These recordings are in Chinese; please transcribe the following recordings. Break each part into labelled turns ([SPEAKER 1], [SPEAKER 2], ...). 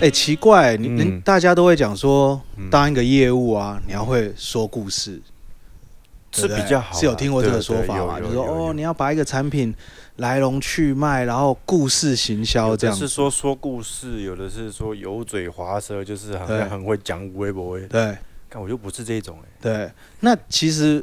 [SPEAKER 1] 哎、奇怪，你人、
[SPEAKER 2] 嗯
[SPEAKER 1] 大家都会讲说，
[SPEAKER 2] 嗯
[SPEAKER 1] 当一个业务啊，你要会说故事，
[SPEAKER 2] 是
[SPEAKER 1] 对不对
[SPEAKER 2] 比较好啦，啊
[SPEAKER 1] 是有听过这个
[SPEAKER 2] 对
[SPEAKER 1] 说法吗？
[SPEAKER 2] 对
[SPEAKER 1] 就
[SPEAKER 2] 有
[SPEAKER 1] 是
[SPEAKER 2] 有
[SPEAKER 1] 说
[SPEAKER 2] 有有
[SPEAKER 1] 哦，你要把一个产品来龙去脉，然后故事行销
[SPEAKER 2] 有
[SPEAKER 1] 这
[SPEAKER 2] 的
[SPEAKER 1] 样
[SPEAKER 2] 是。说说故事，有的是说油嘴滑舌，就是好
[SPEAKER 1] 对
[SPEAKER 2] 像很会讲微博。
[SPEAKER 1] 对
[SPEAKER 2] 看我就不是这种哎、
[SPEAKER 1] 对，那其实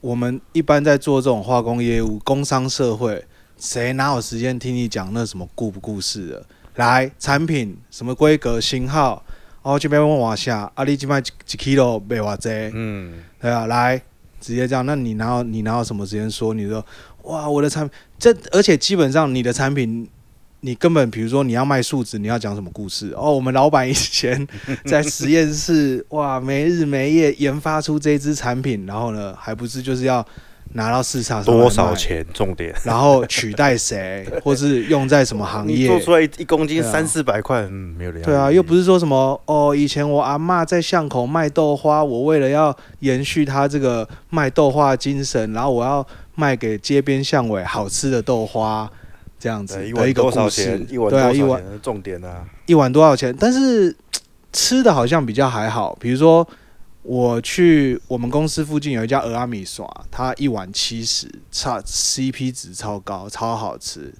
[SPEAKER 1] 我们一般在做这种化工业务、工商社会，谁哪有时间听你讲那什么故不故事的？来，产品什么规格、型号，哦，这边问往下，啊，你这边几 kilo 卖偌济？
[SPEAKER 2] 嗯，
[SPEAKER 1] 对啊，来直接这样，那你哪有你哪有什么时间说？你说哇，我的产品这，而且基本上你的产品，你根本比如说你要卖树脂，你要讲什么故事？哦，我们老板以前在实验室哇没日没夜研发出这支产品，然后呢，还不是就是要拿到市场上来卖
[SPEAKER 2] 多少，钱？重 点，
[SPEAKER 1] 然后取代谁，或是用在什么行
[SPEAKER 2] 你
[SPEAKER 1] 业？
[SPEAKER 2] 做出来一一公斤
[SPEAKER 1] 对啊
[SPEAKER 2] 三四百块，嗯，没有人要
[SPEAKER 1] 对啊，
[SPEAKER 2] 理
[SPEAKER 1] 又不是说什么哦，以前我阿嬷在巷口卖豆花，我为了要延续她这个卖豆花的精神，然后我要卖给街边巷尾好吃的豆花，这样子
[SPEAKER 2] 对一
[SPEAKER 1] 的
[SPEAKER 2] 碗
[SPEAKER 1] 一个
[SPEAKER 2] 多少
[SPEAKER 1] 故事
[SPEAKER 2] 钱？一。碗
[SPEAKER 1] 对
[SPEAKER 2] 多
[SPEAKER 1] 啊，
[SPEAKER 2] 少
[SPEAKER 1] 一碗
[SPEAKER 2] 钱？重点啊，
[SPEAKER 1] 一碗多少钱？但是嘖吃的好像比较还好，比如说我去我们公司附近有一家俄阿米耍，它一碗七十，差 CP 值超高，超好吃。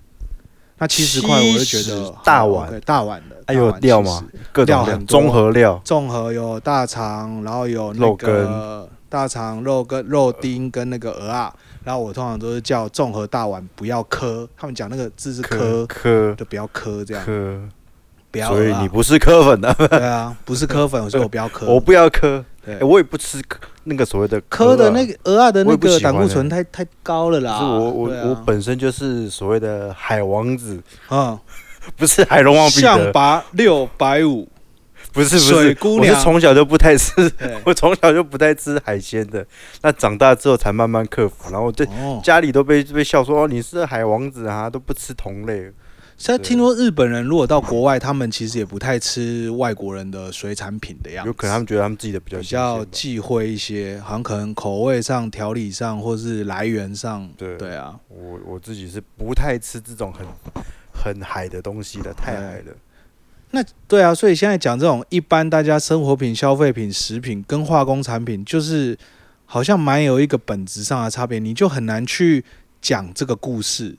[SPEAKER 1] 那七十块我就觉
[SPEAKER 2] 70
[SPEAKER 1] 得好
[SPEAKER 2] 大碗
[SPEAKER 1] OK，大碗的，
[SPEAKER 2] 哎有
[SPEAKER 1] 大碗
[SPEAKER 2] 料
[SPEAKER 1] 70
[SPEAKER 2] 吗？各种
[SPEAKER 1] 料
[SPEAKER 2] 料，
[SPEAKER 1] 很多
[SPEAKER 2] 综合料，
[SPEAKER 1] 综合有大肠，然后有那
[SPEAKER 2] 肉
[SPEAKER 1] 个大肠肉跟肉丁跟那个鹅啊，然后我通常都是叫综合大碗，不要磕，他们讲那个字是磕，
[SPEAKER 2] 科
[SPEAKER 1] 就不要磕这样，
[SPEAKER 2] 科，
[SPEAKER 1] 不要
[SPEAKER 2] 所
[SPEAKER 1] 鹅
[SPEAKER 2] 以
[SPEAKER 1] 啊
[SPEAKER 2] 你不是科 粉的，
[SPEAKER 1] 对啊，不是磕粉，所以我不要磕。
[SPEAKER 2] 我不要科，
[SPEAKER 1] 对
[SPEAKER 2] 哎我也不吃科那个所谓的
[SPEAKER 1] 磕的
[SPEAKER 2] 啊
[SPEAKER 1] 那个鹅啊的
[SPEAKER 2] 我
[SPEAKER 1] 那
[SPEAKER 2] 也不
[SPEAKER 1] 个
[SPEAKER 2] 喜欢欸
[SPEAKER 1] 胆固醇太太高了啦。
[SPEAKER 2] 可是我我、
[SPEAKER 1] 对啊
[SPEAKER 2] 我本身就是所谓的海王子，
[SPEAKER 1] 嗯，
[SPEAKER 2] 不是海龙王彼
[SPEAKER 1] 象
[SPEAKER 2] 得，
[SPEAKER 1] 拔六百五，
[SPEAKER 2] 不是不是，
[SPEAKER 1] 水姑娘
[SPEAKER 2] 我是从小就不太吃，
[SPEAKER 1] 对
[SPEAKER 2] 我从小就不太吃海鲜的。那长大之后才慢慢克服，然后 对、
[SPEAKER 1] 哦，
[SPEAKER 2] 家里都被被笑说哦你是海王子啊，都不吃同类。
[SPEAKER 1] 现在听说日本人如果到国外，他们其实也不太吃外国人的水产品的样子。
[SPEAKER 2] 有可能他们觉得他们自己的比较
[SPEAKER 1] 比
[SPEAKER 2] 新鲜
[SPEAKER 1] 较
[SPEAKER 2] 吧
[SPEAKER 1] 忌讳一些，好像可能口味上、调理上，或是来源上，
[SPEAKER 2] 对
[SPEAKER 1] 对啊。
[SPEAKER 2] 我我自己是不太吃这种很很海的东西的，太海了。
[SPEAKER 1] 那对啊，所以现在讲这种一般大家生活品、消费品、食品跟化工产品，就是好像蛮有一个本质上的差别，你就很难去讲这个故事。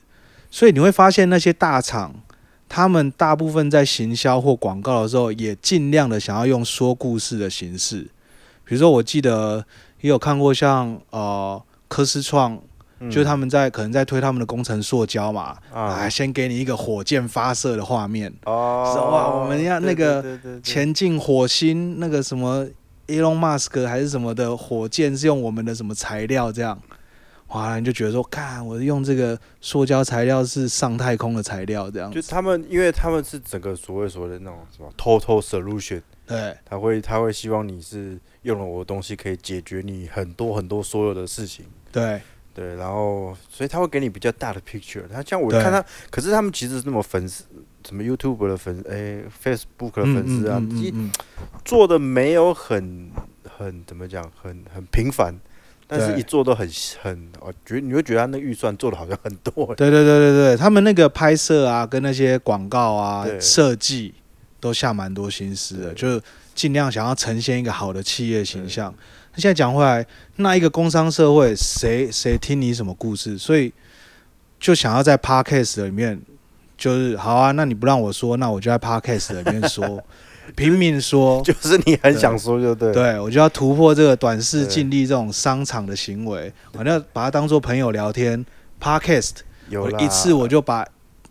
[SPEAKER 1] 所以你会发现那些大厂，他们大部分在行销或广告的时候，也尽量的想要用说故事的形式。比如说，我记得也有看过像呃科思创
[SPEAKER 2] 嗯
[SPEAKER 1] 就是他们在可能在推他们的工程塑胶嘛，啊，
[SPEAKER 2] 啊
[SPEAKER 1] 先给你一个火箭发射的画面，是
[SPEAKER 2] 哦，
[SPEAKER 1] 哇我们要那个
[SPEAKER 2] 对对对对对
[SPEAKER 1] 前进火星那个什么 Elon Musk 还是什么的火箭是用我们的什么材料这样，哇，你就觉得说，看我用这个塑胶材料是上太空的材料这样
[SPEAKER 2] 就，他们，因为他们是整个所谓所谓的那种什么 total solution，
[SPEAKER 1] 对
[SPEAKER 2] 他会他会希望你是用了我的东西可以解决你很多很多所有的事情，
[SPEAKER 1] 对
[SPEAKER 2] 对，然后所以他会给你比较大的 picture。他像我
[SPEAKER 1] 对
[SPEAKER 2] 看他，可是他们其实那么粉丝，什么 YouTube 的粉，哎、f a c e b o o k 的粉丝啊，其实
[SPEAKER 1] 嗯
[SPEAKER 2] 做的没有很很怎么讲，很很平凡。但是，
[SPEAKER 1] 对
[SPEAKER 2] 一做都很很，我觉得你会觉得他那个预算做的好像很多，
[SPEAKER 1] 对对对对对，他们那个拍摄啊，跟那些广告啊、
[SPEAKER 2] 对
[SPEAKER 1] 设计都下蛮多心思的，
[SPEAKER 2] 对
[SPEAKER 1] 就是尽量想要呈现一个好的企业形象。那现在讲回来，那一个工商社会，谁谁听你什么故事？所以就想要在 podcast 里面，就是好啊，那你不让我说，那我就在 podcast 里面 说，拼命说。
[SPEAKER 2] 就是 你很想说，就对了，
[SPEAKER 1] 对，我就要突破这个短视
[SPEAKER 2] 对
[SPEAKER 1] 近利这种商场的行为，我要把它当做朋友聊天。Podcast
[SPEAKER 2] 有
[SPEAKER 1] 我
[SPEAKER 2] 啦
[SPEAKER 1] 一次我就把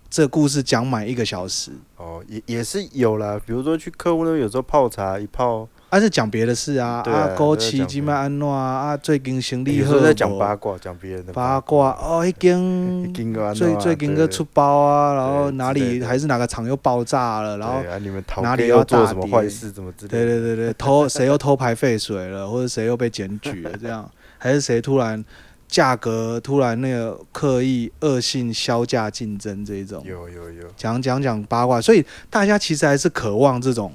[SPEAKER 1] 这故事讲满一个小时，
[SPEAKER 2] 哦，也也是有啦，比如说去客户那边，有时候泡茶一泡，
[SPEAKER 1] 而是讲别的事啊，
[SPEAKER 2] 对啊
[SPEAKER 1] 啊，枸
[SPEAKER 2] 都在
[SPEAKER 1] 杞、
[SPEAKER 2] 讲
[SPEAKER 1] 金麦安诺啊，啊，最近行李
[SPEAKER 2] 有时
[SPEAKER 1] 好
[SPEAKER 2] 候在
[SPEAKER 1] 无
[SPEAKER 2] 讲八卦，讲别人的
[SPEAKER 1] 八卦，哦，已
[SPEAKER 2] 已
[SPEAKER 1] 经
[SPEAKER 2] 经有安
[SPEAKER 1] 最
[SPEAKER 2] 怎啊
[SPEAKER 1] 最近
[SPEAKER 2] 对
[SPEAKER 1] 个出包啊，然后
[SPEAKER 2] 对
[SPEAKER 1] 哪
[SPEAKER 2] 之类
[SPEAKER 1] 里
[SPEAKER 2] 的
[SPEAKER 1] 还是哪个厂又爆炸了，然后
[SPEAKER 2] 对啊，你们逃
[SPEAKER 1] 哪里
[SPEAKER 2] 课
[SPEAKER 1] 要
[SPEAKER 2] 又做
[SPEAKER 1] 大
[SPEAKER 2] 什么
[SPEAKER 1] 跌
[SPEAKER 2] 坏事，怎么之类
[SPEAKER 1] 对
[SPEAKER 2] 的，
[SPEAKER 1] 对对对， 偷谁又偷排废水了，或者谁又被检举了，这样还是谁突然价格突然那个刻意恶性销价竞争这一种，
[SPEAKER 2] 有有有，
[SPEAKER 1] 讲讲讲八卦，所以大家其实还是渴望这种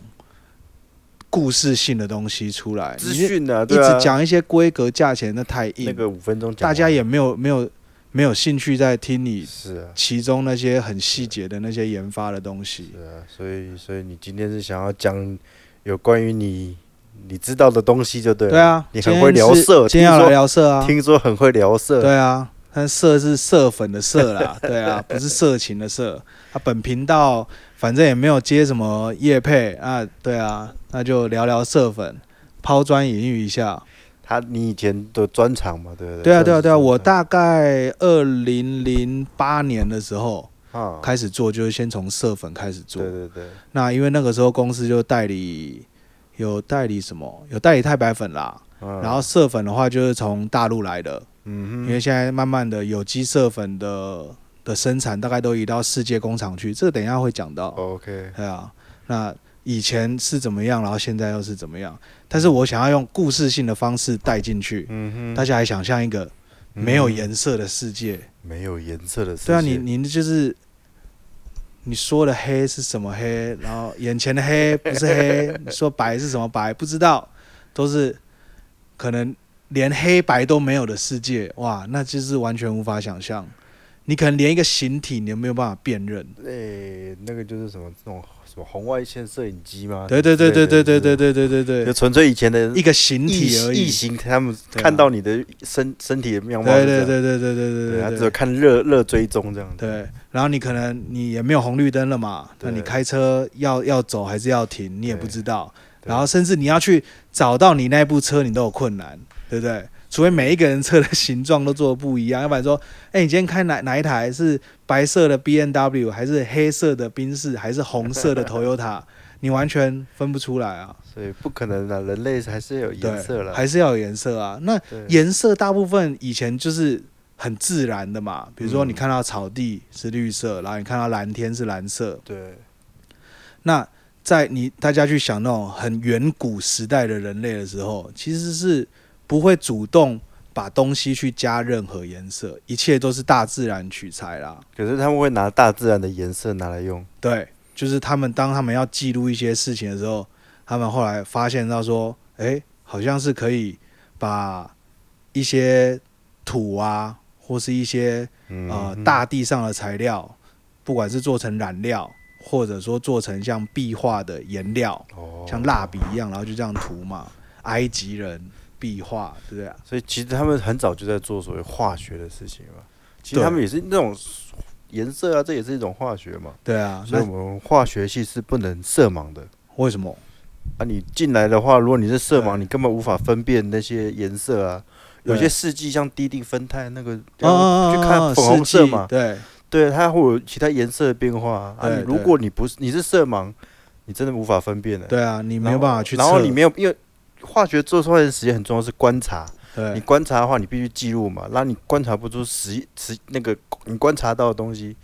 [SPEAKER 1] 故事性的东西出来。
[SPEAKER 2] 资
[SPEAKER 1] 你
[SPEAKER 2] 讯啊，
[SPEAKER 1] 一
[SPEAKER 2] 对啊
[SPEAKER 1] 直讲一些规格、价钱，那太硬，
[SPEAKER 2] 那个五分钟讲
[SPEAKER 1] 大
[SPEAKER 2] 完，
[SPEAKER 1] 家也没有没有没有兴趣在听你
[SPEAKER 2] 是啊，
[SPEAKER 1] 其中那些很细节的那些研发的东西。
[SPEAKER 2] 是啊，所以所以你今天是想要讲有关于你你知道的东西就对了。
[SPEAKER 1] 对啊，
[SPEAKER 2] 你很会聊色，
[SPEAKER 1] 今天是今天要来聊色啊，
[SPEAKER 2] 听说很会聊色。
[SPEAKER 1] 对啊，但色是色粉的色 啦，对啊，不是色情的色。啊，本频道反正也没有接什么业配啊，对啊，那就聊聊色粉，抛砖引玉一下。
[SPEAKER 2] 他你以前的专场嘛，对不对？
[SPEAKER 1] 对啊，对啊，对啊，我
[SPEAKER 2] 大
[SPEAKER 1] 大概二零零八年的时候
[SPEAKER 2] 啊，
[SPEAKER 1] 开始做，就是先从色粉开始做。
[SPEAKER 2] 对对对，
[SPEAKER 1] 那因为那个时候公司就代理有代理什么，有代理太白粉啦，
[SPEAKER 2] 嗯
[SPEAKER 1] 然后色粉的话就是从大陆来的，
[SPEAKER 2] 嗯
[SPEAKER 1] 因
[SPEAKER 2] 哼，
[SPEAKER 1] 为现在慢慢的有机色粉的的生产大概都移到世界工厂去，这个等一下会讲
[SPEAKER 2] 哦
[SPEAKER 1] 到。
[SPEAKER 2] OK，
[SPEAKER 1] 对啊，那以前是怎么样，然后现在又是怎么样？但是我想要用故事性的方式带进去，
[SPEAKER 2] 嗯哼，
[SPEAKER 1] 大家来想象一个没有
[SPEAKER 2] 嗯
[SPEAKER 1] 颜色的世界。
[SPEAKER 2] 没有颜色的世界，
[SPEAKER 1] 对啊，你你就是你说的黑是什么黑，然后眼前的黑不是黑，你说白是什么白，不知道，都是可能连黑白都没有的世界，哇，那就是完全无法想象。你可能连一个形体你都没有办法辨认。
[SPEAKER 2] 诶、那个就是什么那种什么红外线摄影机吗？
[SPEAKER 1] 对对对对对对对
[SPEAKER 2] 对
[SPEAKER 1] 对对对
[SPEAKER 2] 就
[SPEAKER 1] 对，
[SPEAKER 2] 纯粹以前的
[SPEAKER 1] 一个形体而
[SPEAKER 2] 异
[SPEAKER 1] 已。
[SPEAKER 2] 形，他们
[SPEAKER 1] 对啊
[SPEAKER 2] 看到你的身身体的面貌
[SPEAKER 1] 对
[SPEAKER 2] 是这
[SPEAKER 1] 对
[SPEAKER 2] 样，
[SPEAKER 1] 对对对对
[SPEAKER 2] 对他
[SPEAKER 1] 对
[SPEAKER 2] 只
[SPEAKER 1] 对
[SPEAKER 2] 有看热热追踪这样子，
[SPEAKER 1] 对，然后你可能你也没有红绿灯了嘛，那你
[SPEAKER 2] 对
[SPEAKER 1] 开车要要走还是要停，你也不
[SPEAKER 2] 对
[SPEAKER 1] 知道。
[SPEAKER 2] 对
[SPEAKER 1] 然后甚至你要去找到你那部车，你都有困难，对不对？除非每一个人车的形状都做的不一样，要不然说，哎，你今天开哪哪一台是白色的 B N W，还是黑色的宾士，还是红色 的 Toyota，你完全分不出来啊。
[SPEAKER 2] 所以不可能啊，人类还是有
[SPEAKER 1] 对
[SPEAKER 2] 颜色，了，
[SPEAKER 1] 还是要有颜色啊。那
[SPEAKER 2] 对
[SPEAKER 1] 颜色大部分以前就是很自然的嘛，比如说
[SPEAKER 2] 嗯
[SPEAKER 1] 你看到草地是绿色，然后你看到蓝天是蓝色。
[SPEAKER 2] 对
[SPEAKER 1] 那在你大家去想那种很远古时代的人类的时候，其实是不会主动把东西去加任何颜色，一切都是大自然取材啦。
[SPEAKER 2] 可是他们会拿大自然的颜色拿来用，
[SPEAKER 1] 对，就是他们当他们要记录一些事情的时候，他们后来发现到说，哎，好像是可以把一些土啊，或是一些
[SPEAKER 2] 嗯
[SPEAKER 1] 呃大地上的材料，不管是做成染料，或者说做成像壁画的颜料，
[SPEAKER 2] 哦
[SPEAKER 1] 像蜡笔一样，然后就这样涂嘛。埃及人壁画，对不对？
[SPEAKER 2] 所以其实他们很早就在做所谓化学的事情嘛。其实
[SPEAKER 1] 对
[SPEAKER 2] 他们也是那种颜色啊，这也是一种化学嘛。
[SPEAKER 1] 对啊，
[SPEAKER 2] 所以
[SPEAKER 1] 那
[SPEAKER 2] 我们化学系是不能色盲的
[SPEAKER 1] 为什么？
[SPEAKER 2] 啊。你进来的话，如果你是色盲，
[SPEAKER 1] 对
[SPEAKER 2] 你根本无法分辨那些颜色啊。有
[SPEAKER 1] 对
[SPEAKER 2] 些试剂像滴定酚酞那个，
[SPEAKER 1] 啊，
[SPEAKER 2] 去看粉红色嘛
[SPEAKER 1] 世纪，对，
[SPEAKER 2] 对，它会有其他颜色的变化啊。啊
[SPEAKER 1] 对
[SPEAKER 2] 你如
[SPEAKER 1] 对
[SPEAKER 2] 果你不是你是色盲，你真的无法分辨的。
[SPEAKER 1] 对啊，你
[SPEAKER 2] 然后，
[SPEAKER 1] 没有办法去测。
[SPEAKER 2] 然后你没有，因为化学做出来的实验很重要，是观察。
[SPEAKER 1] 对
[SPEAKER 2] 你观察的话，你必须记录嘛。那你观察不出实实那个你观察到的东西，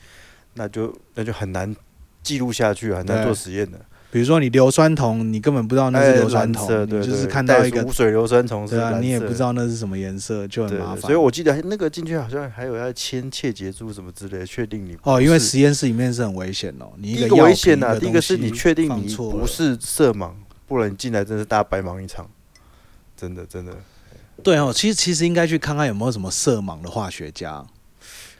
[SPEAKER 2] 那就那就很难记录下去，很难
[SPEAKER 1] 对
[SPEAKER 2] 做实验的。
[SPEAKER 1] 比如说你硫酸铜，你根本不知道那
[SPEAKER 2] 哎
[SPEAKER 1] 是硫酸
[SPEAKER 2] 蓝
[SPEAKER 1] 铜，
[SPEAKER 2] 色对
[SPEAKER 1] 你就是
[SPEAKER 2] 对
[SPEAKER 1] 看到
[SPEAKER 2] 袋
[SPEAKER 1] 一
[SPEAKER 2] 鼠
[SPEAKER 1] 个
[SPEAKER 2] 无，水硫酸虫是
[SPEAKER 1] 对啊，
[SPEAKER 2] 蓝
[SPEAKER 1] 你也
[SPEAKER 2] 色
[SPEAKER 1] 不知道那是什么颜色，就
[SPEAKER 2] 的
[SPEAKER 1] 很
[SPEAKER 2] 对
[SPEAKER 1] 麻烦。
[SPEAKER 2] 对所以我记得那个进去好像还有要签切结注什么之类的，确定你
[SPEAKER 1] 哦，因为
[SPEAKER 2] 是
[SPEAKER 1] 实验室里面是很危险哦，你
[SPEAKER 2] 第
[SPEAKER 1] 一
[SPEAKER 2] 一
[SPEAKER 1] 个
[SPEAKER 2] 个
[SPEAKER 1] 药
[SPEAKER 2] 危
[SPEAKER 1] 品
[SPEAKER 2] 险啊，第一个
[SPEAKER 1] 东
[SPEAKER 2] 是你
[SPEAKER 1] 西
[SPEAKER 2] 确定
[SPEAKER 1] 放
[SPEAKER 2] 你
[SPEAKER 1] 错
[SPEAKER 2] 不
[SPEAKER 1] 了
[SPEAKER 2] 是色盲，不然你进来真是大白忙一场，真的真的。
[SPEAKER 1] 对哦，其实其实应该去看看有没有什么色盲的化学家。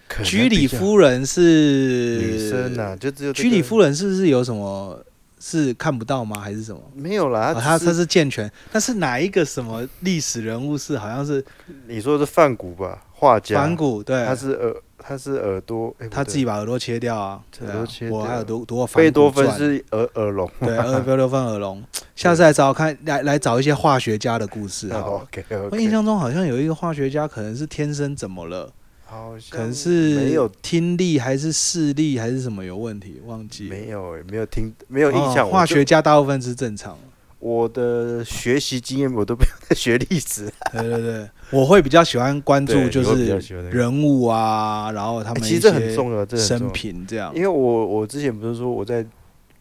[SPEAKER 2] 可能
[SPEAKER 1] 居里
[SPEAKER 2] 比较
[SPEAKER 1] 夫人是
[SPEAKER 2] 女生啊，就只有这
[SPEAKER 1] 居里
[SPEAKER 2] 个
[SPEAKER 1] 夫人是不是有什么是看不到吗？还是什么？
[SPEAKER 2] 没有啦，
[SPEAKER 1] 哦他
[SPEAKER 2] 只
[SPEAKER 1] 他是健全，但是哪一个什么历史人物是好像是
[SPEAKER 2] 你说的是梵谷吧，画家
[SPEAKER 1] 反骨？对，
[SPEAKER 2] 他是耳，他是耳朵，哎
[SPEAKER 1] 他自己把耳朵切掉啊，
[SPEAKER 2] 耳
[SPEAKER 1] 对
[SPEAKER 2] 朵
[SPEAKER 1] 啊
[SPEAKER 2] 切
[SPEAKER 1] 我还有
[SPEAKER 2] 掉
[SPEAKER 1] 读读过
[SPEAKER 2] 贝
[SPEAKER 1] 反
[SPEAKER 2] 多
[SPEAKER 1] 骨
[SPEAKER 2] 芬
[SPEAKER 1] 传
[SPEAKER 2] 是耳耳聋。
[SPEAKER 1] 对，呃 二十六分耳聋。下次来找看，来来找一些化学家的故事好了。
[SPEAKER 2] OK
[SPEAKER 1] 哦我印
[SPEAKER 2] OK，
[SPEAKER 1] 象中好像有一个化学家，可能是天生怎么了，
[SPEAKER 2] 好像
[SPEAKER 1] 可能是
[SPEAKER 2] 没有
[SPEAKER 1] 听力还是视力还是什么有问题，忘记了
[SPEAKER 2] 没有哎没有听没有印
[SPEAKER 1] 哦
[SPEAKER 2] 象。我
[SPEAKER 1] 化
[SPEAKER 2] 就
[SPEAKER 1] 学家大部分是正常的，
[SPEAKER 2] 我的学习经验我都没有在学历史，
[SPEAKER 1] 对对对，我会比较喜欢 关
[SPEAKER 2] 对
[SPEAKER 1] 注就
[SPEAKER 2] 你会比较
[SPEAKER 1] 是
[SPEAKER 2] 喜欢那个
[SPEAKER 1] 人物啊，然后他
[SPEAKER 2] 哎
[SPEAKER 1] 们
[SPEAKER 2] 其实
[SPEAKER 1] 一
[SPEAKER 2] 这很
[SPEAKER 1] 些
[SPEAKER 2] 重要，这很重
[SPEAKER 1] 生
[SPEAKER 2] 要。
[SPEAKER 1] 平这样
[SPEAKER 2] 因。为我我之前不是说我在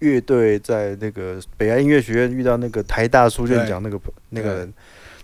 [SPEAKER 2] 乐队在那个北岸音乐学院遇到那个台大书院
[SPEAKER 1] 对
[SPEAKER 2] 奖那个那个人，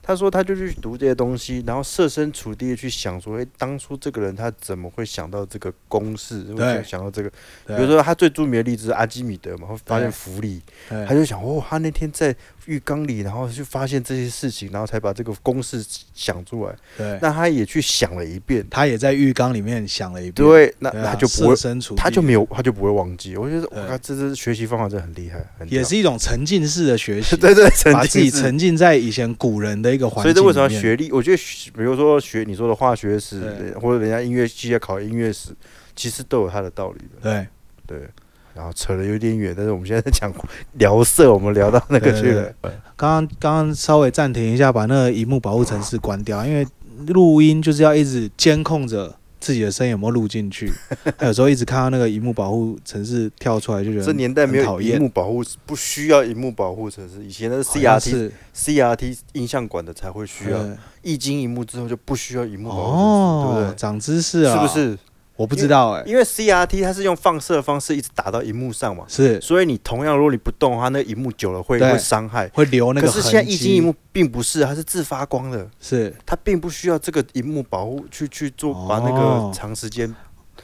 [SPEAKER 2] 他他说他就去读这些东西，然后设身处地的去想说，诶，当初这个人他怎么会想到这个公式，或者想到这个？比
[SPEAKER 1] 对
[SPEAKER 2] 如说他最著名的例子是阿基米德嘛，会发现
[SPEAKER 1] 对
[SPEAKER 2] 浮力，
[SPEAKER 1] 对
[SPEAKER 2] 他就想哦，他那天在浴缸里，然后去发现这些事情，然后才把这个公式想出来。
[SPEAKER 1] 对，
[SPEAKER 2] 那他也去想了一遍，
[SPEAKER 1] 他也在浴缸里面想了一遍，
[SPEAKER 2] 对，那
[SPEAKER 1] 对
[SPEAKER 2] 那
[SPEAKER 1] 啊，
[SPEAKER 2] 他就不
[SPEAKER 1] 设
[SPEAKER 2] 会，
[SPEAKER 1] 身处地，
[SPEAKER 2] 他就没有，他就不会忘记。我觉得
[SPEAKER 1] 对
[SPEAKER 2] 哇，这这学习方法真的很厉害，很
[SPEAKER 1] 也
[SPEAKER 2] 屌
[SPEAKER 1] 是一种沉浸式的学习，
[SPEAKER 2] 对对，沉
[SPEAKER 1] 把
[SPEAKER 2] 浸
[SPEAKER 1] 自己
[SPEAKER 2] 式
[SPEAKER 1] 沉浸在以前古人的一个环
[SPEAKER 2] 所
[SPEAKER 1] 境
[SPEAKER 2] 以
[SPEAKER 1] 里面。
[SPEAKER 2] 这为什么学历？我觉得学，比如说学你说的化学史
[SPEAKER 1] 对，
[SPEAKER 2] 或者人家音乐系要考音乐史，其实都有它的道理的。
[SPEAKER 1] 对
[SPEAKER 2] 对，然后扯得有点远，但是我们现在在讲聊色，我们聊到那个去了。
[SPEAKER 1] 刚刚刚刚稍微暂停一下，把那个荧幕保护程式关掉，因为录音就是要一直监控着自己的声音有没有录进 去。还有时候一直看到那个荧幕保护程式跳出来，就觉得嗯
[SPEAKER 2] 这年代没
[SPEAKER 1] 很讨
[SPEAKER 2] 有
[SPEAKER 1] 厌
[SPEAKER 2] 荧幕保护，不需要荧幕保护城市。以前的
[SPEAKER 1] 好像
[SPEAKER 2] CRT
[SPEAKER 1] 是
[SPEAKER 2] CRT 印象馆的才会需要，
[SPEAKER 1] 呃
[SPEAKER 2] 一啊经荧幕之后就不需要荧幕保护
[SPEAKER 1] 哦
[SPEAKER 2] 城，市，
[SPEAKER 1] 长知识
[SPEAKER 2] 对
[SPEAKER 1] 啊，
[SPEAKER 2] 不对？是不？是？
[SPEAKER 1] 我不知道哎、
[SPEAKER 2] 因为 CRT 它是用放射方式一直打到荧幕上嘛，
[SPEAKER 1] 是
[SPEAKER 2] 所以你同样如果你不动的话，那个荧幕久了会
[SPEAKER 1] 对
[SPEAKER 2] 会伤害。
[SPEAKER 1] 会留那
[SPEAKER 2] 可
[SPEAKER 1] 个
[SPEAKER 2] 是
[SPEAKER 1] 痕迹。
[SPEAKER 2] 现在液晶荧幕并不是，它是自发光的，
[SPEAKER 1] 是
[SPEAKER 2] 它并不需要这个荧幕保护去去做
[SPEAKER 1] 哦
[SPEAKER 2] 把那个长时间。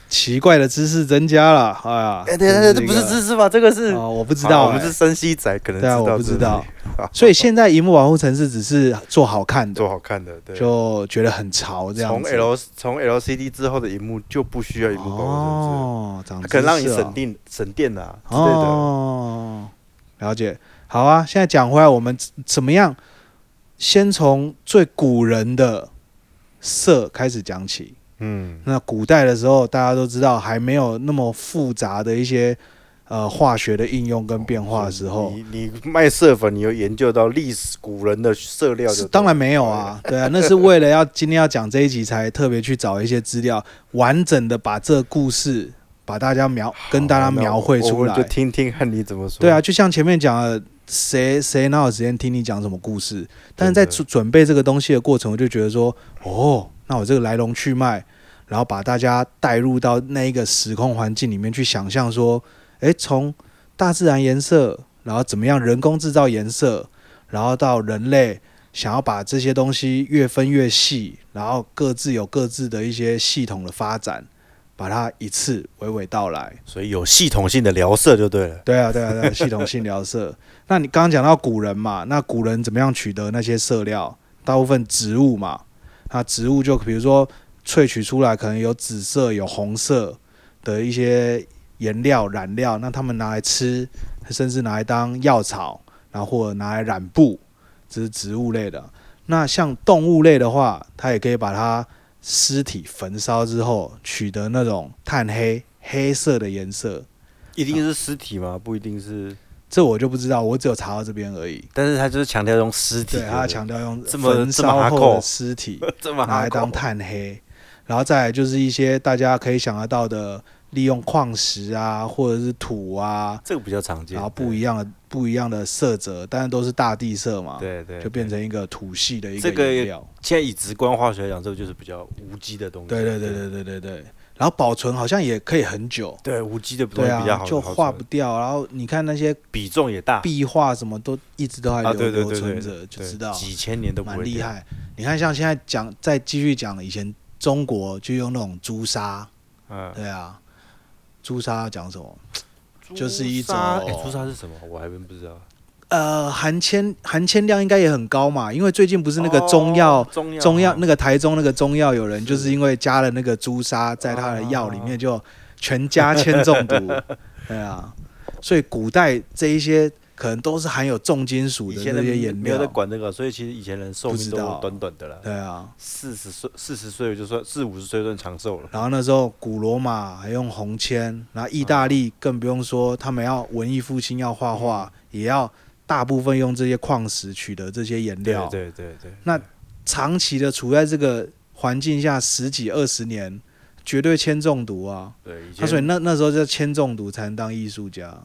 [SPEAKER 1] 奇怪的知识增加了，哎呀，
[SPEAKER 2] 哎，对对对，这不是
[SPEAKER 1] 知
[SPEAKER 2] 知识吧？这个是
[SPEAKER 1] 哦，我不知
[SPEAKER 2] 好
[SPEAKER 1] 道、
[SPEAKER 2] 我们
[SPEAKER 1] 哎
[SPEAKER 2] 是山西仔，可能知
[SPEAKER 1] 对啊，我
[SPEAKER 2] 道
[SPEAKER 1] 不
[SPEAKER 2] 这
[SPEAKER 1] 知道
[SPEAKER 2] 里。
[SPEAKER 1] 所以现在荧幕保护程式只是做好看的，
[SPEAKER 2] 做好看的，对。
[SPEAKER 1] 就觉得很潮这样
[SPEAKER 2] 从
[SPEAKER 1] 子。
[SPEAKER 2] L 从 LCD 之后的荧幕就不需要荧幕保护
[SPEAKER 1] 哦，长
[SPEAKER 2] 甚
[SPEAKER 1] 知
[SPEAKER 2] 至它
[SPEAKER 1] 识
[SPEAKER 2] 可能让你
[SPEAKER 1] 了
[SPEAKER 2] 省电省电啊之类的。
[SPEAKER 1] 哦，了解。好啊，现在讲回来，我们怎怎么样？先从最古人的色开始讲起。
[SPEAKER 2] 嗯，
[SPEAKER 1] 那古代的时候，大家都知道还没有那么复杂的一些呃化学的应用跟变化的时候，
[SPEAKER 2] 你你卖色粉，你有研究到历史古人的色料就是
[SPEAKER 1] 当然没有啊，对啊，那是为了要今天要讲这一集才特别去找一些资料，完整的把这个故事把大家描跟大家
[SPEAKER 2] 好那
[SPEAKER 1] 描
[SPEAKER 2] 我
[SPEAKER 1] 绘
[SPEAKER 2] 我
[SPEAKER 1] 出
[SPEAKER 2] 们
[SPEAKER 1] 来。
[SPEAKER 2] 就听听看你怎么说。
[SPEAKER 1] 对啊，，就像前面讲的，谁谁哪有时间听你讲什么故事？但是在
[SPEAKER 2] 真的
[SPEAKER 1] 准准备这个东西的过程，我就觉得说，哦，那我这个来龙去脉，然后把大家带入到那一个时空环境里面去想象说，诶，从大自然颜色，然后怎么样人工制造颜色，然后到人类。想要把这些东西越分越细，然后各自有各自的一些系统的发展，把它一次娓娓道来。
[SPEAKER 2] 所以有系统性的聊色就对了。
[SPEAKER 1] 对啊，对啊， 对啊，系统性聊色。那你刚刚讲到古人嘛，那古人怎么样取得那些色料？大部分植物嘛，那植物就比如说萃取出来可能有紫色、有红色的一些颜料、染料，那他们拿来吃，甚至拿来当药草，然后或者拿来染布，这是植物类的。那像动物类的话，它也可以把它尸体焚烧之后，取得那种炭黑黑色的颜色，
[SPEAKER 2] 一定是尸体吗？不一定是，
[SPEAKER 1] 这我就不知道，我只有查到这边而已。
[SPEAKER 2] 但是他就是强调用尸体，
[SPEAKER 1] 对，他强调用
[SPEAKER 2] 这么
[SPEAKER 1] 焚
[SPEAKER 2] 这么
[SPEAKER 1] 烧
[SPEAKER 2] 哈
[SPEAKER 1] 后的
[SPEAKER 2] 扣
[SPEAKER 1] 尸体
[SPEAKER 2] 这么
[SPEAKER 1] 拿来当炭黑，然后再来就是一些大家可以想得到的，利用矿石啊，或者是土啊，
[SPEAKER 2] 这个比较常见，
[SPEAKER 1] 然后不一样的不一样的色泽，但是都是大地色嘛，
[SPEAKER 2] 对对，
[SPEAKER 1] 就变成一个土系的一
[SPEAKER 2] 这个
[SPEAKER 1] 颜料。
[SPEAKER 2] 现在以直观化学来讲，这个就是比较无机的东西，
[SPEAKER 1] 对对对对对对对，然后保存好像也可以很久。
[SPEAKER 2] 对，无机的东
[SPEAKER 1] 对
[SPEAKER 2] 西比较
[SPEAKER 1] 啊
[SPEAKER 2] 好，，
[SPEAKER 1] 就
[SPEAKER 2] 好
[SPEAKER 1] 化
[SPEAKER 2] 处
[SPEAKER 1] 不掉。然后你看那些
[SPEAKER 2] 比重也大，
[SPEAKER 1] 壁画什么都一直都还
[SPEAKER 2] 啊
[SPEAKER 1] 留
[SPEAKER 2] 对对
[SPEAKER 1] 留
[SPEAKER 2] 对
[SPEAKER 1] 存
[SPEAKER 2] 对
[SPEAKER 1] 着，就
[SPEAKER 2] 对
[SPEAKER 1] 知道
[SPEAKER 2] 几千年都不
[SPEAKER 1] 蛮
[SPEAKER 2] 会
[SPEAKER 1] 厉
[SPEAKER 2] 掉。
[SPEAKER 1] 害。你看，像现在讲，再继续讲，以前中国就用那种朱砂，
[SPEAKER 2] 嗯，
[SPEAKER 1] 对啊，朱砂讲什么？就是
[SPEAKER 2] 朱
[SPEAKER 1] 一
[SPEAKER 2] 砂
[SPEAKER 1] 种
[SPEAKER 2] 哎朱砂是什么？我还真不知道。
[SPEAKER 1] 呃，含铅含铅量应该也很高嘛，因为最近不是那个中药、
[SPEAKER 2] 哦中药
[SPEAKER 1] 中药那
[SPEAKER 2] 个
[SPEAKER 1] 个台中那个中药，有人
[SPEAKER 2] 是哦
[SPEAKER 1] 就是因为加了那个朱砂在他的药里面，就全家铅中 毒，对啊，所以古代这一些可能都是含有重金属
[SPEAKER 2] 以
[SPEAKER 1] 的
[SPEAKER 2] 前
[SPEAKER 1] 那
[SPEAKER 2] 人
[SPEAKER 1] 些
[SPEAKER 2] 没
[SPEAKER 1] 颜
[SPEAKER 2] 没有在
[SPEAKER 1] 料，
[SPEAKER 2] 管这个，所以其实以前人寿
[SPEAKER 1] 不
[SPEAKER 2] 命
[SPEAKER 1] 知
[SPEAKER 2] 都
[SPEAKER 1] 道
[SPEAKER 2] 短短的啦，
[SPEAKER 1] 对啊。
[SPEAKER 2] 四十岁四十岁就算四五十岁算长寿了。
[SPEAKER 1] 然后那时候古罗马还用红铅，然后意大
[SPEAKER 2] 嗯
[SPEAKER 1] 利更不用说，他们要文艺复兴要画画，
[SPEAKER 2] 嗯
[SPEAKER 1] 也要大部分用这些矿石取得这些颜
[SPEAKER 2] 对
[SPEAKER 1] 料。
[SPEAKER 2] 对对对，
[SPEAKER 1] 那长期的处在这个环境下十几二十年，绝对铅中毒啊！
[SPEAKER 2] 对以
[SPEAKER 1] 他所以
[SPEAKER 2] 前
[SPEAKER 1] 那那时候叫铅中毒才能当艺术家。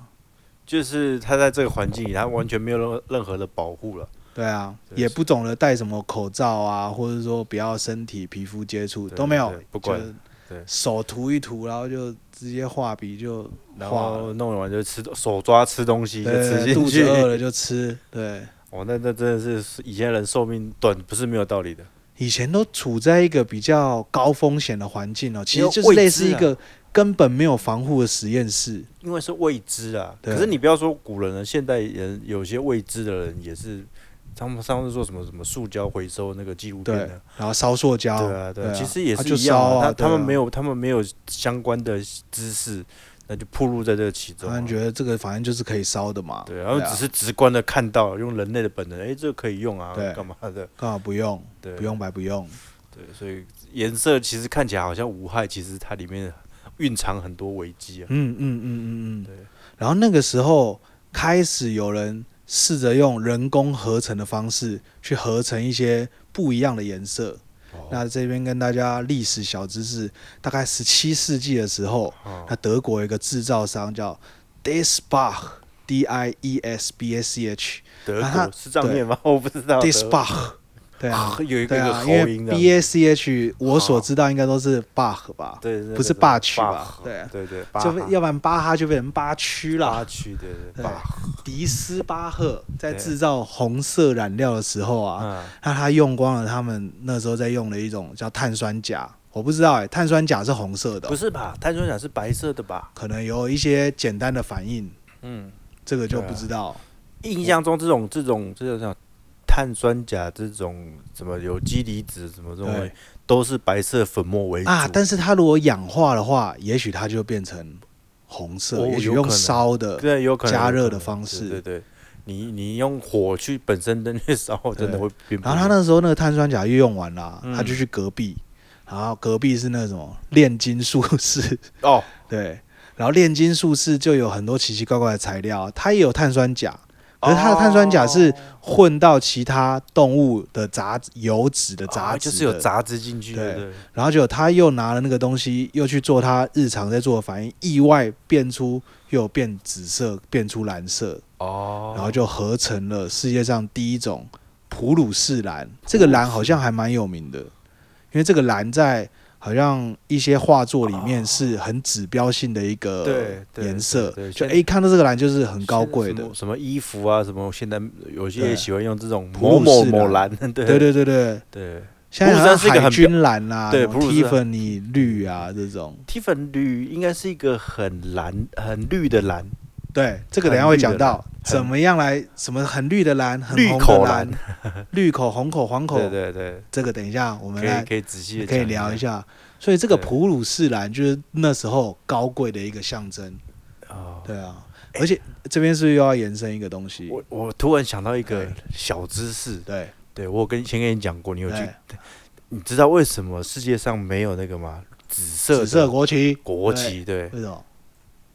[SPEAKER 2] 就是他在这个环境里，他完全没有任何任何的保护了，
[SPEAKER 1] 对啊，
[SPEAKER 2] 对
[SPEAKER 1] 也不懂得戴什么口罩啊，或者说不要身体皮肤接触
[SPEAKER 2] 对
[SPEAKER 1] 都没有
[SPEAKER 2] 对，不管
[SPEAKER 1] 就是
[SPEAKER 2] 对
[SPEAKER 1] 手涂一涂，然后就直接画笔就
[SPEAKER 2] 然
[SPEAKER 1] 化了
[SPEAKER 2] 后弄完就吃手抓吃东西就吃
[SPEAKER 1] 对，
[SPEAKER 2] 进
[SPEAKER 1] 呃肚子
[SPEAKER 2] 去，
[SPEAKER 1] 饿了就吃，对，
[SPEAKER 2] 哦，那那真的是是以前人寿命短不是没有道理的。
[SPEAKER 1] 以前都处在一个比较高风险的环境哦，其实
[SPEAKER 2] 有
[SPEAKER 1] 就是
[SPEAKER 2] 未
[SPEAKER 1] 类似
[SPEAKER 2] 知
[SPEAKER 1] 一
[SPEAKER 2] 啊
[SPEAKER 1] 个根本没有防护的实验室。
[SPEAKER 2] 因为是未知啊。
[SPEAKER 1] 对
[SPEAKER 2] 可是你不要说古人了，现代人有些未知的人也是，他们上次说什么什么塑胶回收那个纪录片
[SPEAKER 1] 对
[SPEAKER 2] 呢？，
[SPEAKER 1] 然后烧塑胶，
[SPEAKER 2] 对啊，对啊，其实也
[SPEAKER 1] 啊
[SPEAKER 2] 是
[SPEAKER 1] 就
[SPEAKER 2] 一样
[SPEAKER 1] 烧
[SPEAKER 2] 啊。
[SPEAKER 1] 啊
[SPEAKER 2] 他
[SPEAKER 1] 对
[SPEAKER 2] 他
[SPEAKER 1] 啊
[SPEAKER 2] 们没有他们没有相关的知识，那就暴露在这个其中
[SPEAKER 1] 他
[SPEAKER 2] 啊。
[SPEAKER 1] 们觉得这个反正就是可以烧的嘛，
[SPEAKER 2] 对，然后
[SPEAKER 1] 啊
[SPEAKER 2] 只是直观的看到，用人类的本能，哎，这个可以用啊
[SPEAKER 1] 对，
[SPEAKER 2] 干嘛的？
[SPEAKER 1] 干嘛不用？
[SPEAKER 2] 对，
[SPEAKER 1] 不用白不用。
[SPEAKER 2] 对，所以颜色其实看起来好像无害，其实它里面蕴藏很多危机啊。
[SPEAKER 1] 嗯嗯嗯嗯嗯。
[SPEAKER 2] 对，
[SPEAKER 1] 然后那个时候开始有人试着用人工合成的方式去合成一些不一样的颜色。
[SPEAKER 2] 哦
[SPEAKER 1] 那这边跟大家历史小知识，大概十七世纪的时候，
[SPEAKER 2] 哦
[SPEAKER 1] 那德国有一个制造商叫 Diesbach，D I E S B A C H
[SPEAKER 2] 德
[SPEAKER 1] 那它
[SPEAKER 2] 国是这样念吗？我不知道。德国
[SPEAKER 1] Diesbach，对啊
[SPEAKER 2] 啊，，有一个
[SPEAKER 1] 对
[SPEAKER 2] 一个
[SPEAKER 1] 啊，
[SPEAKER 2] 喉
[SPEAKER 1] 因为
[SPEAKER 2] 音的，
[SPEAKER 1] B A C H 我所知道应该都是 Bach 吧，
[SPEAKER 2] 啊对对，
[SPEAKER 1] 不是
[SPEAKER 2] 对
[SPEAKER 1] 霸区吧
[SPEAKER 2] 巴赫啊
[SPEAKER 1] 对啊
[SPEAKER 2] 对对，巴
[SPEAKER 1] 就
[SPEAKER 2] 哈
[SPEAKER 1] 要不然巴哈就变成巴区啦，
[SPEAKER 2] 巴区，对对
[SPEAKER 1] 对啊
[SPEAKER 2] 巴哈
[SPEAKER 1] 迪斯巴赫在
[SPEAKER 2] 对
[SPEAKER 1] 制造红色染料的时候啊，
[SPEAKER 2] 啊，
[SPEAKER 1] 那他用光了他们那时候在用的一种叫碳酸钾，我不知道哎、碳酸钾是红色的哦、
[SPEAKER 2] 不是吧？碳酸钾是白色的吧？
[SPEAKER 1] 可能有一些简单的反应，
[SPEAKER 2] 嗯，
[SPEAKER 1] 这个就
[SPEAKER 2] 对啊
[SPEAKER 1] 不知道。
[SPEAKER 2] 印象中这种这种这种像碳酸钾这种什么有机离子什么这种东西
[SPEAKER 1] 对
[SPEAKER 2] 都是白色粉末为主
[SPEAKER 1] 啊，但是它如果氧化的话，也许它就变成红色，
[SPEAKER 2] 哦
[SPEAKER 1] 也许
[SPEAKER 2] 有
[SPEAKER 1] 用
[SPEAKER 2] 可能
[SPEAKER 1] 烧的。
[SPEAKER 2] 对有可能
[SPEAKER 1] 加
[SPEAKER 2] 有可
[SPEAKER 1] 热
[SPEAKER 2] 能
[SPEAKER 1] 的方式
[SPEAKER 2] 对对对，你你用火去本身的那烧，真的会变不一样。
[SPEAKER 1] 然后他那时候那个碳酸钾又用完了，
[SPEAKER 2] 嗯
[SPEAKER 1] 他就去隔壁，然后隔壁是那个什么炼金术士，
[SPEAKER 2] 哦，
[SPEAKER 1] 对，然后炼金术士就有很多奇奇怪怪的材料，它也有碳酸钾，可是它的碳酸钾是
[SPEAKER 2] 哦
[SPEAKER 1] 混到其他动物的杂油脂的杂
[SPEAKER 2] 杂
[SPEAKER 1] 质的、
[SPEAKER 2] 哦就是有杂质进去，
[SPEAKER 1] 对
[SPEAKER 2] 对对
[SPEAKER 1] 然后就他又拿了那个东西，又去做他日常在做的反应，意外变出又变紫色，变出蓝色，
[SPEAKER 2] 哦，
[SPEAKER 1] 然后就合成了世界上第一种普鲁士蓝。这个蓝好像还蛮有名的，因为这个蓝在好像一些画作里面是很指标性的一个
[SPEAKER 2] 对对
[SPEAKER 1] 颜色
[SPEAKER 2] 对对，
[SPEAKER 1] 就
[SPEAKER 2] 现在
[SPEAKER 1] 诶，看到这个蓝就是很高贵的
[SPEAKER 2] 什么。什么衣服啊，什么现在有些
[SPEAKER 1] 对
[SPEAKER 2] 也喜欢用这种
[SPEAKER 1] 普
[SPEAKER 2] 某
[SPEAKER 1] 鲁
[SPEAKER 2] 某
[SPEAKER 1] 士
[SPEAKER 2] 某
[SPEAKER 1] 蓝
[SPEAKER 2] 蓝， 对
[SPEAKER 1] 对对对对，
[SPEAKER 2] 对，
[SPEAKER 1] 现在好像
[SPEAKER 2] 普鲁士蓝是一个
[SPEAKER 1] 海
[SPEAKER 2] 很
[SPEAKER 1] 军蓝啊，
[SPEAKER 2] 对
[SPEAKER 1] 什么
[SPEAKER 2] 普鲁士嗯蓝
[SPEAKER 1] Tiffany 绿啊这种，
[SPEAKER 2] 提粉绿应该是一个很蓝、很绿的蓝，
[SPEAKER 1] 对，这个等一下会讲到
[SPEAKER 2] 很绿的蓝很
[SPEAKER 1] 怎么样来什么很绿的蓝，很
[SPEAKER 2] 绿
[SPEAKER 1] 红的
[SPEAKER 2] 口
[SPEAKER 1] 蓝，绿口、红口、黄口
[SPEAKER 2] 对，对对，
[SPEAKER 1] 这个等一下我们
[SPEAKER 2] 可
[SPEAKER 1] 来
[SPEAKER 2] 以可以仔细的
[SPEAKER 1] 可以聊一下。所以这个
[SPEAKER 2] 对
[SPEAKER 1] 普鲁士蓝就是那时候高贵的一个象征，
[SPEAKER 2] 哦。
[SPEAKER 1] 对啊。而且这边是不是又要延伸一个东西？
[SPEAKER 2] 我我突然想到一个
[SPEAKER 1] 对
[SPEAKER 2] 小知识，
[SPEAKER 1] 对，哎
[SPEAKER 2] 对我有跟先跟你讲过，你有去
[SPEAKER 1] 对，
[SPEAKER 2] 你知道为什么世界上没有那个吗？紫色
[SPEAKER 1] 紫
[SPEAKER 2] 的
[SPEAKER 1] 色国旗，
[SPEAKER 2] 国旗，对，
[SPEAKER 1] 为什么？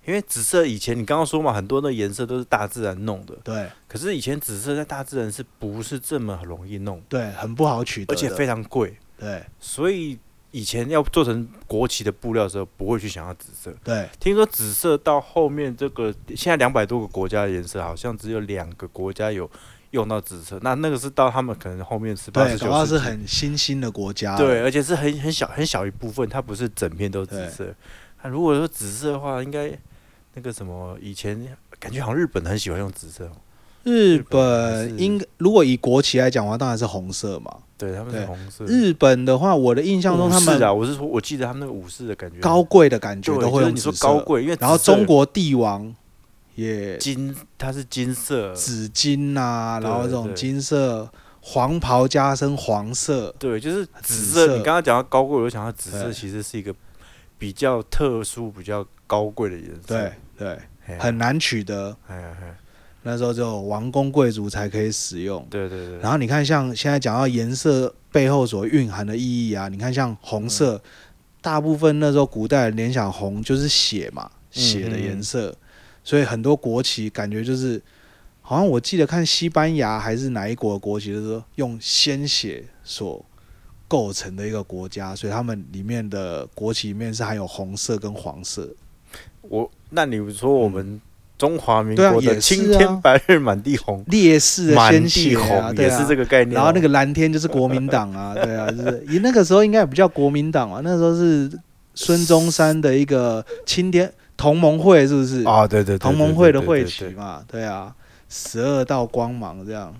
[SPEAKER 2] 因为紫色以前你刚刚说嘛，很多的颜色都是大自然弄的，
[SPEAKER 1] 对
[SPEAKER 2] 可是以前紫色在大自然是不是这么容易弄，
[SPEAKER 1] 对，很不好取得
[SPEAKER 2] 而
[SPEAKER 1] 的，
[SPEAKER 2] 且非常贵，
[SPEAKER 1] 对
[SPEAKER 2] 所以以前要做成国旗的布料的时候，不会去想要紫色。
[SPEAKER 1] 对
[SPEAKER 2] 听说紫色到后面这个现在两百多个国家的颜色，好像只有两个国家有用到紫色。那那个是到他们可能后面十八
[SPEAKER 1] 对，
[SPEAKER 2] 十
[SPEAKER 1] 搞不好
[SPEAKER 2] 九
[SPEAKER 1] 是
[SPEAKER 2] 世纪，
[SPEAKER 1] 很新兴的国家，
[SPEAKER 2] 对，而且是很很小很小一部分，它不是整片都紫色。那如果说紫色的话，应该那个什么以前感觉好像日本很喜欢用紫色哦，
[SPEAKER 1] 日
[SPEAKER 2] 日
[SPEAKER 1] 本
[SPEAKER 2] 本是
[SPEAKER 1] 应如果以国旗来讲的话，当然是红色嘛。
[SPEAKER 2] 对，他们
[SPEAKER 1] 对
[SPEAKER 2] 是红色。
[SPEAKER 1] 日本的话，我的印象中他
[SPEAKER 2] 武士啊，
[SPEAKER 1] 们
[SPEAKER 2] 我是说，我记得他们那个武士的感觉
[SPEAKER 1] 高贵的感觉
[SPEAKER 2] 对，
[SPEAKER 1] 都会
[SPEAKER 2] 就是
[SPEAKER 1] 用
[SPEAKER 2] 你
[SPEAKER 1] 紫
[SPEAKER 2] 说
[SPEAKER 1] 色，
[SPEAKER 2] 高贵，因为
[SPEAKER 1] 然后
[SPEAKER 2] 紫色
[SPEAKER 1] 中国帝王也
[SPEAKER 2] 金，它是金色，
[SPEAKER 1] 紫金呐、
[SPEAKER 2] 呃
[SPEAKER 1] 啊
[SPEAKER 2] 对
[SPEAKER 1] 然后这种
[SPEAKER 2] 对
[SPEAKER 1] 金色黄袍加身黄色，
[SPEAKER 2] 对，就是
[SPEAKER 1] 紫
[SPEAKER 2] 紫
[SPEAKER 1] 色
[SPEAKER 2] 色。你刚刚讲到高贵，我就想到紫色
[SPEAKER 1] 对
[SPEAKER 2] 其实是一个比较特殊、比较高贵的颜色。
[SPEAKER 1] 对对，
[SPEAKER 2] 嘿啊，
[SPEAKER 1] 很难取得。
[SPEAKER 2] 哎呀嘿，
[SPEAKER 1] 那时候只有王公贵族才可以使用。
[SPEAKER 2] 对对对。
[SPEAKER 1] 然后你看，像现在讲到颜色背后所蕴含的意义啊，你看像红色，
[SPEAKER 2] 嗯
[SPEAKER 1] 大部分那时候古代人联想红就是血嘛，
[SPEAKER 2] 嗯
[SPEAKER 1] 血的颜色，所以很多国旗感觉就是，好像我记得看西班牙还是哪一国的国旗，就是说用鲜血所构成的一个国家，所以他们里面的国旗里面是含有红色跟黄色，
[SPEAKER 2] 我那你说我们中华民
[SPEAKER 1] 对啊
[SPEAKER 2] 国的
[SPEAKER 1] 也是啊
[SPEAKER 2] 青天白日满地红，
[SPEAKER 1] 烈士的
[SPEAKER 2] 满
[SPEAKER 1] 鲜
[SPEAKER 2] 地
[SPEAKER 1] 血啊，
[SPEAKER 2] 红
[SPEAKER 1] 对
[SPEAKER 2] 也
[SPEAKER 1] 啊
[SPEAKER 2] 是这。个概念哦。
[SPEAKER 1] 然后那个蓝天就是国民党啊，对啊，就是也那个时候应该也不叫国民党啊，那时候是孙中山的一个青天同盟会，是不是？
[SPEAKER 2] 哦啊，对对，对
[SPEAKER 1] 同盟会的
[SPEAKER 2] 对对
[SPEAKER 1] 会
[SPEAKER 2] 对
[SPEAKER 1] 旗
[SPEAKER 2] 对
[SPEAKER 1] 嘛，对啊，十二道光芒这样。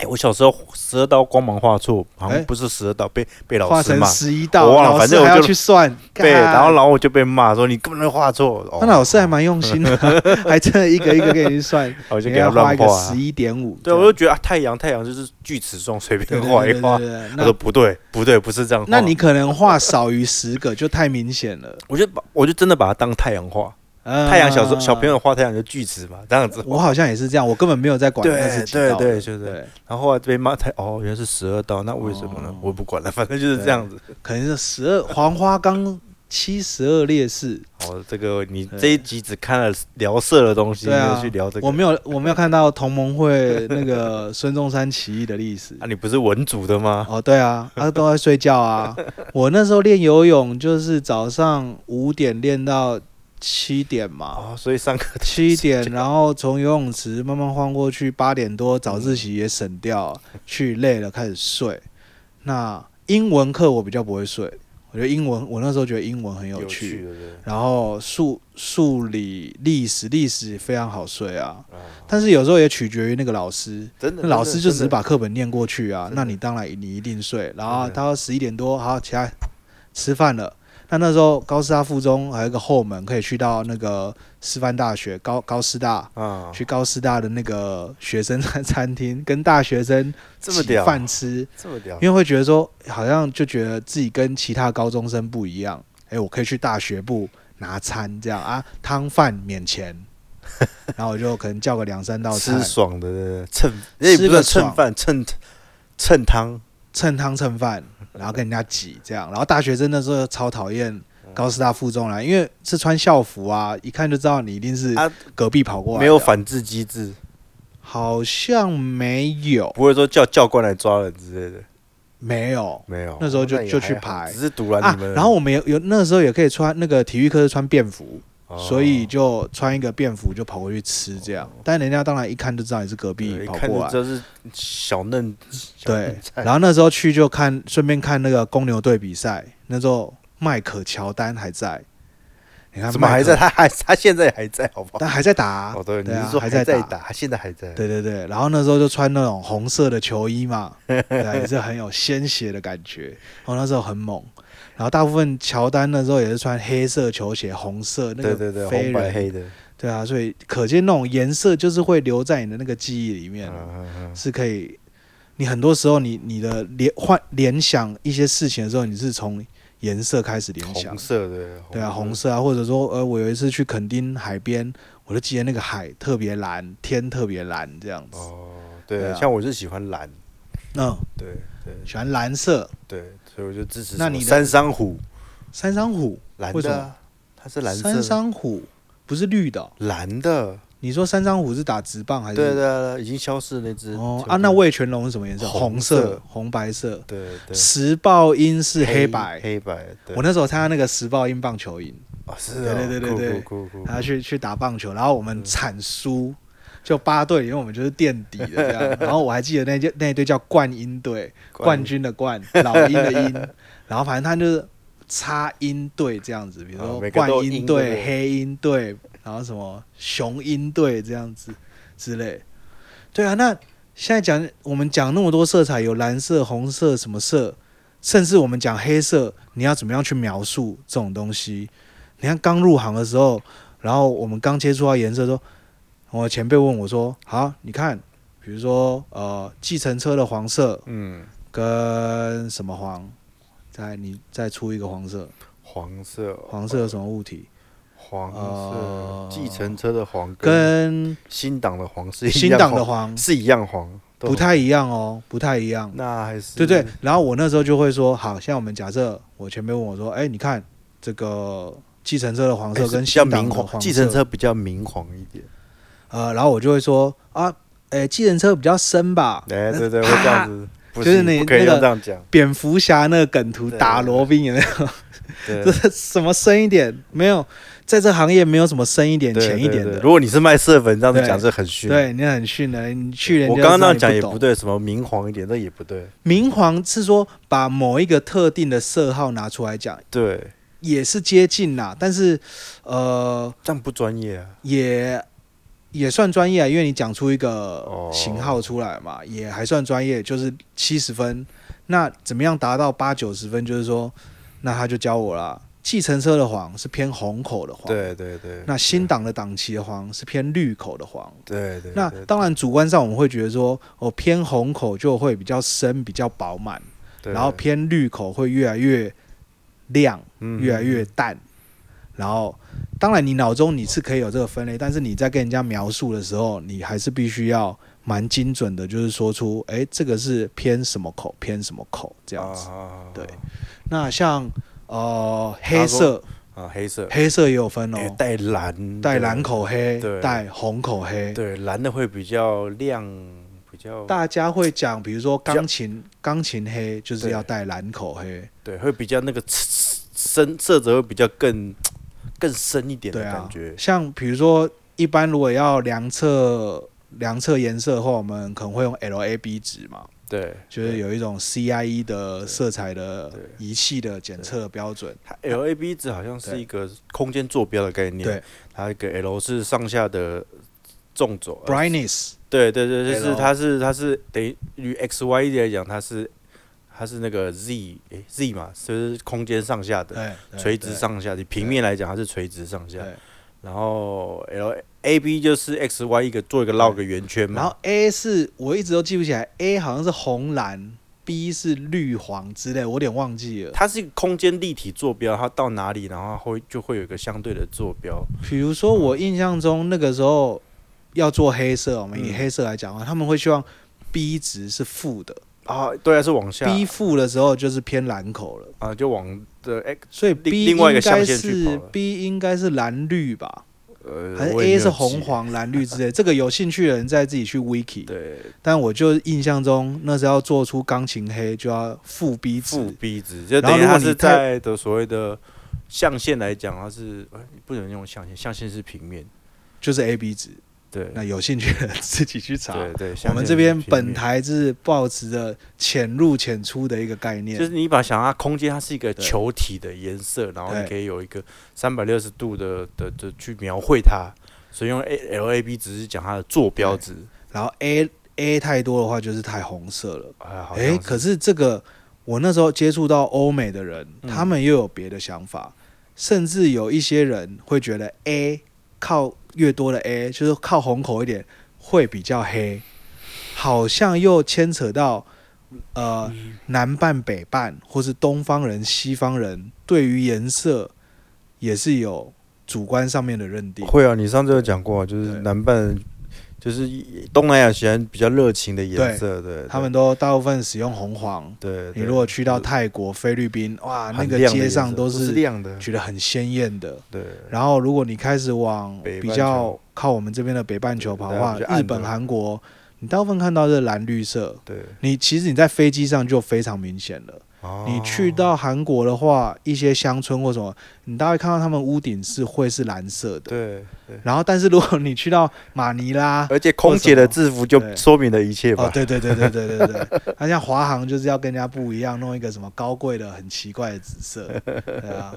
[SPEAKER 2] 哎、我小时候十二道光芒画错，好
[SPEAKER 1] 哎
[SPEAKER 2] 像不是十二道，被被老
[SPEAKER 1] 画
[SPEAKER 2] 师
[SPEAKER 1] 成
[SPEAKER 2] 骂，
[SPEAKER 1] 十一道，
[SPEAKER 2] 我忘了
[SPEAKER 1] 老
[SPEAKER 2] 反
[SPEAKER 1] 师
[SPEAKER 2] 正我
[SPEAKER 1] 还要
[SPEAKER 2] 就
[SPEAKER 1] 去算，
[SPEAKER 2] 对，
[SPEAKER 1] 干
[SPEAKER 2] 然后然后我就被骂说你根本就画错。哦
[SPEAKER 1] 那老师还蛮用心的， 还真的一个一个给你算，
[SPEAKER 2] 我 就
[SPEAKER 1] 你
[SPEAKER 2] 给他
[SPEAKER 1] 要画
[SPEAKER 2] 乱
[SPEAKER 1] 一个
[SPEAKER 2] 画、啊
[SPEAKER 1] 十。一点五，
[SPEAKER 2] 对，我就觉得啊，太阳太阳就是锯齿状，随
[SPEAKER 1] 这
[SPEAKER 2] 便
[SPEAKER 1] 样
[SPEAKER 2] 画一画。
[SPEAKER 1] 对对 对对
[SPEAKER 2] 他
[SPEAKER 1] 对
[SPEAKER 2] 说
[SPEAKER 1] 对
[SPEAKER 2] 不对，不对，不是这样画。
[SPEAKER 1] 那那你可能画少于十个就太明显了。
[SPEAKER 2] 我就把我就真的把它当太阳画。
[SPEAKER 1] 太
[SPEAKER 2] 太阳小时候小朋，友画太阳就锯齿嘛，这样 子。
[SPEAKER 1] 我好像也是这样，我根本没有在管
[SPEAKER 2] 对
[SPEAKER 1] 那是几
[SPEAKER 2] 对
[SPEAKER 1] 道的
[SPEAKER 2] 对就是
[SPEAKER 1] 对，
[SPEAKER 2] 然后后来被骂太哦，原来是十二道，那为什么呢？
[SPEAKER 1] 哦
[SPEAKER 2] 我不管了，反正就是这样子。
[SPEAKER 1] 可能是十二黄花岗七十二烈士，
[SPEAKER 2] 哦，这个你
[SPEAKER 1] 对
[SPEAKER 2] 这一集只看了聊色的东西，
[SPEAKER 1] 对
[SPEAKER 2] 没
[SPEAKER 1] 啊
[SPEAKER 2] 有去聊这个
[SPEAKER 1] 我。没有我没有看到同盟会那个孙中山起义的历史
[SPEAKER 2] 啊，。你不是文组的吗？
[SPEAKER 1] 哦，对啊，他、都在睡觉啊。我那时候练游泳就是早上五点练到七点嘛，
[SPEAKER 2] 哦，所以上课
[SPEAKER 1] 七点，
[SPEAKER 2] 睡觉
[SPEAKER 1] 然后从游泳池慢慢晃过去，八点多早自习也省掉，去累了开始睡。那英文课我比较不会睡，我觉得英文我那时候觉得英文很有
[SPEAKER 2] 有
[SPEAKER 1] 趣，
[SPEAKER 2] 的对
[SPEAKER 1] 然后数数理历史历史非常好睡啊，
[SPEAKER 2] 啊
[SPEAKER 1] 但是有时候也取决于那个老师。
[SPEAKER 2] 真的
[SPEAKER 1] 那老师就只是
[SPEAKER 2] 是
[SPEAKER 1] 把课本念过去啊
[SPEAKER 2] 真，的
[SPEAKER 1] 那你当然你一定睡。然后
[SPEAKER 2] 真的
[SPEAKER 1] 他十一点多，好起来吃饭了。那那时候高师大附中还有一个后门可以去到那个师范大学高高师大，
[SPEAKER 2] 啊，
[SPEAKER 1] 去高师大的那个学生餐餐厅跟大学生
[SPEAKER 2] 这么
[SPEAKER 1] 挤
[SPEAKER 2] 屌，
[SPEAKER 1] 饭吃，
[SPEAKER 2] 这么屌
[SPEAKER 1] 因为会觉得说好像就觉得自己跟其他高中生不一样。哎、我可以去大学部拿餐这样啊，汤饭免 钱，然后我就可能叫个两三道菜
[SPEAKER 2] 吃，爽的，对对蹭
[SPEAKER 1] 吃
[SPEAKER 2] 也不
[SPEAKER 1] 个
[SPEAKER 2] 算蹭
[SPEAKER 1] 爽
[SPEAKER 2] 饭，蹭蹭汤，
[SPEAKER 1] 蹭汤蹭饭，然后跟人家挤这样。然后大学生那时候超讨厌高师大附中啦，因为是穿校服啊，一看就知道你一定是
[SPEAKER 2] 啊
[SPEAKER 1] 隔壁跑过来的。
[SPEAKER 2] 没有，反制机制，
[SPEAKER 1] 好像没有，
[SPEAKER 2] 不会说叫教官来抓人之类的，
[SPEAKER 1] 没有
[SPEAKER 2] 没有。哦
[SPEAKER 1] 那时候就
[SPEAKER 2] 那也
[SPEAKER 1] 就
[SPEAKER 2] 还
[SPEAKER 1] 去
[SPEAKER 2] 好
[SPEAKER 1] 排
[SPEAKER 2] 只是堵拦
[SPEAKER 1] 啊
[SPEAKER 2] 你们。。
[SPEAKER 1] 然后我们有有那时候也可以穿那个体育课是穿便服，
[SPEAKER 2] 哦
[SPEAKER 1] 所以就穿一个便服就跑过去吃这样。但人家当然一看就知道你是隔壁
[SPEAKER 2] 对一
[SPEAKER 1] 跑
[SPEAKER 2] 看
[SPEAKER 1] 过
[SPEAKER 2] 就
[SPEAKER 1] 来，
[SPEAKER 2] 知道是小嫩，小
[SPEAKER 1] 对
[SPEAKER 2] 嫩。菜
[SPEAKER 1] 然后那时候去就看，顺便看那个公牛队比赛。那时候迈克乔丹还在，你看
[SPEAKER 2] 怎么
[SPEAKER 1] 迈
[SPEAKER 2] 还
[SPEAKER 1] 克
[SPEAKER 2] 在？？他还他现在还在，好不好？
[SPEAKER 1] 但还在打啊、
[SPEAKER 2] 哦，对，你
[SPEAKER 1] 对啊
[SPEAKER 2] 是说
[SPEAKER 1] 还
[SPEAKER 2] 在
[SPEAKER 1] 在打
[SPEAKER 2] 打，他现在还在。
[SPEAKER 1] 对对对，然后那时候就穿那种红色的球衣 嘛，对啊、也是很有鲜血的感觉。然后那时候很猛，然后大部分乔丹那时候也是穿黑色球鞋，红色那
[SPEAKER 2] 对
[SPEAKER 1] 个
[SPEAKER 2] 对对，
[SPEAKER 1] 飞
[SPEAKER 2] 红白
[SPEAKER 1] 人
[SPEAKER 2] 黑的，
[SPEAKER 1] 对啊，所以可见那种颜色就是会留在你的那个记忆里面，
[SPEAKER 2] 嗯嗯嗯
[SPEAKER 1] 是可以。你很多时候你你的联幻联想一些事情的时候，你是从颜色开始联想
[SPEAKER 2] 红，色的，
[SPEAKER 1] 对啊，红色啊，或者说呃，我有一次去垦丁海边，我就记得那个海特别蓝，天特别蓝这样子，
[SPEAKER 2] 哦，
[SPEAKER 1] 对
[SPEAKER 2] 对，
[SPEAKER 1] 啊
[SPEAKER 2] 像我是喜欢蓝，
[SPEAKER 1] 嗯，
[SPEAKER 2] 对对
[SPEAKER 1] 喜欢蓝色
[SPEAKER 2] 对，所以我就支持
[SPEAKER 1] 那
[SPEAKER 2] 什么
[SPEAKER 1] 你的
[SPEAKER 2] 三商虎
[SPEAKER 1] 山山虎，
[SPEAKER 2] 蓝
[SPEAKER 1] 为什
[SPEAKER 2] 的
[SPEAKER 1] 么
[SPEAKER 2] 啊，它是蓝色
[SPEAKER 1] 山
[SPEAKER 2] 的，
[SPEAKER 1] 山虎不是绿的哦、
[SPEAKER 2] 蓝的，
[SPEAKER 1] 你说山山虎是打直棒还是？
[SPEAKER 2] 对对，已经消失那只
[SPEAKER 1] 哦
[SPEAKER 2] 球
[SPEAKER 1] 啊，
[SPEAKER 2] 队
[SPEAKER 1] 那魏全龙是什么颜色？红
[SPEAKER 2] 红色
[SPEAKER 1] 色、红白色。
[SPEAKER 2] 对对
[SPEAKER 1] 时报音是黑白。
[SPEAKER 2] 黑白，对
[SPEAKER 1] 我那时候参加那个时报音棒球营，
[SPEAKER 2] 哦是
[SPEAKER 1] 对
[SPEAKER 2] 哦
[SPEAKER 1] 对对
[SPEAKER 2] 酷
[SPEAKER 1] 对
[SPEAKER 2] 酷酷酷，
[SPEAKER 1] 然
[SPEAKER 2] 酷
[SPEAKER 1] 后去去打棒球，然后我们
[SPEAKER 2] 嗯
[SPEAKER 1] 惨输，就八队，因为我们就是垫底的这 样。然后我还记得那届那一队叫冠英队，冠军的冠，老鹰的鹰，然后反正他就是插鹰队这样子，比如
[SPEAKER 2] 哦
[SPEAKER 1] 说
[SPEAKER 2] 每个
[SPEAKER 1] 冠
[SPEAKER 2] 都有
[SPEAKER 1] 鹰
[SPEAKER 2] 鹰对不
[SPEAKER 1] 队、
[SPEAKER 2] 对
[SPEAKER 1] 黑鹰队，然后什么雄鹰队这样子之类。对啊，那现在讲我们讲那么多色彩，有蓝色、红色什么色，甚至我们讲黑色，你要怎么样去描述这种东西？你看刚入行的时候，然后我们刚接触到颜色的时候，我前辈问我说：“好，你看，比如说呃，计程车的黄色，
[SPEAKER 2] 嗯
[SPEAKER 1] 跟什么黄？再你再出一个黄色，
[SPEAKER 2] 黄色
[SPEAKER 1] 黄色有什么物体？
[SPEAKER 2] 黄
[SPEAKER 1] 呃
[SPEAKER 2] 色计程车的黄
[SPEAKER 1] 跟
[SPEAKER 2] 新党的黄是一
[SPEAKER 1] 新
[SPEAKER 2] 样
[SPEAKER 1] 党的
[SPEAKER 2] 黄
[SPEAKER 1] 黄
[SPEAKER 2] 是一样黄，都
[SPEAKER 1] 不太一样哦，不太一样，
[SPEAKER 2] 那还是
[SPEAKER 1] 对不对？然后我那时候就会说，好，现在我们假设我前面问我说，哎，你看这个计程车的黄
[SPEAKER 2] 哎
[SPEAKER 1] 色
[SPEAKER 2] 是
[SPEAKER 1] 跟
[SPEAKER 2] 比较
[SPEAKER 1] 新党
[SPEAKER 2] 明
[SPEAKER 1] 的黄
[SPEAKER 2] 黄，
[SPEAKER 1] 色
[SPEAKER 2] 计程车比较明黄一点，
[SPEAKER 1] 呃，然后我就会说啊，哎，计程车比较深吧？
[SPEAKER 2] 哎，对对，会
[SPEAKER 1] 啊
[SPEAKER 2] 这样子，不
[SPEAKER 1] 就是
[SPEAKER 2] 行
[SPEAKER 1] 你
[SPEAKER 2] 不可以
[SPEAKER 1] 那
[SPEAKER 2] 要
[SPEAKER 1] 个
[SPEAKER 2] 这样讲，
[SPEAKER 1] 蝙蝠侠那个梗图
[SPEAKER 2] 对
[SPEAKER 1] 打罗宾有没有？
[SPEAKER 2] 对
[SPEAKER 1] 这是什么深一点？没有，在这行业没有什么深一点、
[SPEAKER 2] 对
[SPEAKER 1] 浅一
[SPEAKER 2] 对
[SPEAKER 1] 点
[SPEAKER 2] 对
[SPEAKER 1] 的。
[SPEAKER 2] 如果你是卖色粉，这样子
[SPEAKER 1] 对
[SPEAKER 2] 讲是很虚。
[SPEAKER 1] 对，你很逊的，你去人家
[SPEAKER 2] 我刚刚那样
[SPEAKER 1] 知道
[SPEAKER 2] 讲
[SPEAKER 1] 你
[SPEAKER 2] 也
[SPEAKER 1] 懂
[SPEAKER 2] 不对，什么明黄一点，那也不对。
[SPEAKER 1] 明黄是说把某一个特定的色号拿出来讲，
[SPEAKER 2] 对，
[SPEAKER 1] 也是接近啦，但是呃
[SPEAKER 2] 这样不专业啊。
[SPEAKER 1] 也也算专业啊，因为你讲出一个
[SPEAKER 2] 哦
[SPEAKER 1] 型号出来嘛，也还算专业，就是七十分。那怎么样达到八九十分？就是说，那他就教我啦。计程车的黄是偏红口的黄，
[SPEAKER 2] 对对对，
[SPEAKER 1] 那新党的党旗的黄是偏绿口的黄。
[SPEAKER 2] 对对，
[SPEAKER 1] 那
[SPEAKER 2] 对
[SPEAKER 1] 当然，主观上我们会觉得说，哦，偏红口就会比较深、比较饱满，
[SPEAKER 2] 对
[SPEAKER 1] 然后偏绿口会越来越亮、
[SPEAKER 2] 嗯
[SPEAKER 1] 越来越淡。然后，当然你脑中你是可以有这个分类，但是你在跟人家描述的时候，你还是必须要蛮精准的，就是说出，哎，这个是偏什么口，偏什么口这样子。
[SPEAKER 2] 啊啊啊啊
[SPEAKER 1] 对那像呃黑色，
[SPEAKER 2] 啊，黑色
[SPEAKER 1] 黑色也有分哦
[SPEAKER 2] 哎，带蓝
[SPEAKER 1] 带
[SPEAKER 2] 的
[SPEAKER 1] 蓝口黑
[SPEAKER 2] 对，
[SPEAKER 1] 带红口黑。
[SPEAKER 2] 对蓝的会比较亮，比较
[SPEAKER 1] 大家会讲，比如说钢琴，钢琴黑就是要带蓝口黑，
[SPEAKER 2] 对，会比较那个深色泽会比较更更深一点的
[SPEAKER 1] 对啊
[SPEAKER 2] 感觉。
[SPEAKER 1] 像比如说一般如果要量测量测颜色的话，我们可能会用 LAB 值嘛，
[SPEAKER 2] 对，
[SPEAKER 1] 就是有一种 CIE 的色彩的
[SPEAKER 2] 对
[SPEAKER 1] 仪器的检测标准，
[SPEAKER 2] 它 LAB 值好像是
[SPEAKER 1] 对
[SPEAKER 2] 一个空间坐标的概念，
[SPEAKER 1] 对，
[SPEAKER 2] 它一个 L 是上下的纵轴呃
[SPEAKER 1] brightness
[SPEAKER 2] 对对对，就是
[SPEAKER 1] L
[SPEAKER 2] 它是它是等于于 x y 来讲，它是它是那个 z 诶、z 嘛，就是空间上下的
[SPEAKER 1] 对哎对
[SPEAKER 2] 垂直上下的，平面来讲它是垂直上
[SPEAKER 1] 对
[SPEAKER 2] 下，
[SPEAKER 1] 对
[SPEAKER 2] 然后 L A B 就是 x y 一个做一个绕个圆圈嘛，
[SPEAKER 1] 然后 A 是我一直都记不起来，A 好像是红蓝，B 是绿黄之类，我有点忘记了。
[SPEAKER 2] 它是一个空间立体坐标，它到哪里，然后会就会有一个相对的坐标。
[SPEAKER 1] 比如说，我印象中那个时候要做黑色，我们以
[SPEAKER 2] 嗯
[SPEAKER 1] 黑色来讲的话，他们会希望 B 值是负的
[SPEAKER 2] 啊，对啊，是往下
[SPEAKER 1] ，B 负的时候就是偏蓝口了，
[SPEAKER 2] 啊，就往的 x
[SPEAKER 1] 所以
[SPEAKER 2] 另
[SPEAKER 1] B
[SPEAKER 2] 另外一个
[SPEAKER 1] 应该
[SPEAKER 2] 象限去跑
[SPEAKER 1] 是
[SPEAKER 2] 了
[SPEAKER 1] B 应该是蓝绿吧，
[SPEAKER 2] 呃
[SPEAKER 1] 还是
[SPEAKER 2] 我也没
[SPEAKER 1] A
[SPEAKER 2] 有
[SPEAKER 1] 是红
[SPEAKER 2] 记
[SPEAKER 1] 黄蓝绿之类。 这个有兴趣的人再自己去 wiki。
[SPEAKER 2] 对
[SPEAKER 1] 但我就印象中那时候要做出钢琴黑就要负 B
[SPEAKER 2] 负
[SPEAKER 1] 值，
[SPEAKER 2] B 值，就
[SPEAKER 1] 然后
[SPEAKER 2] 等于
[SPEAKER 1] 如果
[SPEAKER 2] 它
[SPEAKER 1] 你
[SPEAKER 2] 是
[SPEAKER 1] 太
[SPEAKER 2] 在的所谓的象限来讲，它是呃不能用象限，象限是平面。
[SPEAKER 1] 就是 A B 值。
[SPEAKER 2] 对
[SPEAKER 1] 那有兴趣的人自己去查。
[SPEAKER 2] 对对，
[SPEAKER 1] 我
[SPEAKER 2] 象
[SPEAKER 1] 们
[SPEAKER 2] 限
[SPEAKER 1] 这
[SPEAKER 2] 是
[SPEAKER 1] 边
[SPEAKER 2] 平
[SPEAKER 1] 本
[SPEAKER 2] 面
[SPEAKER 1] 台是保持着浅入浅出的一个概念，
[SPEAKER 2] 就是你把想它空间，它是一个
[SPEAKER 1] 对
[SPEAKER 2] 球体的颜色，然后你
[SPEAKER 1] 对
[SPEAKER 2] 可以有一个三百六十度的的的去描绘它，所以用 A L A B 只是讲它的坐标值。
[SPEAKER 1] 然后 A A 太多的话就是太红色了。
[SPEAKER 2] 哎，好
[SPEAKER 1] 诶，
[SPEAKER 2] 像
[SPEAKER 1] 可是这个我那时候接触到欧美的人，
[SPEAKER 2] 嗯
[SPEAKER 1] 他们又有别的想法，甚至有一些人会觉得 A 靠越多的 A 就是靠红口一点会比较黑，好像又牵扯到呃
[SPEAKER 2] 嗯
[SPEAKER 1] 南半北半或是东方人西方人对于颜色也是有主观上面的认定。
[SPEAKER 2] 会啊，你上次有讲过啊，就是
[SPEAKER 1] 对
[SPEAKER 2] 南半，就是东南亚喜欢比较热情的颜色，对，对
[SPEAKER 1] 他们都大部分使用红黄，
[SPEAKER 2] 对。
[SPEAKER 1] 你
[SPEAKER 2] 对
[SPEAKER 1] 如果去到
[SPEAKER 2] 就是
[SPEAKER 1] 泰国、菲律宾，哇，那
[SPEAKER 2] 很
[SPEAKER 1] 个
[SPEAKER 2] 亮的
[SPEAKER 1] 街
[SPEAKER 2] 颜
[SPEAKER 1] 上
[SPEAKER 2] 色
[SPEAKER 1] 都
[SPEAKER 2] 是
[SPEAKER 1] 是
[SPEAKER 2] 亮的，
[SPEAKER 1] 觉得很鲜艳的。
[SPEAKER 2] 对，
[SPEAKER 1] 然后，如果你开始往
[SPEAKER 2] 北
[SPEAKER 1] 比
[SPEAKER 2] 半
[SPEAKER 1] 较
[SPEAKER 2] 球
[SPEAKER 1] 靠我们这边的北半球跑的
[SPEAKER 2] 对
[SPEAKER 1] 话
[SPEAKER 2] 比较，暗
[SPEAKER 1] 日本、
[SPEAKER 2] 的
[SPEAKER 1] 韩国，你大部分看到是蓝绿色。
[SPEAKER 2] 对。
[SPEAKER 1] 你其实你在飞机上就非常明显了。
[SPEAKER 2] 哦
[SPEAKER 1] 你去到韩国的话，一些乡村或什么，你大概看到他们屋顶是会是蓝色的。
[SPEAKER 2] 对对，
[SPEAKER 1] 然后，但是如果你去到马尼拉，
[SPEAKER 2] 而且空姐的制服就
[SPEAKER 1] 对
[SPEAKER 2] 说明了一切
[SPEAKER 1] 哦
[SPEAKER 2] 吧，。
[SPEAKER 1] 对对对对对对对，他像华航就是要跟人家不一样，弄一个什么高贵的、很奇怪的紫色，对啊。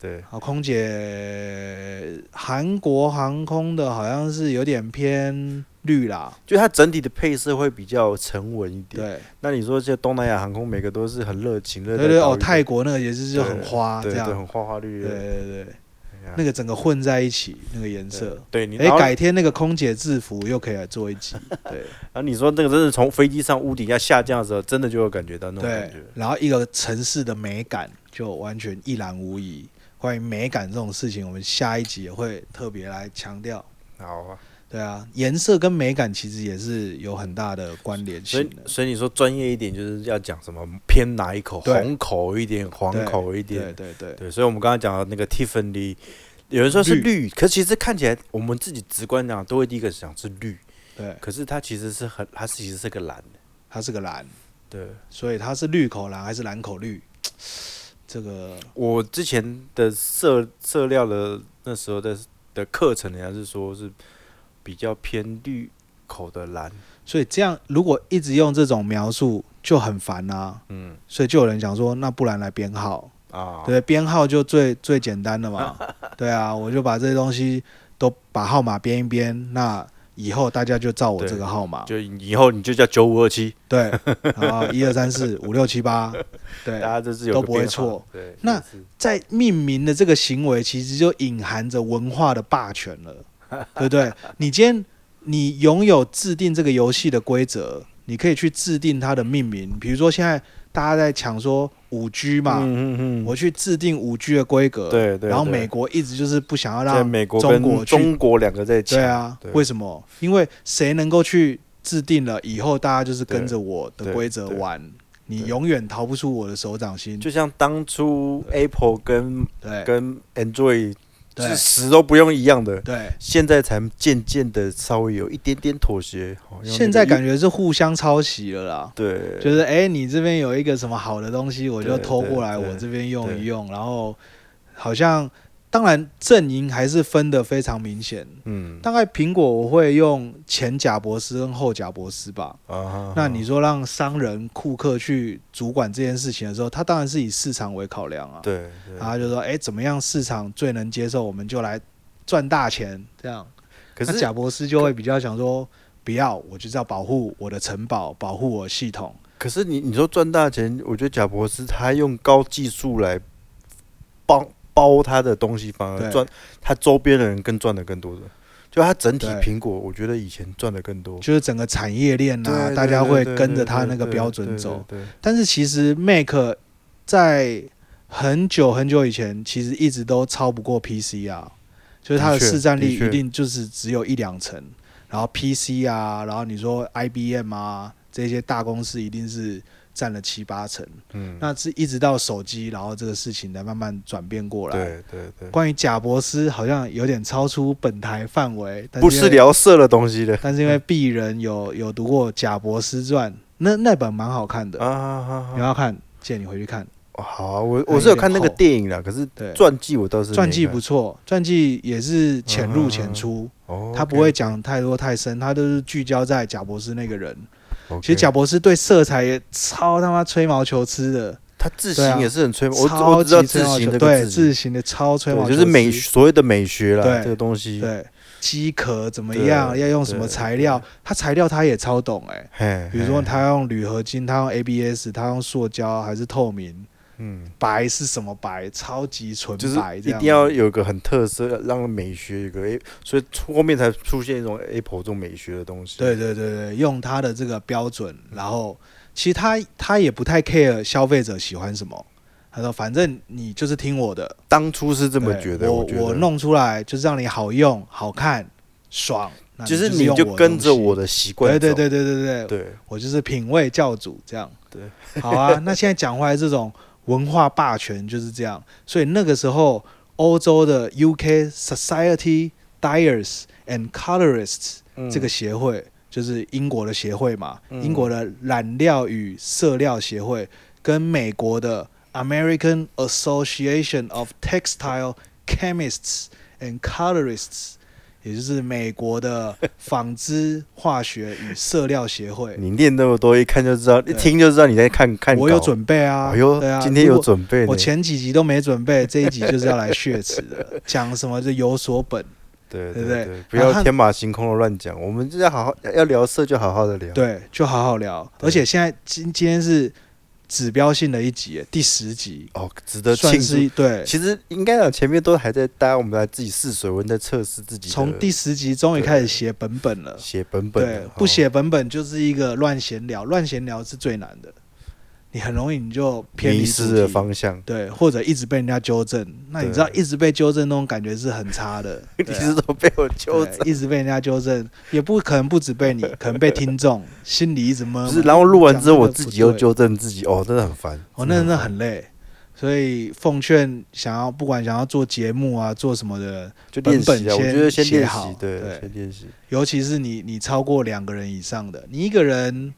[SPEAKER 2] 对，
[SPEAKER 1] 好，空姐，韩国航空的好像是有点偏绿啦，
[SPEAKER 2] 就它整体的配色会比较沉稳一点。
[SPEAKER 1] 对
[SPEAKER 2] 那你说这东南亚航空每个都是很热情，热
[SPEAKER 1] 对
[SPEAKER 2] 带
[SPEAKER 1] 对
[SPEAKER 2] 岛
[SPEAKER 1] 哦，
[SPEAKER 2] 屿
[SPEAKER 1] 泰国那个也是就很
[SPEAKER 2] 对
[SPEAKER 1] 花
[SPEAKER 2] 对
[SPEAKER 1] 这
[SPEAKER 2] 对
[SPEAKER 1] 样，
[SPEAKER 2] 很花花绿
[SPEAKER 1] 对
[SPEAKER 2] 绿的，
[SPEAKER 1] 对对，
[SPEAKER 2] 哎呀
[SPEAKER 1] 那个整个混在一起那个颜色。
[SPEAKER 2] 对你，
[SPEAKER 1] 哎
[SPEAKER 2] 然，后
[SPEAKER 1] 改天那个空姐制服又可以来做一集，对
[SPEAKER 2] 然后你说那个真的从飞机上屋顶要下降的时候，真的就有感觉到那种感
[SPEAKER 1] 对
[SPEAKER 2] 觉。，
[SPEAKER 1] 然后一个城市的美感就完全一览无遗。关于美感这种事情，我们下一集也会特别来强调。
[SPEAKER 2] 好啊，
[SPEAKER 1] 对啊，颜色跟美感其实也是有很大的关联
[SPEAKER 2] 所
[SPEAKER 1] 性
[SPEAKER 2] 以
[SPEAKER 1] 的。
[SPEAKER 2] 所以你说专业一点，就是要讲什么偏哪一口，
[SPEAKER 1] 对
[SPEAKER 2] 红口一点，黄口一
[SPEAKER 1] 对
[SPEAKER 2] 点，
[SPEAKER 1] 对对，
[SPEAKER 2] 对，所以我们刚刚讲的那个 Tiffany，有人说是绿，可其实看起来我们自己直观讲都会第一个想是绿，
[SPEAKER 1] 对，
[SPEAKER 2] 可是它其实是很，它其实是个蓝的。
[SPEAKER 1] 它是个蓝，
[SPEAKER 2] 对，
[SPEAKER 1] 所以它是绿口蓝还是蓝口绿？这个
[SPEAKER 2] 我之前的色色料的那时候的的课程，人家是说是比较偏绿口的蓝，
[SPEAKER 1] 所以这样如果一直用这种描述就很烦啊，
[SPEAKER 2] 嗯
[SPEAKER 1] 所以就有人讲说，那不然来编号，
[SPEAKER 2] 啊，
[SPEAKER 1] 对，编号就最最简单的嘛，对啊，我就把这些东西都把号码编一编，那以后大家就照我
[SPEAKER 2] 对
[SPEAKER 1] 这个号码，
[SPEAKER 2] 就以后你就叫九五二七，
[SPEAKER 1] 对，然后一二三四五六七八，对
[SPEAKER 2] 大，家这是有
[SPEAKER 1] 都
[SPEAKER 2] 个
[SPEAKER 1] 不会
[SPEAKER 2] 编号
[SPEAKER 1] 错。
[SPEAKER 2] 对，
[SPEAKER 1] 那
[SPEAKER 2] 也是
[SPEAKER 1] 在命名的这个行为，其实就隐含着文化的霸权了， 对不对？你今天你拥有制定这个游戏的规则，你可以去制定它的命名。比如说现在大家在抢说五 G 嘛，
[SPEAKER 2] 嗯嗯嗯，
[SPEAKER 1] 我去制定五 G 的规格，
[SPEAKER 2] 对对，
[SPEAKER 1] 然后
[SPEAKER 2] 对
[SPEAKER 1] 美国一直就是不想要
[SPEAKER 2] 在
[SPEAKER 1] 让
[SPEAKER 2] 美国
[SPEAKER 1] 中
[SPEAKER 2] 跟
[SPEAKER 1] 国去
[SPEAKER 2] 中国两个在抢，
[SPEAKER 1] 对啊，
[SPEAKER 2] 对
[SPEAKER 1] 为什么？因为谁能够去制定了以后，大家就是跟着我的
[SPEAKER 2] 对
[SPEAKER 1] 规则
[SPEAKER 2] 对
[SPEAKER 1] 玩，你
[SPEAKER 2] 对
[SPEAKER 1] 永远逃不出我的手掌心。
[SPEAKER 2] 就像当初 Apple 跟
[SPEAKER 1] 对
[SPEAKER 2] 跟 Android
[SPEAKER 1] 哎对
[SPEAKER 2] 是死都不用一样的，
[SPEAKER 1] 对，
[SPEAKER 2] 现在才渐渐的稍微有一点点妥协。好用
[SPEAKER 1] 现
[SPEAKER 2] 那
[SPEAKER 1] 在
[SPEAKER 2] 个
[SPEAKER 1] 感觉是互相抄袭了啦。
[SPEAKER 2] 对，
[SPEAKER 1] 就是哎、你这边有一个什么好的东西，我就
[SPEAKER 2] 对
[SPEAKER 1] 偷过
[SPEAKER 2] 对
[SPEAKER 1] 来，我
[SPEAKER 2] 对
[SPEAKER 1] 这边用一用，然后好像当然阵营还是分得非常明显。
[SPEAKER 2] 嗯
[SPEAKER 1] 大概苹果我会用前贾伯斯跟后贾伯斯吧。
[SPEAKER 2] 啊，
[SPEAKER 1] 那你说让商人库克去主管这件事情的时候，他当然是以市场为考量啊。
[SPEAKER 2] 对对
[SPEAKER 1] 然后他就说，哎、怎么样市场最能接受，我们就来赚大钱这样。
[SPEAKER 2] 可
[SPEAKER 1] 那
[SPEAKER 2] 是
[SPEAKER 1] 贾博士就会比较想说，不要，我就是要保护我的城堡，保护我系统。
[SPEAKER 2] 可是你你说赚大钱，我觉得贾博士他用高技术来帮包他的东西，反
[SPEAKER 1] 对
[SPEAKER 2] 而赚他周边的人更赚的更多的。就他整体
[SPEAKER 1] 对
[SPEAKER 2] 苹果，我觉得以前赚的更多。
[SPEAKER 1] 就是整个产业链呐、
[SPEAKER 2] 对
[SPEAKER 1] 大
[SPEAKER 2] 对
[SPEAKER 1] 家
[SPEAKER 2] 对
[SPEAKER 1] 会
[SPEAKER 2] 对
[SPEAKER 1] 跟
[SPEAKER 2] 对
[SPEAKER 1] 着他
[SPEAKER 2] 对
[SPEAKER 1] 那个
[SPEAKER 2] 对
[SPEAKER 1] 标准
[SPEAKER 2] 对
[SPEAKER 1] 走。
[SPEAKER 2] 对，对
[SPEAKER 1] 但是其实 Mac 在很久很久以前，其实一直都超不过 PC 啊，就是它的
[SPEAKER 2] 的确
[SPEAKER 1] 市占率
[SPEAKER 2] 的确
[SPEAKER 1] 一定就是只有一两成。然后 PC 啊，然后你说 IBM 啊，这些大公司一定是占了七八成。
[SPEAKER 2] 嗯，
[SPEAKER 1] 那是一直到手机，然后这个事情才慢慢转变过来。
[SPEAKER 2] 对对对，
[SPEAKER 1] 关于贾博斯，好像有点超出本台范围，但
[SPEAKER 2] 不
[SPEAKER 1] 呃因
[SPEAKER 2] 是
[SPEAKER 1] 为
[SPEAKER 2] 聊色的东西的
[SPEAKER 1] 但是因为鄙人有有读过《贾伯斯传》，那那本蛮好看的，
[SPEAKER 2] 啊啊。啊
[SPEAKER 1] 你要看，借你回去看。
[SPEAKER 2] 哦好啊，我
[SPEAKER 1] 有
[SPEAKER 2] 我是有
[SPEAKER 1] 点
[SPEAKER 2] 看那个
[SPEAKER 1] 厚
[SPEAKER 2] 电影啦，可是
[SPEAKER 1] 对，
[SPEAKER 2] 传记我倒是没
[SPEAKER 1] 传记
[SPEAKER 2] 看
[SPEAKER 1] 不错，传记也是浅入浅出，
[SPEAKER 2] 哦，
[SPEAKER 1] 他不会讲太多太深，他都是聚焦在贾伯斯那个人。
[SPEAKER 2] OK，
[SPEAKER 1] 其实贾伯斯对色彩也超他妈吹毛求疵的，
[SPEAKER 2] 他字
[SPEAKER 1] 对啊
[SPEAKER 2] 形也是很吹毛，我只
[SPEAKER 1] 超
[SPEAKER 2] 我只知
[SPEAKER 1] 级
[SPEAKER 2] 道
[SPEAKER 1] 吹
[SPEAKER 2] 字
[SPEAKER 1] 毛
[SPEAKER 2] 形
[SPEAKER 1] 求
[SPEAKER 2] 这
[SPEAKER 1] 对
[SPEAKER 2] 个
[SPEAKER 1] 字
[SPEAKER 2] 字，
[SPEAKER 1] 形的超吹毛
[SPEAKER 2] 对
[SPEAKER 1] 求
[SPEAKER 2] 就
[SPEAKER 1] 疵，
[SPEAKER 2] 是美所谓的美学
[SPEAKER 1] 对
[SPEAKER 2] 啦，这个东西，
[SPEAKER 1] 对机壳怎么样，
[SPEAKER 2] 对
[SPEAKER 1] 要用什么
[SPEAKER 2] 对
[SPEAKER 1] 材料，他材料他也超懂哎、
[SPEAKER 2] 嘿，
[SPEAKER 1] 比如说
[SPEAKER 2] 嘿，
[SPEAKER 1] 他用铝合金，他用 ABS，他用塑胶还是透明，
[SPEAKER 2] 嗯，
[SPEAKER 1] 白是什么白？超级纯
[SPEAKER 2] 就是
[SPEAKER 1] 白，
[SPEAKER 2] 一
[SPEAKER 1] 这样
[SPEAKER 2] 定要有个很特色，让美学有个 A，所以后面才出现一种 Apple 这种美学的东西。
[SPEAKER 1] 对对对对，用它的这个标准，然后其实他他也不太 care 消费者喜欢什么，他说反正你就是听我的，
[SPEAKER 2] 当初是这么
[SPEAKER 1] 对
[SPEAKER 2] 觉得，
[SPEAKER 1] 我
[SPEAKER 2] 觉得
[SPEAKER 1] 弄出来就是让你好用、好看、爽，那
[SPEAKER 2] 就
[SPEAKER 1] 你
[SPEAKER 2] 是
[SPEAKER 1] 是
[SPEAKER 2] 你
[SPEAKER 1] 用
[SPEAKER 2] 就
[SPEAKER 1] 的
[SPEAKER 2] 跟着
[SPEAKER 1] 东西
[SPEAKER 2] 我的习惯
[SPEAKER 1] 对对
[SPEAKER 2] 走
[SPEAKER 1] 对对对对，
[SPEAKER 2] 对
[SPEAKER 1] 我就是品味教主这样。
[SPEAKER 2] 对
[SPEAKER 1] 好啊，那现在讲回来，这种文化霸权就是这样。所以那个时候，欧洲的 UK Society Dyers and Colorists
[SPEAKER 2] 嗯
[SPEAKER 1] 这个协会，就是英国的协会嘛，
[SPEAKER 2] 嗯
[SPEAKER 1] 英国的染料与色料协会，跟美国的 American Association of Textile Chemists and Colorists。也就是美国的纺织、化学与色料协会，
[SPEAKER 2] 你念那么多，一看就知道，一
[SPEAKER 1] 对
[SPEAKER 2] 听就知道你在看看稿。
[SPEAKER 1] 我有准备啊，
[SPEAKER 2] 哎呦，
[SPEAKER 1] 对啊，
[SPEAKER 2] 今天
[SPEAKER 1] 如
[SPEAKER 2] 有
[SPEAKER 1] 果
[SPEAKER 2] 准备呢。
[SPEAKER 1] 我前几集都没准备， 这一集就是要来血池的，讲什么就有所 本。
[SPEAKER 2] 对
[SPEAKER 1] 对不对
[SPEAKER 2] 对对，不
[SPEAKER 1] 然后
[SPEAKER 2] 要
[SPEAKER 1] 他
[SPEAKER 2] 天马行空的乱讲，我们就要好好要聊色就好好的聊。
[SPEAKER 1] 对，就好好聊。
[SPEAKER 2] 对
[SPEAKER 1] 而且现在今今天是指标性的一集，第十集，
[SPEAKER 2] 哦，值得庆
[SPEAKER 1] 算
[SPEAKER 2] 祝。
[SPEAKER 1] 是对。
[SPEAKER 2] 其实应该讲前面都还在，大家我们来自己试水温，在测试自己的
[SPEAKER 1] 从第十集终于
[SPEAKER 2] 对
[SPEAKER 1] 开始写本本了，
[SPEAKER 2] 写本本
[SPEAKER 1] 对
[SPEAKER 2] 的，
[SPEAKER 1] 不
[SPEAKER 2] 哦
[SPEAKER 1] 写本本就是一个乱闲聊，乱闲聊是最难的，你很容易你就偏离
[SPEAKER 2] 迷
[SPEAKER 1] 主
[SPEAKER 2] 失了
[SPEAKER 1] 题
[SPEAKER 2] 方向。
[SPEAKER 1] 对，啊或者一直被人家纠正，那你知道
[SPEAKER 2] 对
[SPEAKER 1] 一直被纠正那种感觉是很差的。
[SPEAKER 2] 你
[SPEAKER 1] 对啊
[SPEAKER 2] 是说被 我纠
[SPEAKER 1] 对
[SPEAKER 2] 正？
[SPEAKER 1] 一直被人家纠正，也不可能不止 被你，可能被听众心里一直闷。
[SPEAKER 2] 不是，然后录完之
[SPEAKER 1] 讲
[SPEAKER 2] 后
[SPEAKER 1] 这
[SPEAKER 2] 我
[SPEAKER 1] 个
[SPEAKER 2] 自
[SPEAKER 1] 不
[SPEAKER 2] 己又
[SPEAKER 1] 对
[SPEAKER 2] 纠正自己，哦，真的很烦。
[SPEAKER 1] 哦，那真的很累。所以奉劝想要不管想要做节目啊，做什么的，
[SPEAKER 2] 就练习
[SPEAKER 1] 本
[SPEAKER 2] 啊，
[SPEAKER 1] 本
[SPEAKER 2] 我
[SPEAKER 1] 先
[SPEAKER 2] 觉得先
[SPEAKER 1] 写
[SPEAKER 2] 练
[SPEAKER 1] 好
[SPEAKER 2] 习，对
[SPEAKER 1] 对，
[SPEAKER 2] 先练习。
[SPEAKER 1] 尤其是你你超过两个人以上的，你一个人，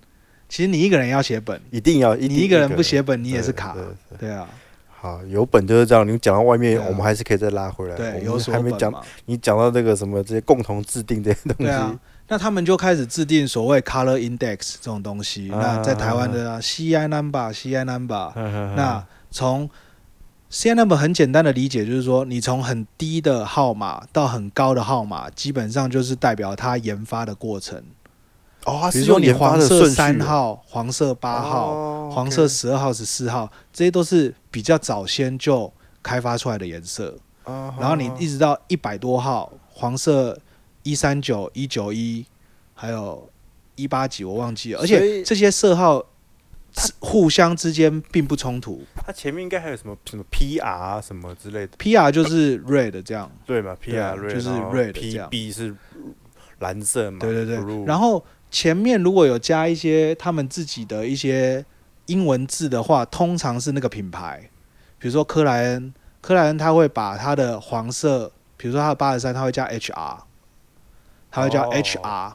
[SPEAKER 1] 其实你一个人要写本，
[SPEAKER 2] 一定要，
[SPEAKER 1] 你
[SPEAKER 2] 一定
[SPEAKER 1] 一个人不写本，
[SPEAKER 2] 对
[SPEAKER 1] 你也是卡
[SPEAKER 2] 对。对
[SPEAKER 1] 对啊，
[SPEAKER 2] 好，有本就是这样。你讲到外面，
[SPEAKER 1] 对啊
[SPEAKER 2] 我们还是可以再拉回来。
[SPEAKER 1] 对，
[SPEAKER 2] 我
[SPEAKER 1] 有
[SPEAKER 2] 们
[SPEAKER 1] 所
[SPEAKER 2] 还没
[SPEAKER 1] 本
[SPEAKER 2] 讲嗯
[SPEAKER 1] 嘛。
[SPEAKER 2] 你讲到这个什么这些共同制定这些东
[SPEAKER 1] 对
[SPEAKER 2] 西，
[SPEAKER 1] 啊，那他们就开始制定所谓 color index 这种东西。
[SPEAKER 2] 啊嗯
[SPEAKER 1] 那在台湾的 CI number、CI number，
[SPEAKER 2] 那
[SPEAKER 1] 那从 C N number 很简单的理解就是说，你从很低的号码到很高的号码，基本上就是代表它研发的过程。
[SPEAKER 2] 哦，它
[SPEAKER 1] 比
[SPEAKER 2] 是
[SPEAKER 1] 如说
[SPEAKER 2] 用
[SPEAKER 1] 你
[SPEAKER 2] 研发
[SPEAKER 1] 黄
[SPEAKER 2] 的
[SPEAKER 1] 色
[SPEAKER 2] 顺序
[SPEAKER 1] 三
[SPEAKER 2] 哦
[SPEAKER 1] 号、黄色八号、
[SPEAKER 2] 哦
[SPEAKER 1] 黄色
[SPEAKER 2] OK
[SPEAKER 1] 十二号、十四号，这些都是比较早先就开发出来的颜色。
[SPEAKER 2] 啊
[SPEAKER 1] 然后你一直到一百多号，黄色一三九、一九一，还有一八几，我忘记了。而
[SPEAKER 2] 所
[SPEAKER 1] 且
[SPEAKER 2] 以
[SPEAKER 1] 这些色号是互相之间并不冲突。
[SPEAKER 2] 它前面应该还有什么什么 PR 啊什么之类的，
[SPEAKER 1] PR 就是 red 这样，
[SPEAKER 2] 对嘛
[SPEAKER 1] 对啊
[SPEAKER 2] ？PR
[SPEAKER 1] 就是 red 这样
[SPEAKER 2] PB 是蓝色嘛？
[SPEAKER 1] 对对对。
[SPEAKER 2] 嗯 blue
[SPEAKER 1] 然后前面如果有加一些他们自己的一些英文字的话，通常是那个品牌，比如说克莱恩，克莱恩他会把他的黄色，比如说他的八十三，他会加 HR，他会叫
[SPEAKER 2] 哦
[SPEAKER 1] HR，、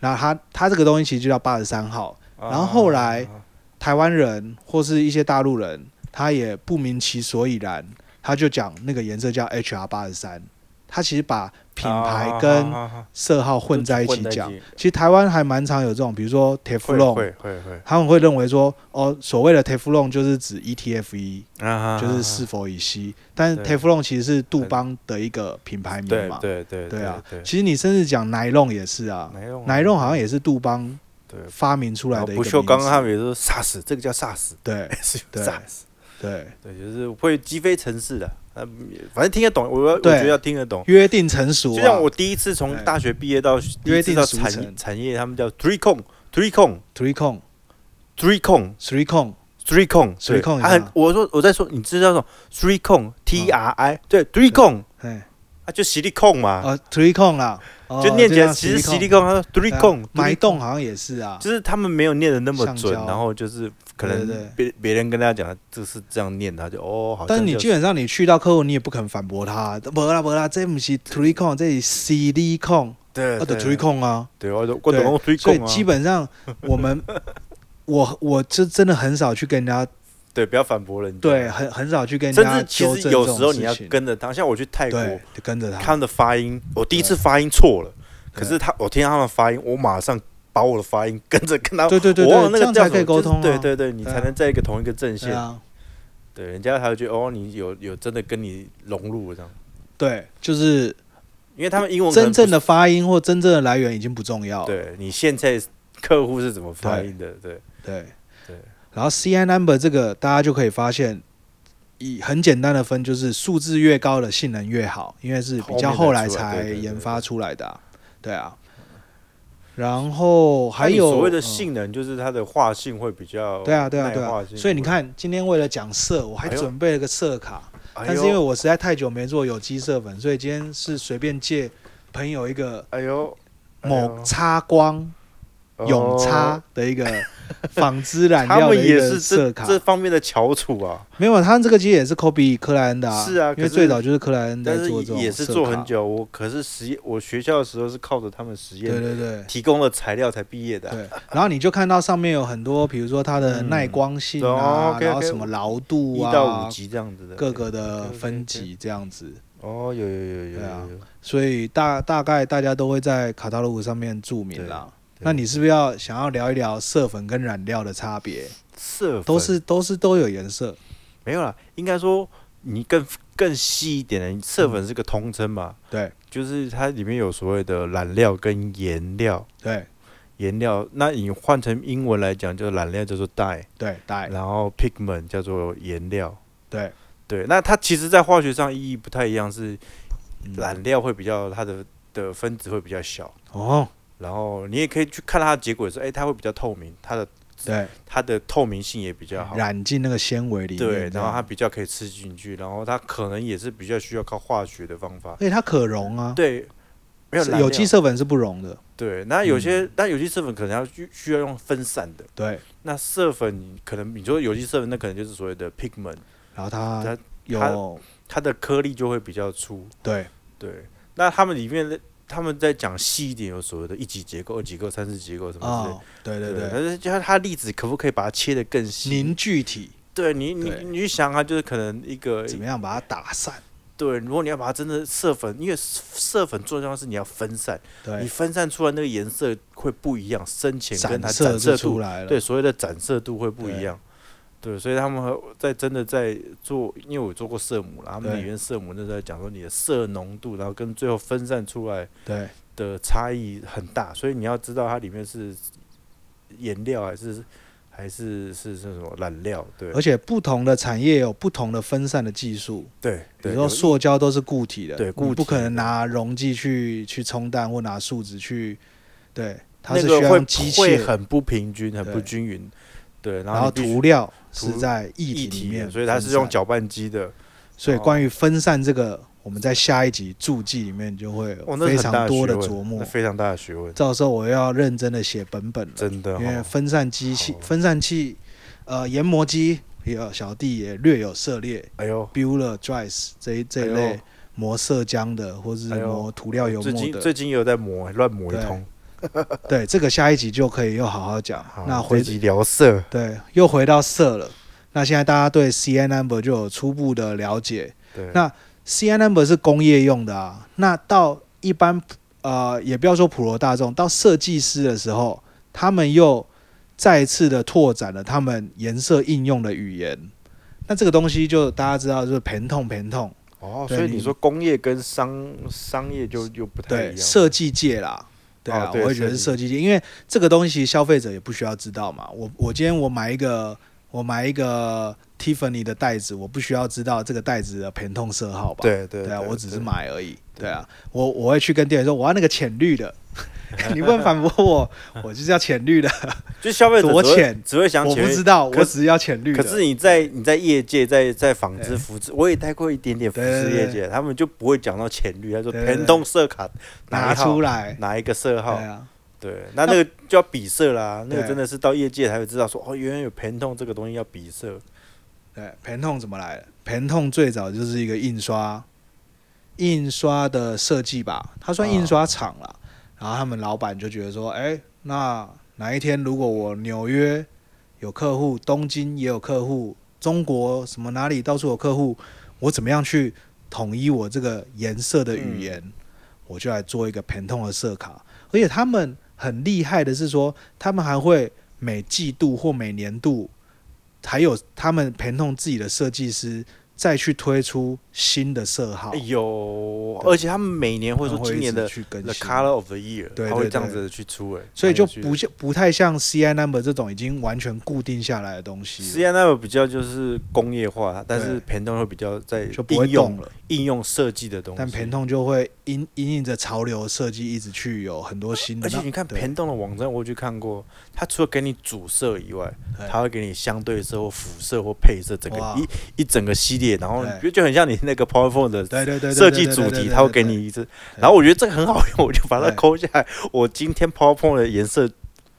[SPEAKER 1] 然后他他这个东西其实就叫八十三号，然后后来
[SPEAKER 2] 啊
[SPEAKER 1] 台湾人或是一些大陆人，他也不明其所以然，他就讲那个颜色叫 HR 八十三，他其实把品牌跟
[SPEAKER 2] 啊啊啊啊
[SPEAKER 1] 色号混在一起
[SPEAKER 2] 混在一
[SPEAKER 1] 讲
[SPEAKER 2] 起。
[SPEAKER 1] 其实台湾还蛮常有这种，比如说
[SPEAKER 2] 会
[SPEAKER 1] Teflon，
[SPEAKER 2] 会会啊会
[SPEAKER 1] 他们会认为说，哦，所谓的 Teflon 就是指 E ETFE，
[SPEAKER 2] 啊
[SPEAKER 1] 就是是否乙烯，但是
[SPEAKER 2] 对
[SPEAKER 1] Teflon 其实是杜邦的一个品牌名
[SPEAKER 2] 对
[SPEAKER 1] 嘛。
[SPEAKER 2] 对对
[SPEAKER 1] 对啊
[SPEAKER 2] 对，
[SPEAKER 1] 其实你甚至讲 Nylon 也是啊
[SPEAKER 2] 奶龙
[SPEAKER 1] ，Nylon 好像也是杜邦
[SPEAKER 2] 对。
[SPEAKER 1] 发明出来
[SPEAKER 2] 然后
[SPEAKER 1] 的一个
[SPEAKER 2] 哦不
[SPEAKER 1] 名
[SPEAKER 2] 锈钢
[SPEAKER 1] 字
[SPEAKER 2] 他们也说 SARS，这个叫 SARS，
[SPEAKER 1] 对
[SPEAKER 2] 是
[SPEAKER 1] 对
[SPEAKER 2] SARS，
[SPEAKER 1] 对。
[SPEAKER 2] 对，就是会击飞城市的，呃，反正听得懂，我要我
[SPEAKER 1] 对
[SPEAKER 2] 觉得要听得懂。
[SPEAKER 1] 约定成熟、啊，
[SPEAKER 2] 哦就像我第一次从
[SPEAKER 1] 哎
[SPEAKER 2] 大学毕业到第
[SPEAKER 1] 约
[SPEAKER 2] 一次
[SPEAKER 1] 定
[SPEAKER 2] 到
[SPEAKER 1] 俗
[SPEAKER 2] 产
[SPEAKER 1] 成
[SPEAKER 2] 产业，他们叫 three con three con
[SPEAKER 1] three con
[SPEAKER 2] three con
[SPEAKER 1] three con
[SPEAKER 2] three con
[SPEAKER 1] Three con
[SPEAKER 2] 他
[SPEAKER 1] 一样
[SPEAKER 2] 很我说我在说，你知道那种 three con T R
[SPEAKER 1] 哦
[SPEAKER 2] I 对 three con
[SPEAKER 1] 哎
[SPEAKER 2] 啊，就席力控嘛，
[SPEAKER 1] 哦 three con 啦，哦
[SPEAKER 2] 就念起来其
[SPEAKER 1] 这
[SPEAKER 2] 实席
[SPEAKER 1] 样
[SPEAKER 2] 力
[SPEAKER 1] silicone
[SPEAKER 2] 控，他说
[SPEAKER 1] 对
[SPEAKER 2] three
[SPEAKER 1] 啊
[SPEAKER 2] con
[SPEAKER 1] 埋洞好像也是啊，
[SPEAKER 2] 就是他们没有念的那么
[SPEAKER 1] 橡
[SPEAKER 2] 准
[SPEAKER 1] 胶，
[SPEAKER 2] 然后就是可能
[SPEAKER 1] 对对
[SPEAKER 2] 别别人跟他讲这是这样念的，他就哦，好像
[SPEAKER 1] 但是你
[SPEAKER 2] 就
[SPEAKER 1] 基本上你去到客户，你也不肯反驳他，不啦不啦，这不是 three con，这是 C D con，
[SPEAKER 2] 对
[SPEAKER 1] 啊的
[SPEAKER 2] 对
[SPEAKER 1] three con 啊，
[SPEAKER 2] 对，我就我总共 three
[SPEAKER 1] 所
[SPEAKER 2] con
[SPEAKER 1] 以
[SPEAKER 2] 啊，
[SPEAKER 1] 基本上我 们我我就真的很少去跟人家
[SPEAKER 2] 对，不要反驳人家，
[SPEAKER 1] 对，很很少去跟人
[SPEAKER 2] 甚
[SPEAKER 1] 家
[SPEAKER 2] 至其
[SPEAKER 1] 纠
[SPEAKER 2] 实
[SPEAKER 1] 正
[SPEAKER 2] 有
[SPEAKER 1] 这种
[SPEAKER 2] 时候你要
[SPEAKER 1] 事情
[SPEAKER 2] 跟着他，像我去泰国。
[SPEAKER 1] 对跟着
[SPEAKER 2] 他
[SPEAKER 1] 他，
[SPEAKER 2] 们的发音，我第一次发音错了，可是他我听到他们的发音，我马上把我的发音跟着跟他，
[SPEAKER 1] 对对对
[SPEAKER 2] 我忘了
[SPEAKER 1] 对，这
[SPEAKER 2] 那个
[SPEAKER 1] 样才
[SPEAKER 2] 叫什
[SPEAKER 1] 可
[SPEAKER 2] 么，
[SPEAKER 1] 以沟通啊，
[SPEAKER 2] 就是对对对，你
[SPEAKER 1] 对啊
[SPEAKER 2] 才能在一个同一个阵
[SPEAKER 1] 对
[SPEAKER 2] 线，
[SPEAKER 1] 啊。
[SPEAKER 2] 对，人家才会觉得哦，你有有真的跟你融入这样，
[SPEAKER 1] 对，就是
[SPEAKER 2] 因为他们英文可
[SPEAKER 1] 真
[SPEAKER 2] 能不
[SPEAKER 1] 正的发音或真正的来源已经不重要了。
[SPEAKER 2] 对你现在客户是怎么发音的，对
[SPEAKER 1] 对
[SPEAKER 2] 对
[SPEAKER 1] 然后 CI number 这个大家就可以发现，以很简单的分就是数字越高的性能越好，因为是比较后来才研发出来的啊、对啊。然后还
[SPEAKER 2] 那你
[SPEAKER 1] 有
[SPEAKER 2] 所谓的、
[SPEAKER 1] 嗯
[SPEAKER 2] 性能，就是它的化性会比较
[SPEAKER 1] 对啊对啊
[SPEAKER 2] 耐
[SPEAKER 1] 对啊
[SPEAKER 2] 化，性
[SPEAKER 1] 所以你，看今天为了讲色，我还
[SPEAKER 2] 哎呦
[SPEAKER 1] 准备了个色卡，
[SPEAKER 2] 哎呦
[SPEAKER 1] 但是因为我实在太久没做有机色粉，所以今天是随便借朋友一个
[SPEAKER 2] 哎呦哎呦
[SPEAKER 1] 某擦光永
[SPEAKER 2] 哦
[SPEAKER 1] 叉的 一个纺织染
[SPEAKER 2] 他
[SPEAKER 1] 料
[SPEAKER 2] 们
[SPEAKER 1] 的一
[SPEAKER 2] 也
[SPEAKER 1] 个
[SPEAKER 2] 是
[SPEAKER 1] 色
[SPEAKER 2] 这
[SPEAKER 1] 卡，
[SPEAKER 2] 这方面的翘楚啊，
[SPEAKER 1] 没有，他这个其实也是 copy 克莱恩的、
[SPEAKER 2] 是啊
[SPEAKER 1] 因为
[SPEAKER 2] 可是
[SPEAKER 1] 最早就是克莱恩在
[SPEAKER 2] 但是
[SPEAKER 1] 做这种，
[SPEAKER 2] 也是做很。久。我可是实验，我学校的时候是靠着他们实
[SPEAKER 1] 对
[SPEAKER 2] 验
[SPEAKER 1] 对对
[SPEAKER 2] 提供了材料才毕业的啊。
[SPEAKER 1] 对，然后你就看到上面有很多，比如说它的
[SPEAKER 2] 嗯
[SPEAKER 1] 耐光性
[SPEAKER 2] 对
[SPEAKER 1] 啊，
[SPEAKER 2] 哦，OK，OK
[SPEAKER 1] 然后什么牢度
[SPEAKER 2] 一
[SPEAKER 1] 啊，
[SPEAKER 2] 到五级这样子的，
[SPEAKER 1] 各个的
[SPEAKER 2] OK，OK，OK
[SPEAKER 1] 分级这样子，
[SPEAKER 2] 哦，有有有有有
[SPEAKER 1] 对啊
[SPEAKER 2] 有，
[SPEAKER 1] 所以大大概大家都会在卡塔罗上面注明啦。
[SPEAKER 2] 对
[SPEAKER 1] 那你是不是要想要聊一聊色粉跟染料的差别？
[SPEAKER 2] 色粉
[SPEAKER 1] 都是都是都有颜色，
[SPEAKER 2] 没有啦，应该说你更更细一点的，色粉是个通称嘛，
[SPEAKER 1] 对
[SPEAKER 2] 就是它里面有所谓的染料跟颜料。
[SPEAKER 1] 对
[SPEAKER 2] 颜料，那你换成英文来讲，就是染料叫做 dye，
[SPEAKER 1] 对，对
[SPEAKER 2] 然后 pigment 叫做颜料。
[SPEAKER 1] 对，
[SPEAKER 2] 对，那它其实，在化学上意义不太一样，是
[SPEAKER 1] 嗯
[SPEAKER 2] 染料会比较它的的分子会比较小，
[SPEAKER 1] 哦，
[SPEAKER 2] 然后你也可以去看它的结果是，哎、它会比较透明，它的
[SPEAKER 1] 对，
[SPEAKER 2] 它的透明性也比较好，
[SPEAKER 1] 染进那个纤维里面，
[SPEAKER 2] 对，
[SPEAKER 1] 这
[SPEAKER 2] 然后
[SPEAKER 1] 样
[SPEAKER 2] 它比较可以吃进去，然后它可能也是比较需要靠化学的方法，
[SPEAKER 1] 而且它可溶啊，
[SPEAKER 2] 对，没有
[SPEAKER 1] 是
[SPEAKER 2] 染
[SPEAKER 1] 有嗯
[SPEAKER 2] 料
[SPEAKER 1] 机色粉是不溶的，
[SPEAKER 2] 对，那有些、那有机色粉可能要需需要用分散的，
[SPEAKER 1] 对。
[SPEAKER 2] 那色粉你可能你说有机色粉，那可能就是所谓的 pigment，
[SPEAKER 1] 然后它
[SPEAKER 2] 它
[SPEAKER 1] 有
[SPEAKER 2] 它的颗粒就会比较粗，
[SPEAKER 1] 对
[SPEAKER 2] 对，那他们里面的他们在讲细一点，有所谓的一级结构、二级结构、三次结构什么之类
[SPEAKER 1] 啊，对对对，
[SPEAKER 2] 的。但是就它它粒子可不可以把它切得更细？
[SPEAKER 1] 凝聚体
[SPEAKER 2] 对你你
[SPEAKER 1] 对
[SPEAKER 2] 你去想啊，就是可能一个
[SPEAKER 1] 怎么样把它打散？
[SPEAKER 2] 对，如果你要把它真的色粉，因为色粉最重要是你要分散，你
[SPEAKER 1] 对，
[SPEAKER 2] 分散出来那个颜色会不一样，深浅跟
[SPEAKER 1] 散
[SPEAKER 2] 它
[SPEAKER 1] 色
[SPEAKER 2] 展
[SPEAKER 1] 就
[SPEAKER 2] 色
[SPEAKER 1] 出
[SPEAKER 2] 度，
[SPEAKER 1] 来了。
[SPEAKER 2] 对所谓的展色度会不
[SPEAKER 1] 对
[SPEAKER 2] 一样。对，所以他们和在真的在做，因为我做过色母啦，他们
[SPEAKER 1] 对
[SPEAKER 2] 理论色母那时候在讲说你的色浓度，然后跟最后分散出来
[SPEAKER 1] 对，
[SPEAKER 2] 的差异很大，所以你要知道它里面是颜料还是还是是是什么染料，对
[SPEAKER 1] 而且不同的产业有不同的分散的技术，
[SPEAKER 2] 对，
[SPEAKER 1] 比
[SPEAKER 2] 对
[SPEAKER 1] 如说
[SPEAKER 2] 有
[SPEAKER 1] 塑胶都是固体的，
[SPEAKER 2] 对
[SPEAKER 1] 你
[SPEAKER 2] 固体
[SPEAKER 1] 不可能
[SPEAKER 2] 的
[SPEAKER 1] 拿溶剂去去冲淡或拿树脂去，对，它
[SPEAKER 2] 那
[SPEAKER 1] 是需
[SPEAKER 2] 个
[SPEAKER 1] 要
[SPEAKER 2] 会
[SPEAKER 1] 用机
[SPEAKER 2] 会
[SPEAKER 1] 械，
[SPEAKER 2] 很不平均，很不
[SPEAKER 1] 对
[SPEAKER 2] 均匀，对，然
[SPEAKER 1] 然
[SPEAKER 2] 后
[SPEAKER 1] 后
[SPEAKER 2] 你必须
[SPEAKER 1] 涂料是
[SPEAKER 2] 涂
[SPEAKER 1] 在
[SPEAKER 2] 一
[SPEAKER 1] 液体里
[SPEAKER 2] 体的，
[SPEAKER 1] 面，
[SPEAKER 2] 所以它是用。搅拌机的，
[SPEAKER 1] 所以
[SPEAKER 2] 哦
[SPEAKER 1] 关于分散这个，我们在下一集注记里面就会有
[SPEAKER 2] 哦，那
[SPEAKER 1] 非
[SPEAKER 2] 是很大
[SPEAKER 1] 常多
[SPEAKER 2] 的
[SPEAKER 1] 的
[SPEAKER 2] 学问
[SPEAKER 1] 琢磨
[SPEAKER 2] 那。非常大的学问，
[SPEAKER 1] 到时候我要认真的写本本了。
[SPEAKER 2] 真的
[SPEAKER 1] 因为
[SPEAKER 2] 哦，
[SPEAKER 1] 分散机器
[SPEAKER 2] 好、
[SPEAKER 1] 分散器、呃研磨机，也有小弟也略有涉猎
[SPEAKER 2] 哎呦，
[SPEAKER 1] ，Bueller、Dries 这一这一
[SPEAKER 2] 哎
[SPEAKER 1] 类
[SPEAKER 2] 呦
[SPEAKER 1] 磨色浆的，或是
[SPEAKER 2] 哎呦
[SPEAKER 1] 磨涂料油
[SPEAKER 2] 最
[SPEAKER 1] 墨
[SPEAKER 2] 近
[SPEAKER 1] 的。
[SPEAKER 2] 最近也有在磨，乱磨一
[SPEAKER 1] 对
[SPEAKER 2] 通，
[SPEAKER 1] 对，这个下一集就可以又好好讲
[SPEAKER 2] 好。
[SPEAKER 1] 那
[SPEAKER 2] 这
[SPEAKER 1] 回
[SPEAKER 2] 集聊色，
[SPEAKER 1] 对又回到色了。那现在大家对 CI number 就有初步的了解。
[SPEAKER 2] 对，
[SPEAKER 1] 那 CI number 是工业用的啊，那到一般呃，也不要说普罗大众，到设计师的时候，他们又再次的拓展了他们颜色应用的语言。那这个东西就大家知道，就是疼痛疼痛，
[SPEAKER 2] 哦，
[SPEAKER 1] 对
[SPEAKER 2] 所以你
[SPEAKER 1] 你
[SPEAKER 2] 说工业跟商商业就又不太一
[SPEAKER 1] 对
[SPEAKER 2] 样，
[SPEAKER 1] 设计界啦，对啊，
[SPEAKER 2] 哦对
[SPEAKER 1] 我会觉得是
[SPEAKER 2] 设
[SPEAKER 1] 设计界，因为这个东西消费者也不需要知道嘛。我我今天我买一个我买一个 Tiffany 的袋子，我不需要知道这个袋子的疼痛色号吧？
[SPEAKER 2] 对对
[SPEAKER 1] 对啊，我只是
[SPEAKER 2] 对
[SPEAKER 1] 买而已。
[SPEAKER 2] 对
[SPEAKER 1] 对啊，我我会去跟店员说我要那个浅绿 的，你不能反驳我，我就是要浅绿的，
[SPEAKER 2] 就消费者
[SPEAKER 1] 多
[SPEAKER 2] 只会
[SPEAKER 1] 浅
[SPEAKER 2] 只会想
[SPEAKER 1] 我
[SPEAKER 2] 起哎
[SPEAKER 1] 不知道，我只要浅绿的。
[SPEAKER 2] 可是你在你在业界，在在纺织
[SPEAKER 1] 对
[SPEAKER 2] 服织，我也待过一点点服
[SPEAKER 1] 对
[SPEAKER 2] 饰
[SPEAKER 1] 对
[SPEAKER 2] 业
[SPEAKER 1] 对
[SPEAKER 2] 界，他们就不会讲到浅绿，他说
[SPEAKER 1] 对对对
[SPEAKER 2] 偏动色卡
[SPEAKER 1] 拿出
[SPEAKER 2] 来
[SPEAKER 1] 来，
[SPEAKER 2] 哪一嗯个色
[SPEAKER 1] 对
[SPEAKER 2] 号？
[SPEAKER 1] 啊，
[SPEAKER 2] 对，那那个就要比 色啦，那个
[SPEAKER 1] 对
[SPEAKER 2] 真的是到业界才会知道说哦，原来有偏痛这个东西要比色。
[SPEAKER 1] 对，盆痛怎么来的？盆痛最早就是一个印刷，印刷的设计吧，它算印刷厂啦。然后他们老板就觉得说，哎，那哪一天如果我纽约有客户，东京也有客户，中国什么哪里到处有客户，我怎么样去统一我这个颜色的语言？我就来做一个盆痛的色卡。而且他们很厉害的是说，他们还会每季度或每年度还有他们陪同自己的设计师再去推出新的色号，
[SPEAKER 2] 哎呦，
[SPEAKER 1] 啊对
[SPEAKER 2] 而且他们每年
[SPEAKER 1] 他
[SPEAKER 2] 或
[SPEAKER 1] 们
[SPEAKER 2] 者说
[SPEAKER 1] 会
[SPEAKER 2] 今
[SPEAKER 1] 一
[SPEAKER 2] 年
[SPEAKER 1] 直
[SPEAKER 2] 的
[SPEAKER 1] 去更
[SPEAKER 2] The
[SPEAKER 1] 新，
[SPEAKER 2] Color of the Year，
[SPEAKER 1] 对
[SPEAKER 2] 他会
[SPEAKER 1] 对
[SPEAKER 2] 这样
[SPEAKER 1] 对
[SPEAKER 2] 子去出哎，
[SPEAKER 1] 所以就
[SPEAKER 2] 蛮有趣的
[SPEAKER 1] 不像不太像 CI number 这种已经完全固定下来的东
[SPEAKER 2] 实
[SPEAKER 1] 西了，
[SPEAKER 2] 验那个比较就是工业化，但是
[SPEAKER 1] 对
[SPEAKER 2] 偏痛会比较在
[SPEAKER 1] 就不会
[SPEAKER 2] 应
[SPEAKER 1] 动
[SPEAKER 2] 用
[SPEAKER 1] 了。
[SPEAKER 2] 应用设计的东西。
[SPEAKER 1] 但陪同就会因因应着潮流设计，一直去有很多新的
[SPEAKER 2] 而
[SPEAKER 1] 那。
[SPEAKER 2] 且你看
[SPEAKER 1] 对
[SPEAKER 2] 联动的网站，我有去看过，它除了给你主色以外，
[SPEAKER 1] 对
[SPEAKER 2] 它会给你相对色或辅色或配色，整个
[SPEAKER 1] 哇
[SPEAKER 2] 一一整个系列，然后
[SPEAKER 1] 对
[SPEAKER 2] 你就就很像你那个 PowerPoint 的
[SPEAKER 1] 对对对对
[SPEAKER 2] 设计
[SPEAKER 1] 对对
[SPEAKER 2] 主
[SPEAKER 1] 对
[SPEAKER 2] 题，
[SPEAKER 1] 对
[SPEAKER 2] 它会
[SPEAKER 1] 对
[SPEAKER 2] 给
[SPEAKER 1] 对
[SPEAKER 2] 你一次。然后我觉得这个很好用，我就把它
[SPEAKER 1] 对
[SPEAKER 2] 抠下来。我今天 PowerPoint 的颜色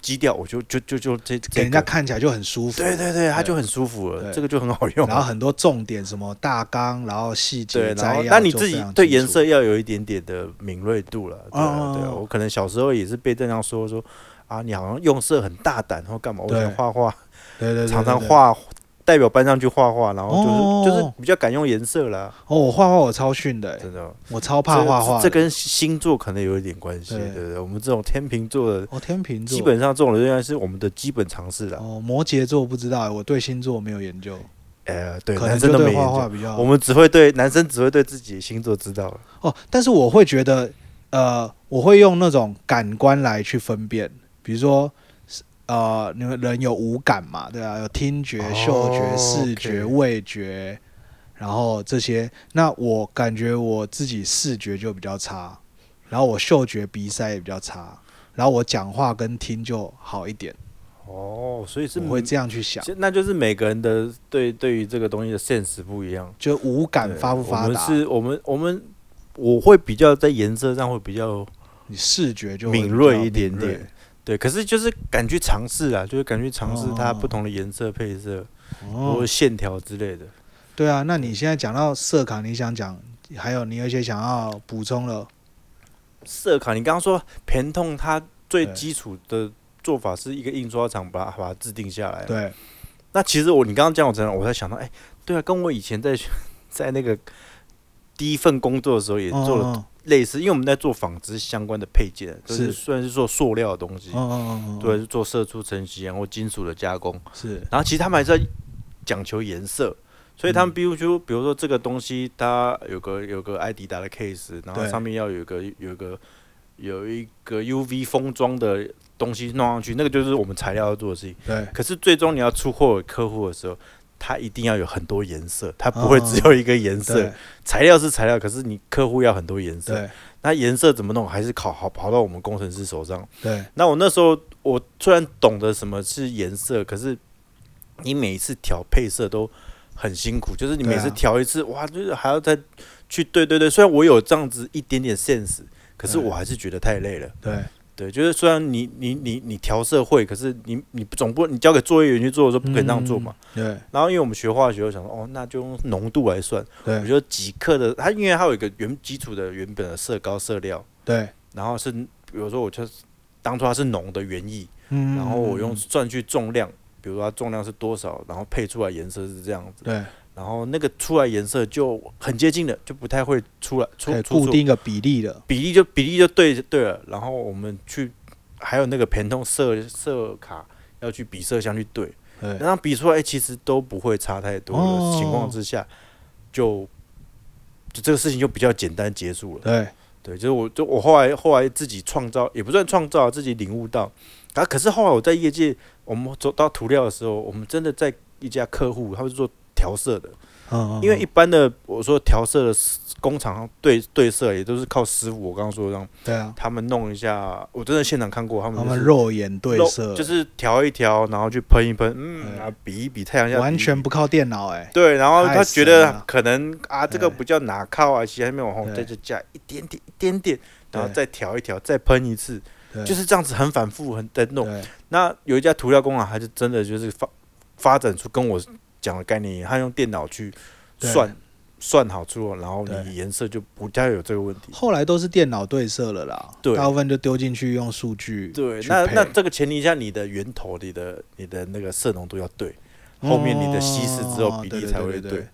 [SPEAKER 2] 基调，我就就就就这
[SPEAKER 1] 给
[SPEAKER 2] 这
[SPEAKER 1] 人家
[SPEAKER 2] 个，
[SPEAKER 1] 看起来就很舒服。
[SPEAKER 2] 对对对，它
[SPEAKER 1] 对
[SPEAKER 2] 就很舒服了，
[SPEAKER 1] 对
[SPEAKER 2] 这个就很好用
[SPEAKER 1] 然。后很多重点什么大纲，然后细
[SPEAKER 2] 对，
[SPEAKER 1] 节
[SPEAKER 2] 然
[SPEAKER 1] 摘
[SPEAKER 2] 后
[SPEAKER 1] 要，
[SPEAKER 2] 那你自己对颜色要有一点点的敏锐度了。对啊，对啊，
[SPEAKER 1] 哦
[SPEAKER 2] 我可能小时候也是被这样说说啊，你好像用色很大胆或干嘛，我想
[SPEAKER 1] 对
[SPEAKER 2] 画画，
[SPEAKER 1] 对对对
[SPEAKER 2] 常常
[SPEAKER 1] 对对
[SPEAKER 2] 画代表班上去画画，然后就是、
[SPEAKER 1] 哦
[SPEAKER 2] 就是比较敢用颜色啦，
[SPEAKER 1] 哦，我画画我超逊的欸，
[SPEAKER 2] 真的。
[SPEAKER 1] 我超怕
[SPEAKER 2] 这
[SPEAKER 1] 画画的。
[SPEAKER 2] 这这跟星座可能有一点关系，
[SPEAKER 1] 对
[SPEAKER 2] 对不对？我们这种天秤座的，
[SPEAKER 1] 哦，天秤座
[SPEAKER 2] 基本上这种人应该是我们的基本常识啦。
[SPEAKER 1] 哦，摩羯座不知道欸，我对星座没有研究，
[SPEAKER 2] 呃，对，
[SPEAKER 1] 可能
[SPEAKER 2] 男
[SPEAKER 1] 就
[SPEAKER 2] 生都没
[SPEAKER 1] 对
[SPEAKER 2] 研
[SPEAKER 1] 画画
[SPEAKER 2] 究，
[SPEAKER 1] 比较
[SPEAKER 2] 我们只会对男生只会对自己的星座知道了。
[SPEAKER 1] 哦。但是我会觉得，呃，我会用那种感官来去分辨，比如说，呃，你们人有五感嘛，对啊，有听觉、
[SPEAKER 2] 哦
[SPEAKER 1] 嗅觉、视觉、
[SPEAKER 2] OK
[SPEAKER 1] 味觉，然后这些。那我感觉我自己视觉就比较差，然后我嗅觉鼻塞也比较差，然后我讲话跟听就好一点，
[SPEAKER 2] 哦，所以是
[SPEAKER 1] 我会这样去想
[SPEAKER 2] 其，实那就是每个人的对对于这个东西的 sense 不一样，
[SPEAKER 1] 就五感
[SPEAKER 2] 对
[SPEAKER 1] 发不发
[SPEAKER 2] 我们
[SPEAKER 1] 达，
[SPEAKER 2] 是我们我们我会比较在颜色上会比较
[SPEAKER 1] 你视觉就会
[SPEAKER 2] 敏
[SPEAKER 1] 比较
[SPEAKER 2] 锐一点
[SPEAKER 1] 敏锐
[SPEAKER 2] 点。对，可是就是敢去尝试啊，就是敢去尝试它
[SPEAKER 1] 哦
[SPEAKER 2] 不同的颜色配色
[SPEAKER 1] 哦
[SPEAKER 2] 或者线条之类的。
[SPEAKER 1] 对啊，那你现在讲到色卡，你想讲，还有你有一些想要补充了，
[SPEAKER 2] 色卡，你刚刚说偏痛，它最
[SPEAKER 1] 对
[SPEAKER 2] 基础的做法是一个印刷厂把它把它制定下来嘛。
[SPEAKER 1] 对，
[SPEAKER 2] 那其实我你刚刚讲我才我才想到，哎、对啊，跟我以前在 在那个第一份工作的时候也做了
[SPEAKER 1] 嗯
[SPEAKER 2] 类似，因为我们在做纺织相关的配件，就是
[SPEAKER 1] 是哦
[SPEAKER 2] 虽然是做塑料的东西
[SPEAKER 1] 嗯，嗯嗯嗯，嗯，
[SPEAKER 2] 对，是做射出成型啊或金属的加工。
[SPEAKER 1] 是
[SPEAKER 2] 然后其实他们还是在讲求颜色，所以他们比如说，比如说这个东西，它有个有个艾迪达的 case，然后
[SPEAKER 1] 对
[SPEAKER 2] 上面要有一个有一个有一个 UV 封装的东西弄上去，那个就是我们材料要做的事情。
[SPEAKER 1] 对，
[SPEAKER 2] 可是最终你要出货给客户的时候，它一定要有很多颜色，它不会只有一个颜色。
[SPEAKER 1] 对
[SPEAKER 2] 材料是材料，可是你客户要很多颜色。
[SPEAKER 1] 对
[SPEAKER 2] 那颜色怎么弄，还是考好跑到我们工程师手上。
[SPEAKER 1] 对
[SPEAKER 2] 那我那时候我虽然懂得什么是颜色，可是你每一次调配色都很辛苦，就是你
[SPEAKER 1] 对啊
[SPEAKER 2] 每次调一次，哇，就是还要再去对对对。虽然我有这样子一点点 sense，可是
[SPEAKER 1] 对
[SPEAKER 2] 我还是觉得太累了。
[SPEAKER 1] 对
[SPEAKER 2] 对，就是虽然你你你你调色会，可是你你总不你交给作业员去做的时候不可以那样做嘛。
[SPEAKER 1] 对
[SPEAKER 2] 然后因为我们学化学，我想说哦，那就用浓度来算，我
[SPEAKER 1] 对
[SPEAKER 2] 觉得几克的，它因为它有一个原基础的原本的色膏色料，
[SPEAKER 1] 对，
[SPEAKER 2] 然后是比如说我就是当初它是浓的原液，
[SPEAKER 1] 嗯，
[SPEAKER 2] 然后我用算去重量，比如说它重量是多少，然后配出来颜色是这样子，
[SPEAKER 1] 对，
[SPEAKER 2] 然后那个出来颜色就很接近了，就不太会出来出
[SPEAKER 1] 可以
[SPEAKER 2] 出
[SPEAKER 1] 哎固
[SPEAKER 2] 错
[SPEAKER 1] 定一个比例的，
[SPEAKER 2] 比例就比例就对对了，然后我们去还有那个偏痛色色卡要去比色相去对，
[SPEAKER 1] 对
[SPEAKER 2] 然后比出来、诶其实都不会差太多
[SPEAKER 1] 哦
[SPEAKER 2] 的情况之下，就就这个事情就比较简单结束了。
[SPEAKER 1] 对
[SPEAKER 2] 对，就是我就我后来后来自己创造，也不算创造，自己领悟到。啊，可是后来我在业界，我们走到涂料的时候，我们真的在一家客户，他们是做调色的，
[SPEAKER 1] 嗯，嗯
[SPEAKER 2] 因为一
[SPEAKER 1] 嗯
[SPEAKER 2] 般的我说调色的工厂对对色也都是靠师傅，我刚刚说的让
[SPEAKER 1] 对啊，
[SPEAKER 2] 他们弄一下，我真的现场看过他们、
[SPEAKER 1] 他
[SPEAKER 2] 就是，
[SPEAKER 1] 们肉眼对色，
[SPEAKER 2] 就是调一调，然后去喷一喷，嗯，
[SPEAKER 1] 对
[SPEAKER 2] 啊，比一比太阳下比一比
[SPEAKER 1] 完全不靠电脑哎，
[SPEAKER 2] 对，然后
[SPEAKER 1] 太
[SPEAKER 2] 他
[SPEAKER 1] 神
[SPEAKER 2] 觉得
[SPEAKER 1] 了
[SPEAKER 2] 可能啊，这个
[SPEAKER 1] 对
[SPEAKER 2] 不叫拿靠啊，其实还没往后
[SPEAKER 1] 对
[SPEAKER 2] 再就加一点点一点点，然后
[SPEAKER 1] 对
[SPEAKER 2] 再调一调，再喷一次，
[SPEAKER 1] 对
[SPEAKER 2] 就是这样子很反复，很在弄。
[SPEAKER 1] 对
[SPEAKER 2] 那有一家涂料工厂，他就真的就是发发展出跟我讲的概念一样，他用电脑去
[SPEAKER 1] 对
[SPEAKER 2] 算算好之后，然后
[SPEAKER 1] 对
[SPEAKER 2] 你颜色就不太有这个问题。
[SPEAKER 1] 后来都是电脑对色了啦，
[SPEAKER 2] 对
[SPEAKER 1] 大部分就丢进去用数据
[SPEAKER 2] 对，
[SPEAKER 1] 去
[SPEAKER 2] 那
[SPEAKER 1] 配
[SPEAKER 2] 那这个前提下，你的源头、你的你的那个色浓度要对，后面你的稀释之后
[SPEAKER 1] 哦
[SPEAKER 2] 比
[SPEAKER 1] 对
[SPEAKER 2] 例
[SPEAKER 1] 对
[SPEAKER 2] 才
[SPEAKER 1] 对
[SPEAKER 2] 会
[SPEAKER 1] 对
[SPEAKER 2] 对。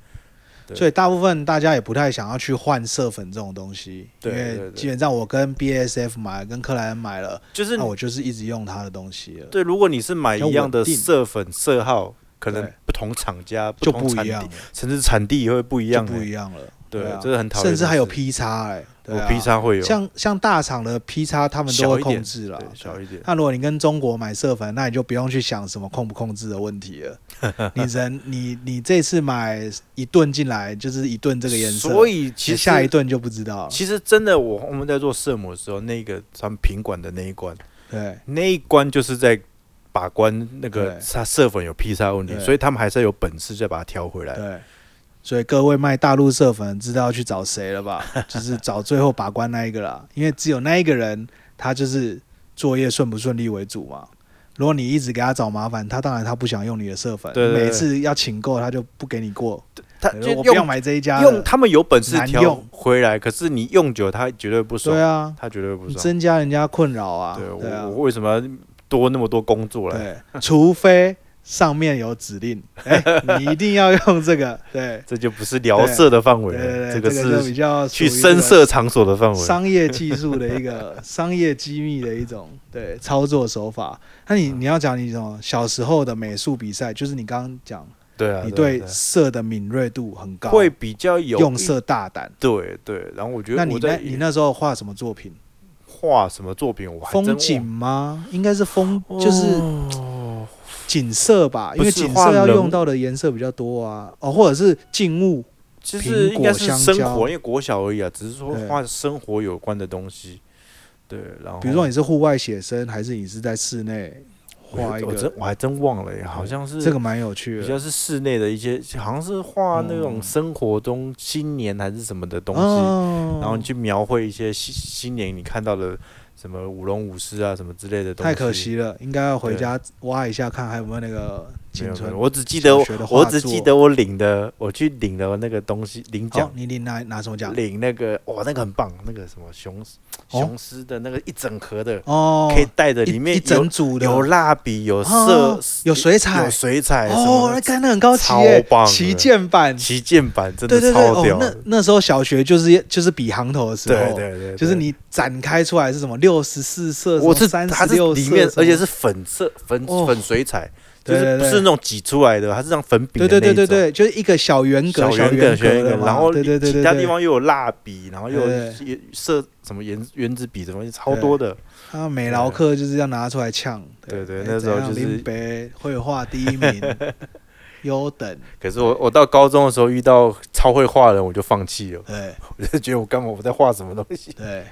[SPEAKER 2] 对
[SPEAKER 1] 所以大部分大家也不太想要去换色粉这种东西，
[SPEAKER 2] 对对
[SPEAKER 1] 因为
[SPEAKER 2] 对
[SPEAKER 1] 基本上我跟 BASF 买了，跟克莱恩买了，
[SPEAKER 2] 就是
[SPEAKER 1] 那我就是一直用它的东西了，
[SPEAKER 2] 对，如果你是买
[SPEAKER 1] 要
[SPEAKER 2] 一样
[SPEAKER 1] 稳
[SPEAKER 2] 的
[SPEAKER 1] 定
[SPEAKER 2] 色粉色号，可
[SPEAKER 1] 对
[SPEAKER 2] 能不同厂家、
[SPEAKER 1] 就
[SPEAKER 2] 同
[SPEAKER 1] 不
[SPEAKER 2] 产
[SPEAKER 1] 一
[SPEAKER 2] 地
[SPEAKER 1] 样，了，
[SPEAKER 2] 甚至产地也会不一
[SPEAKER 1] 就
[SPEAKER 2] 样、
[SPEAKER 1] 不
[SPEAKER 2] 欸。
[SPEAKER 1] 一样了。
[SPEAKER 2] 对
[SPEAKER 1] 啊，
[SPEAKER 2] 这是很讨厌
[SPEAKER 1] 甚
[SPEAKER 2] 的
[SPEAKER 1] 至还有
[SPEAKER 2] 事
[SPEAKER 1] P 叉哎，对
[SPEAKER 2] 我
[SPEAKER 1] 啊
[SPEAKER 2] P 叉会有
[SPEAKER 1] 像啊像大厂的 P 叉他们都
[SPEAKER 2] 小
[SPEAKER 1] 会
[SPEAKER 2] 一点
[SPEAKER 1] 控制了
[SPEAKER 2] 对，小一点，
[SPEAKER 1] 那如果你跟中国买色粉，那你就不用去想什么控不控制的问题了。你人 你你这次买一吨进来就是一吨这个颜色，
[SPEAKER 2] 所以其实
[SPEAKER 1] 你下一顿就不知道了。
[SPEAKER 2] 其实真的我我们在做色母的时候，那个他们品管的那一关，
[SPEAKER 1] 对
[SPEAKER 2] 那一关就是在把关那个
[SPEAKER 1] 对
[SPEAKER 2] 它色粉有 P 叉问题，
[SPEAKER 1] 对
[SPEAKER 2] 所以他们还是要有本事再把它调回来。
[SPEAKER 1] 对，所以各位卖大陆色粉知道要去找谁了 吧？就是找最后把关那一个啦，因为只有那一个人，他就是作业顺不顺利为主嘛。如果你一直给他找麻烦，他当然他不想用你的色粉，
[SPEAKER 2] 对对对
[SPEAKER 1] 每次要请购他就不给你过，
[SPEAKER 2] 他
[SPEAKER 1] 对
[SPEAKER 2] 就
[SPEAKER 1] 我不要
[SPEAKER 2] 用
[SPEAKER 1] 买这一家了
[SPEAKER 2] 用他们有本事
[SPEAKER 1] 难
[SPEAKER 2] 调
[SPEAKER 1] 用
[SPEAKER 2] 回来，可是你用久他绝对不爽
[SPEAKER 1] 对，啊，
[SPEAKER 2] 他绝对不
[SPEAKER 1] 你
[SPEAKER 2] 爽。
[SPEAKER 1] 增加人家困扰啊。
[SPEAKER 2] 对，
[SPEAKER 1] 对啊
[SPEAKER 2] 我我，为什么要多那么多工作来？
[SPEAKER 1] 对，除非上面有指令，哎、你一定要用这个。 对，
[SPEAKER 2] 这就不是聊色的范围
[SPEAKER 1] 对
[SPEAKER 2] 了，
[SPEAKER 1] 对对，
[SPEAKER 2] 个
[SPEAKER 1] 这个就比
[SPEAKER 2] 是
[SPEAKER 1] 较
[SPEAKER 2] 去
[SPEAKER 1] 属于这
[SPEAKER 2] 深
[SPEAKER 1] 个
[SPEAKER 2] 色场所 的范围。
[SPEAKER 1] 商业技术的一个 商业机密的一种对操作手法。那
[SPEAKER 2] 嗯
[SPEAKER 1] 你你要讲你什么小时候的美术比赛，就是你刚刚讲，
[SPEAKER 2] 对啊，
[SPEAKER 1] 你
[SPEAKER 2] 对
[SPEAKER 1] 对
[SPEAKER 2] 啊
[SPEAKER 1] 色的敏锐度很
[SPEAKER 2] 对
[SPEAKER 1] 高，
[SPEAKER 2] 啊会比较有
[SPEAKER 1] 用
[SPEAKER 2] 一
[SPEAKER 1] 色大胆。
[SPEAKER 2] 对对，然后我觉
[SPEAKER 1] 那
[SPEAKER 2] 得
[SPEAKER 1] 你
[SPEAKER 2] 我
[SPEAKER 1] 那
[SPEAKER 2] 在
[SPEAKER 1] 你那时候画什么作品？
[SPEAKER 2] 画什么作品，我还真
[SPEAKER 1] 风景吗？应该是风，就是
[SPEAKER 2] 哦
[SPEAKER 1] 景色吧，因
[SPEAKER 2] 不
[SPEAKER 1] 为
[SPEAKER 2] 是
[SPEAKER 1] 景
[SPEAKER 2] 画
[SPEAKER 1] 色要
[SPEAKER 2] 人
[SPEAKER 1] 用到的颜色比较多啊，哦，或者是静物，
[SPEAKER 2] 就是
[SPEAKER 1] 苹
[SPEAKER 2] 应该
[SPEAKER 1] 果
[SPEAKER 2] 是
[SPEAKER 1] 香
[SPEAKER 2] 生
[SPEAKER 1] 蕉
[SPEAKER 2] 活，因为国小而已啊，只是说
[SPEAKER 1] 对
[SPEAKER 2] 画生活有关的东西。对，然后
[SPEAKER 1] 比如说你是户外写生，还是你是在室内画一
[SPEAKER 2] 我真
[SPEAKER 1] 个，
[SPEAKER 2] 我还真忘了耶，好像是
[SPEAKER 1] 这个蛮有趣
[SPEAKER 2] 比
[SPEAKER 1] 的
[SPEAKER 2] 较是室内的一些，好像是画那种
[SPEAKER 1] 嗯
[SPEAKER 2] 生活中新年还是什么的东西。
[SPEAKER 1] 哦
[SPEAKER 2] 然后你去描绘一些新新年你看到的什么舞龙舞狮啊什么之类的东
[SPEAKER 1] 太
[SPEAKER 2] 西。
[SPEAKER 1] 可惜了，应该要回家挖一下，看还有没有那个
[SPEAKER 2] 没有，
[SPEAKER 1] 青
[SPEAKER 2] 没
[SPEAKER 1] 春
[SPEAKER 2] 有。我只记得
[SPEAKER 1] 小
[SPEAKER 2] 我
[SPEAKER 1] 学的画
[SPEAKER 2] 我只
[SPEAKER 1] 作
[SPEAKER 2] 记得我领的，我去领了那个东西，领
[SPEAKER 1] 哦
[SPEAKER 2] 奖，，
[SPEAKER 1] 你你拿拿什么奖？
[SPEAKER 2] 领那个哇，那个很棒，那个什么雄雄狮的那个一整盒的，
[SPEAKER 1] 哦，
[SPEAKER 2] 可以带着
[SPEAKER 1] 一
[SPEAKER 2] 里面
[SPEAKER 1] 一
[SPEAKER 2] 有
[SPEAKER 1] 整组的
[SPEAKER 2] 有蜡笔，有
[SPEAKER 1] 哦
[SPEAKER 2] 色，
[SPEAKER 1] 有水彩
[SPEAKER 2] 有，水彩什
[SPEAKER 1] 哦，
[SPEAKER 2] 么
[SPEAKER 1] 那
[SPEAKER 2] 的，
[SPEAKER 1] 看那很高级
[SPEAKER 2] 超
[SPEAKER 1] 耶
[SPEAKER 2] 棒，的
[SPEAKER 1] 旗舰版，
[SPEAKER 2] 旗舰版真
[SPEAKER 1] 对
[SPEAKER 2] 的
[SPEAKER 1] 对对，
[SPEAKER 2] 超
[SPEAKER 1] 哦
[SPEAKER 2] 屌，
[SPEAKER 1] 那
[SPEAKER 2] 的，
[SPEAKER 1] 那时候小学就是就是比行头的时
[SPEAKER 2] 对
[SPEAKER 1] 候，
[SPEAKER 2] 对对，
[SPEAKER 1] 就是
[SPEAKER 2] 对。
[SPEAKER 1] 你展开出来是什么六十四色，
[SPEAKER 2] 我是
[SPEAKER 1] 三
[SPEAKER 2] 它
[SPEAKER 1] 十
[SPEAKER 2] 是
[SPEAKER 1] 六色
[SPEAKER 2] 里面，
[SPEAKER 1] 什么
[SPEAKER 2] 而且是粉色粉
[SPEAKER 1] 哦
[SPEAKER 2] 粉水彩，就
[SPEAKER 1] 对
[SPEAKER 2] 是
[SPEAKER 1] 对
[SPEAKER 2] 不
[SPEAKER 1] 对
[SPEAKER 2] 是那种挤出来的，它是这样粉饼
[SPEAKER 1] 对
[SPEAKER 2] 的
[SPEAKER 1] 对
[SPEAKER 2] 那
[SPEAKER 1] 对对
[SPEAKER 2] 一种。
[SPEAKER 1] 对，就是一个小圆格、
[SPEAKER 2] 小圆
[SPEAKER 1] 圆
[SPEAKER 2] 小圆
[SPEAKER 1] 格的嘛，
[SPEAKER 2] 然后
[SPEAKER 1] 对对对
[SPEAKER 2] 其
[SPEAKER 1] 对
[SPEAKER 2] 他
[SPEAKER 1] 对，哎
[SPEAKER 2] 地方又有蜡笔，然后又有
[SPEAKER 1] 对
[SPEAKER 2] 色什么原原子笔什么，超多的。
[SPEAKER 1] 啊，美劳课就是要拿出来呛。
[SPEAKER 2] 对对
[SPEAKER 1] 哎
[SPEAKER 2] 那时候
[SPEAKER 1] 怎样
[SPEAKER 2] 就是
[SPEAKER 1] 林北绘画第一 名，优等，
[SPEAKER 2] 可是我我到高中的时候遇到超会画的人，我就放弃了，
[SPEAKER 1] 对
[SPEAKER 2] 我就觉得我干嘛我在画什么东 西，
[SPEAKER 1] 对，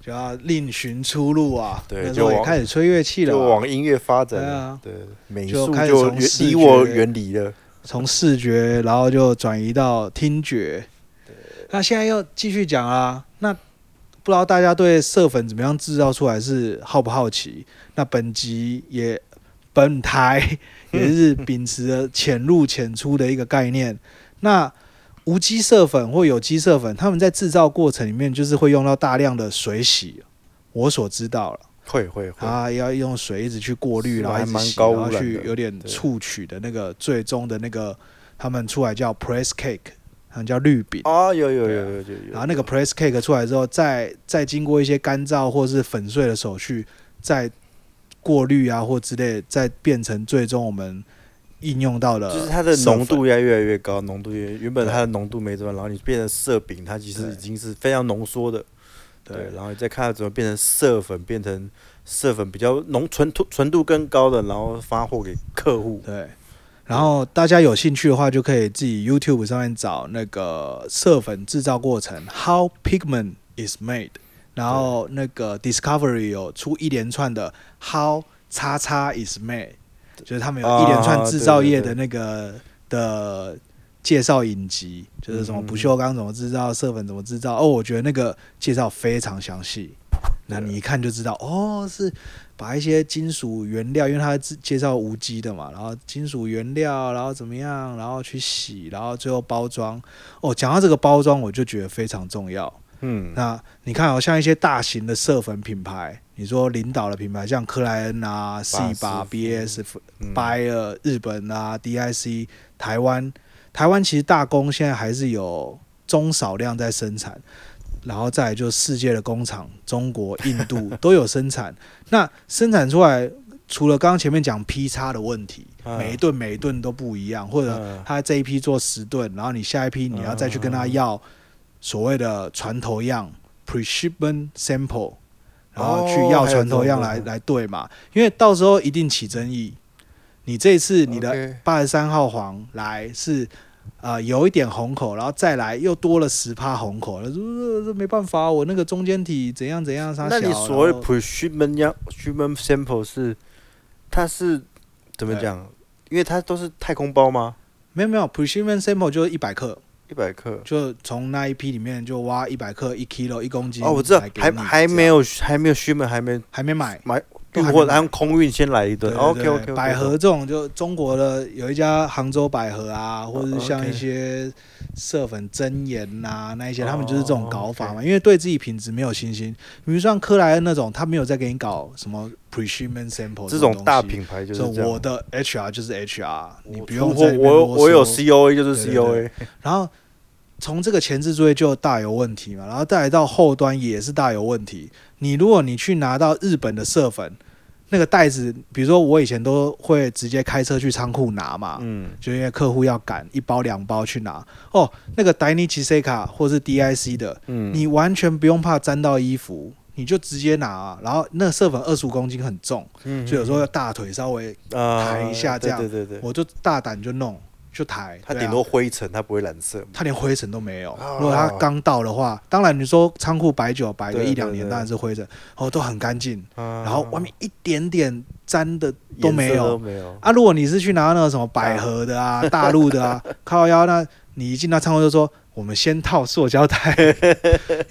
[SPEAKER 1] 就要另寻出路啊。
[SPEAKER 2] 对
[SPEAKER 1] 那时候
[SPEAKER 2] 就
[SPEAKER 1] 也
[SPEAKER 2] 往
[SPEAKER 1] 开始吹乐器了啊
[SPEAKER 2] 就
[SPEAKER 1] 嘛，
[SPEAKER 2] 往音乐发展
[SPEAKER 1] 对
[SPEAKER 2] 了
[SPEAKER 1] 啊。
[SPEAKER 2] 对，美
[SPEAKER 1] 就
[SPEAKER 2] 术
[SPEAKER 1] 开始
[SPEAKER 2] 就
[SPEAKER 1] 从
[SPEAKER 2] 远
[SPEAKER 1] 视
[SPEAKER 2] 离我
[SPEAKER 1] 觉
[SPEAKER 2] 远离了。
[SPEAKER 1] 从视觉，然后就转移到听觉。那现在又继续讲啊，那不知道大家对色粉怎么样制造出来是好不好奇？那本集也本台 也是秉持着浅入浅出的一个概念。那无机色粉或有机色粉，他们在制造过程里面就是会用到大量的水洗，我所知道了。
[SPEAKER 2] 会会会，
[SPEAKER 1] 它要用水一直去过滤，
[SPEAKER 2] 是
[SPEAKER 1] 然后
[SPEAKER 2] 还
[SPEAKER 1] 一直
[SPEAKER 2] 蛮
[SPEAKER 1] 洗，
[SPEAKER 2] 高
[SPEAKER 1] 然后
[SPEAKER 2] 污染
[SPEAKER 1] 去
[SPEAKER 2] 的
[SPEAKER 1] 有点
[SPEAKER 2] 对
[SPEAKER 1] 萃取的那个最终的那个，他们出来叫 press cake，他们叫绿饼。
[SPEAKER 2] 哦，有有有
[SPEAKER 1] 对啊
[SPEAKER 2] 有有有。
[SPEAKER 1] 然后那个 press cake 出来之后，再再经过一些干燥或是粉碎的手续，再过滤啊或之类，再变成最终我们应用到的，
[SPEAKER 2] 就是它的浓。度越来越来越高，浓度越原本它的浓度没怎么样，然后你变成色饼，它其实
[SPEAKER 1] 对
[SPEAKER 2] 已经是非常浓缩的，对
[SPEAKER 1] 对，
[SPEAKER 2] 然后你再看它怎么变成色粉，变成色粉比较浓纯度纯度更高的，然后发货给客户。
[SPEAKER 1] 对。然后大家有兴趣的话，就可以自己 YouTube 上面找那个色粉制造过程 How Pigment is Made，然后那个 Discovery 有出一连串的 How 叉叉 is Made，就是他们有一连串制造业的那个的介绍影集，就是什么
[SPEAKER 2] 嗯
[SPEAKER 1] 不锈钢怎么制造，色粉怎么制造。哦，我觉得那个介绍非常详细，那你一看就知道，哦，是把一些金属原料，因为它是介绍无机的嘛，然后金属原料，然后怎么样，然后去洗，然后最后包装。哦，讲到这个包装，我就觉得非常重要。
[SPEAKER 2] 嗯，
[SPEAKER 1] 那你看、哦，像一些大型的色粉品牌，你说领导的品牌，像克莱恩啊、C
[SPEAKER 2] 巴斯
[SPEAKER 1] 八、BS、
[SPEAKER 2] 嗯
[SPEAKER 1] Bayer、日本啊、DIC、台湾，台湾其实大工现在还是有中少量在生产，然后再来就是世界的工厂，中国、印度都有生 产。那生产出来，除了刚刚前面讲 P 差的问题，
[SPEAKER 2] 嗯
[SPEAKER 1] 每一顿每一顿都不一样，或者
[SPEAKER 2] 嗯
[SPEAKER 1] 他这一批做十吨，然后你下一批你要再去跟他
[SPEAKER 2] 哦
[SPEAKER 1] 要所谓的船头样 （pre-shipment sample），然后去要船头样
[SPEAKER 2] 哦还有
[SPEAKER 1] 来
[SPEAKER 2] 这种
[SPEAKER 1] 来对嘛，因为到时候一定起争议。你这次你的
[SPEAKER 2] OK
[SPEAKER 1] 八十三号黄来是呃有一点红口，然后再来又多了十趴红口，那这这没办法，我那个中间体怎样怎样，它
[SPEAKER 2] 那你
[SPEAKER 1] 小
[SPEAKER 2] 所谓
[SPEAKER 1] 然后
[SPEAKER 2] pre-shipment 样 shipment sample 是它是怎么
[SPEAKER 1] 对
[SPEAKER 2] 讲？因为它都是太空包吗？
[SPEAKER 1] 没有没有 precision sample 就是一百克，
[SPEAKER 2] 一百克。
[SPEAKER 1] 就从那一批里面就挖一百克、一 kilo、一公斤
[SPEAKER 2] 哦，我知道
[SPEAKER 1] 来，给
[SPEAKER 2] 还
[SPEAKER 1] 你
[SPEAKER 2] 还
[SPEAKER 1] 这样
[SPEAKER 2] 没有还没有 shipment，还没
[SPEAKER 1] 还没买。
[SPEAKER 2] 买
[SPEAKER 1] 都还
[SPEAKER 2] 运货，
[SPEAKER 1] 没买
[SPEAKER 2] 然后空运先来一
[SPEAKER 1] 对
[SPEAKER 2] 顿。OK
[SPEAKER 1] 对
[SPEAKER 2] OK，
[SPEAKER 1] 百合这种就中国的有一家杭州百合啊，或者是像
[SPEAKER 2] 哦 OK
[SPEAKER 1] 一些色粉真言呐、那一些，
[SPEAKER 2] 哦
[SPEAKER 1] 他们就是这种搞法嘛，因为对自己品质没有信心。比如像克莱恩那种，他没有在给你搞什么 pre-shipment sample
[SPEAKER 2] 这种大
[SPEAKER 1] 东西，
[SPEAKER 2] 品牌就是
[SPEAKER 1] 所
[SPEAKER 2] 这
[SPEAKER 1] 以
[SPEAKER 2] 样。
[SPEAKER 1] 我的 HR 就是 HR，你
[SPEAKER 2] 我
[SPEAKER 1] 不用
[SPEAKER 2] 出货
[SPEAKER 1] 再
[SPEAKER 2] 我有我有
[SPEAKER 1] C。
[SPEAKER 2] COA 就是
[SPEAKER 1] 对对
[SPEAKER 2] COA，
[SPEAKER 1] 然后从这个前置作业就大有问题嘛，然后再来到后端也是大有问题。你如果你去拿到日本的色粉，那个袋子，比如说我以前都会直接开车去仓库拿嘛，
[SPEAKER 2] 嗯，
[SPEAKER 1] 就因为客户要赶一包两包去拿。哦，那个 d i n i c h i s e k a 或是 DIC 的，
[SPEAKER 2] 嗯
[SPEAKER 1] 你完全不用怕沾到衣服。你就直接拿、啊，然后那个色粉二十五公斤很重，
[SPEAKER 2] 嗯
[SPEAKER 1] 所以有时候要大腿稍微，
[SPEAKER 2] 啊
[SPEAKER 1] 抬一下这样啊
[SPEAKER 2] 对对对对，
[SPEAKER 1] 我就大胆就弄就抬。
[SPEAKER 2] 它
[SPEAKER 1] 对啊
[SPEAKER 2] 顶多灰尘，它不会染色嘛。
[SPEAKER 1] 它连灰尘都没有
[SPEAKER 2] 哦。
[SPEAKER 1] 如果它刚到的话，当然你说仓库摆久摆个
[SPEAKER 2] 对
[SPEAKER 1] 一两
[SPEAKER 2] 对
[SPEAKER 1] 年
[SPEAKER 2] 对
[SPEAKER 1] 当然是灰尘，哦都很干净，
[SPEAKER 2] 然
[SPEAKER 1] 然后外面一点点沾的啊都没
[SPEAKER 2] 都
[SPEAKER 1] 有
[SPEAKER 2] 没有，
[SPEAKER 1] 啊。如果你是去拿那个什么百合的 啊、大陆的啊靠腰，那你一进到仓库就说我们先套塑胶 袋，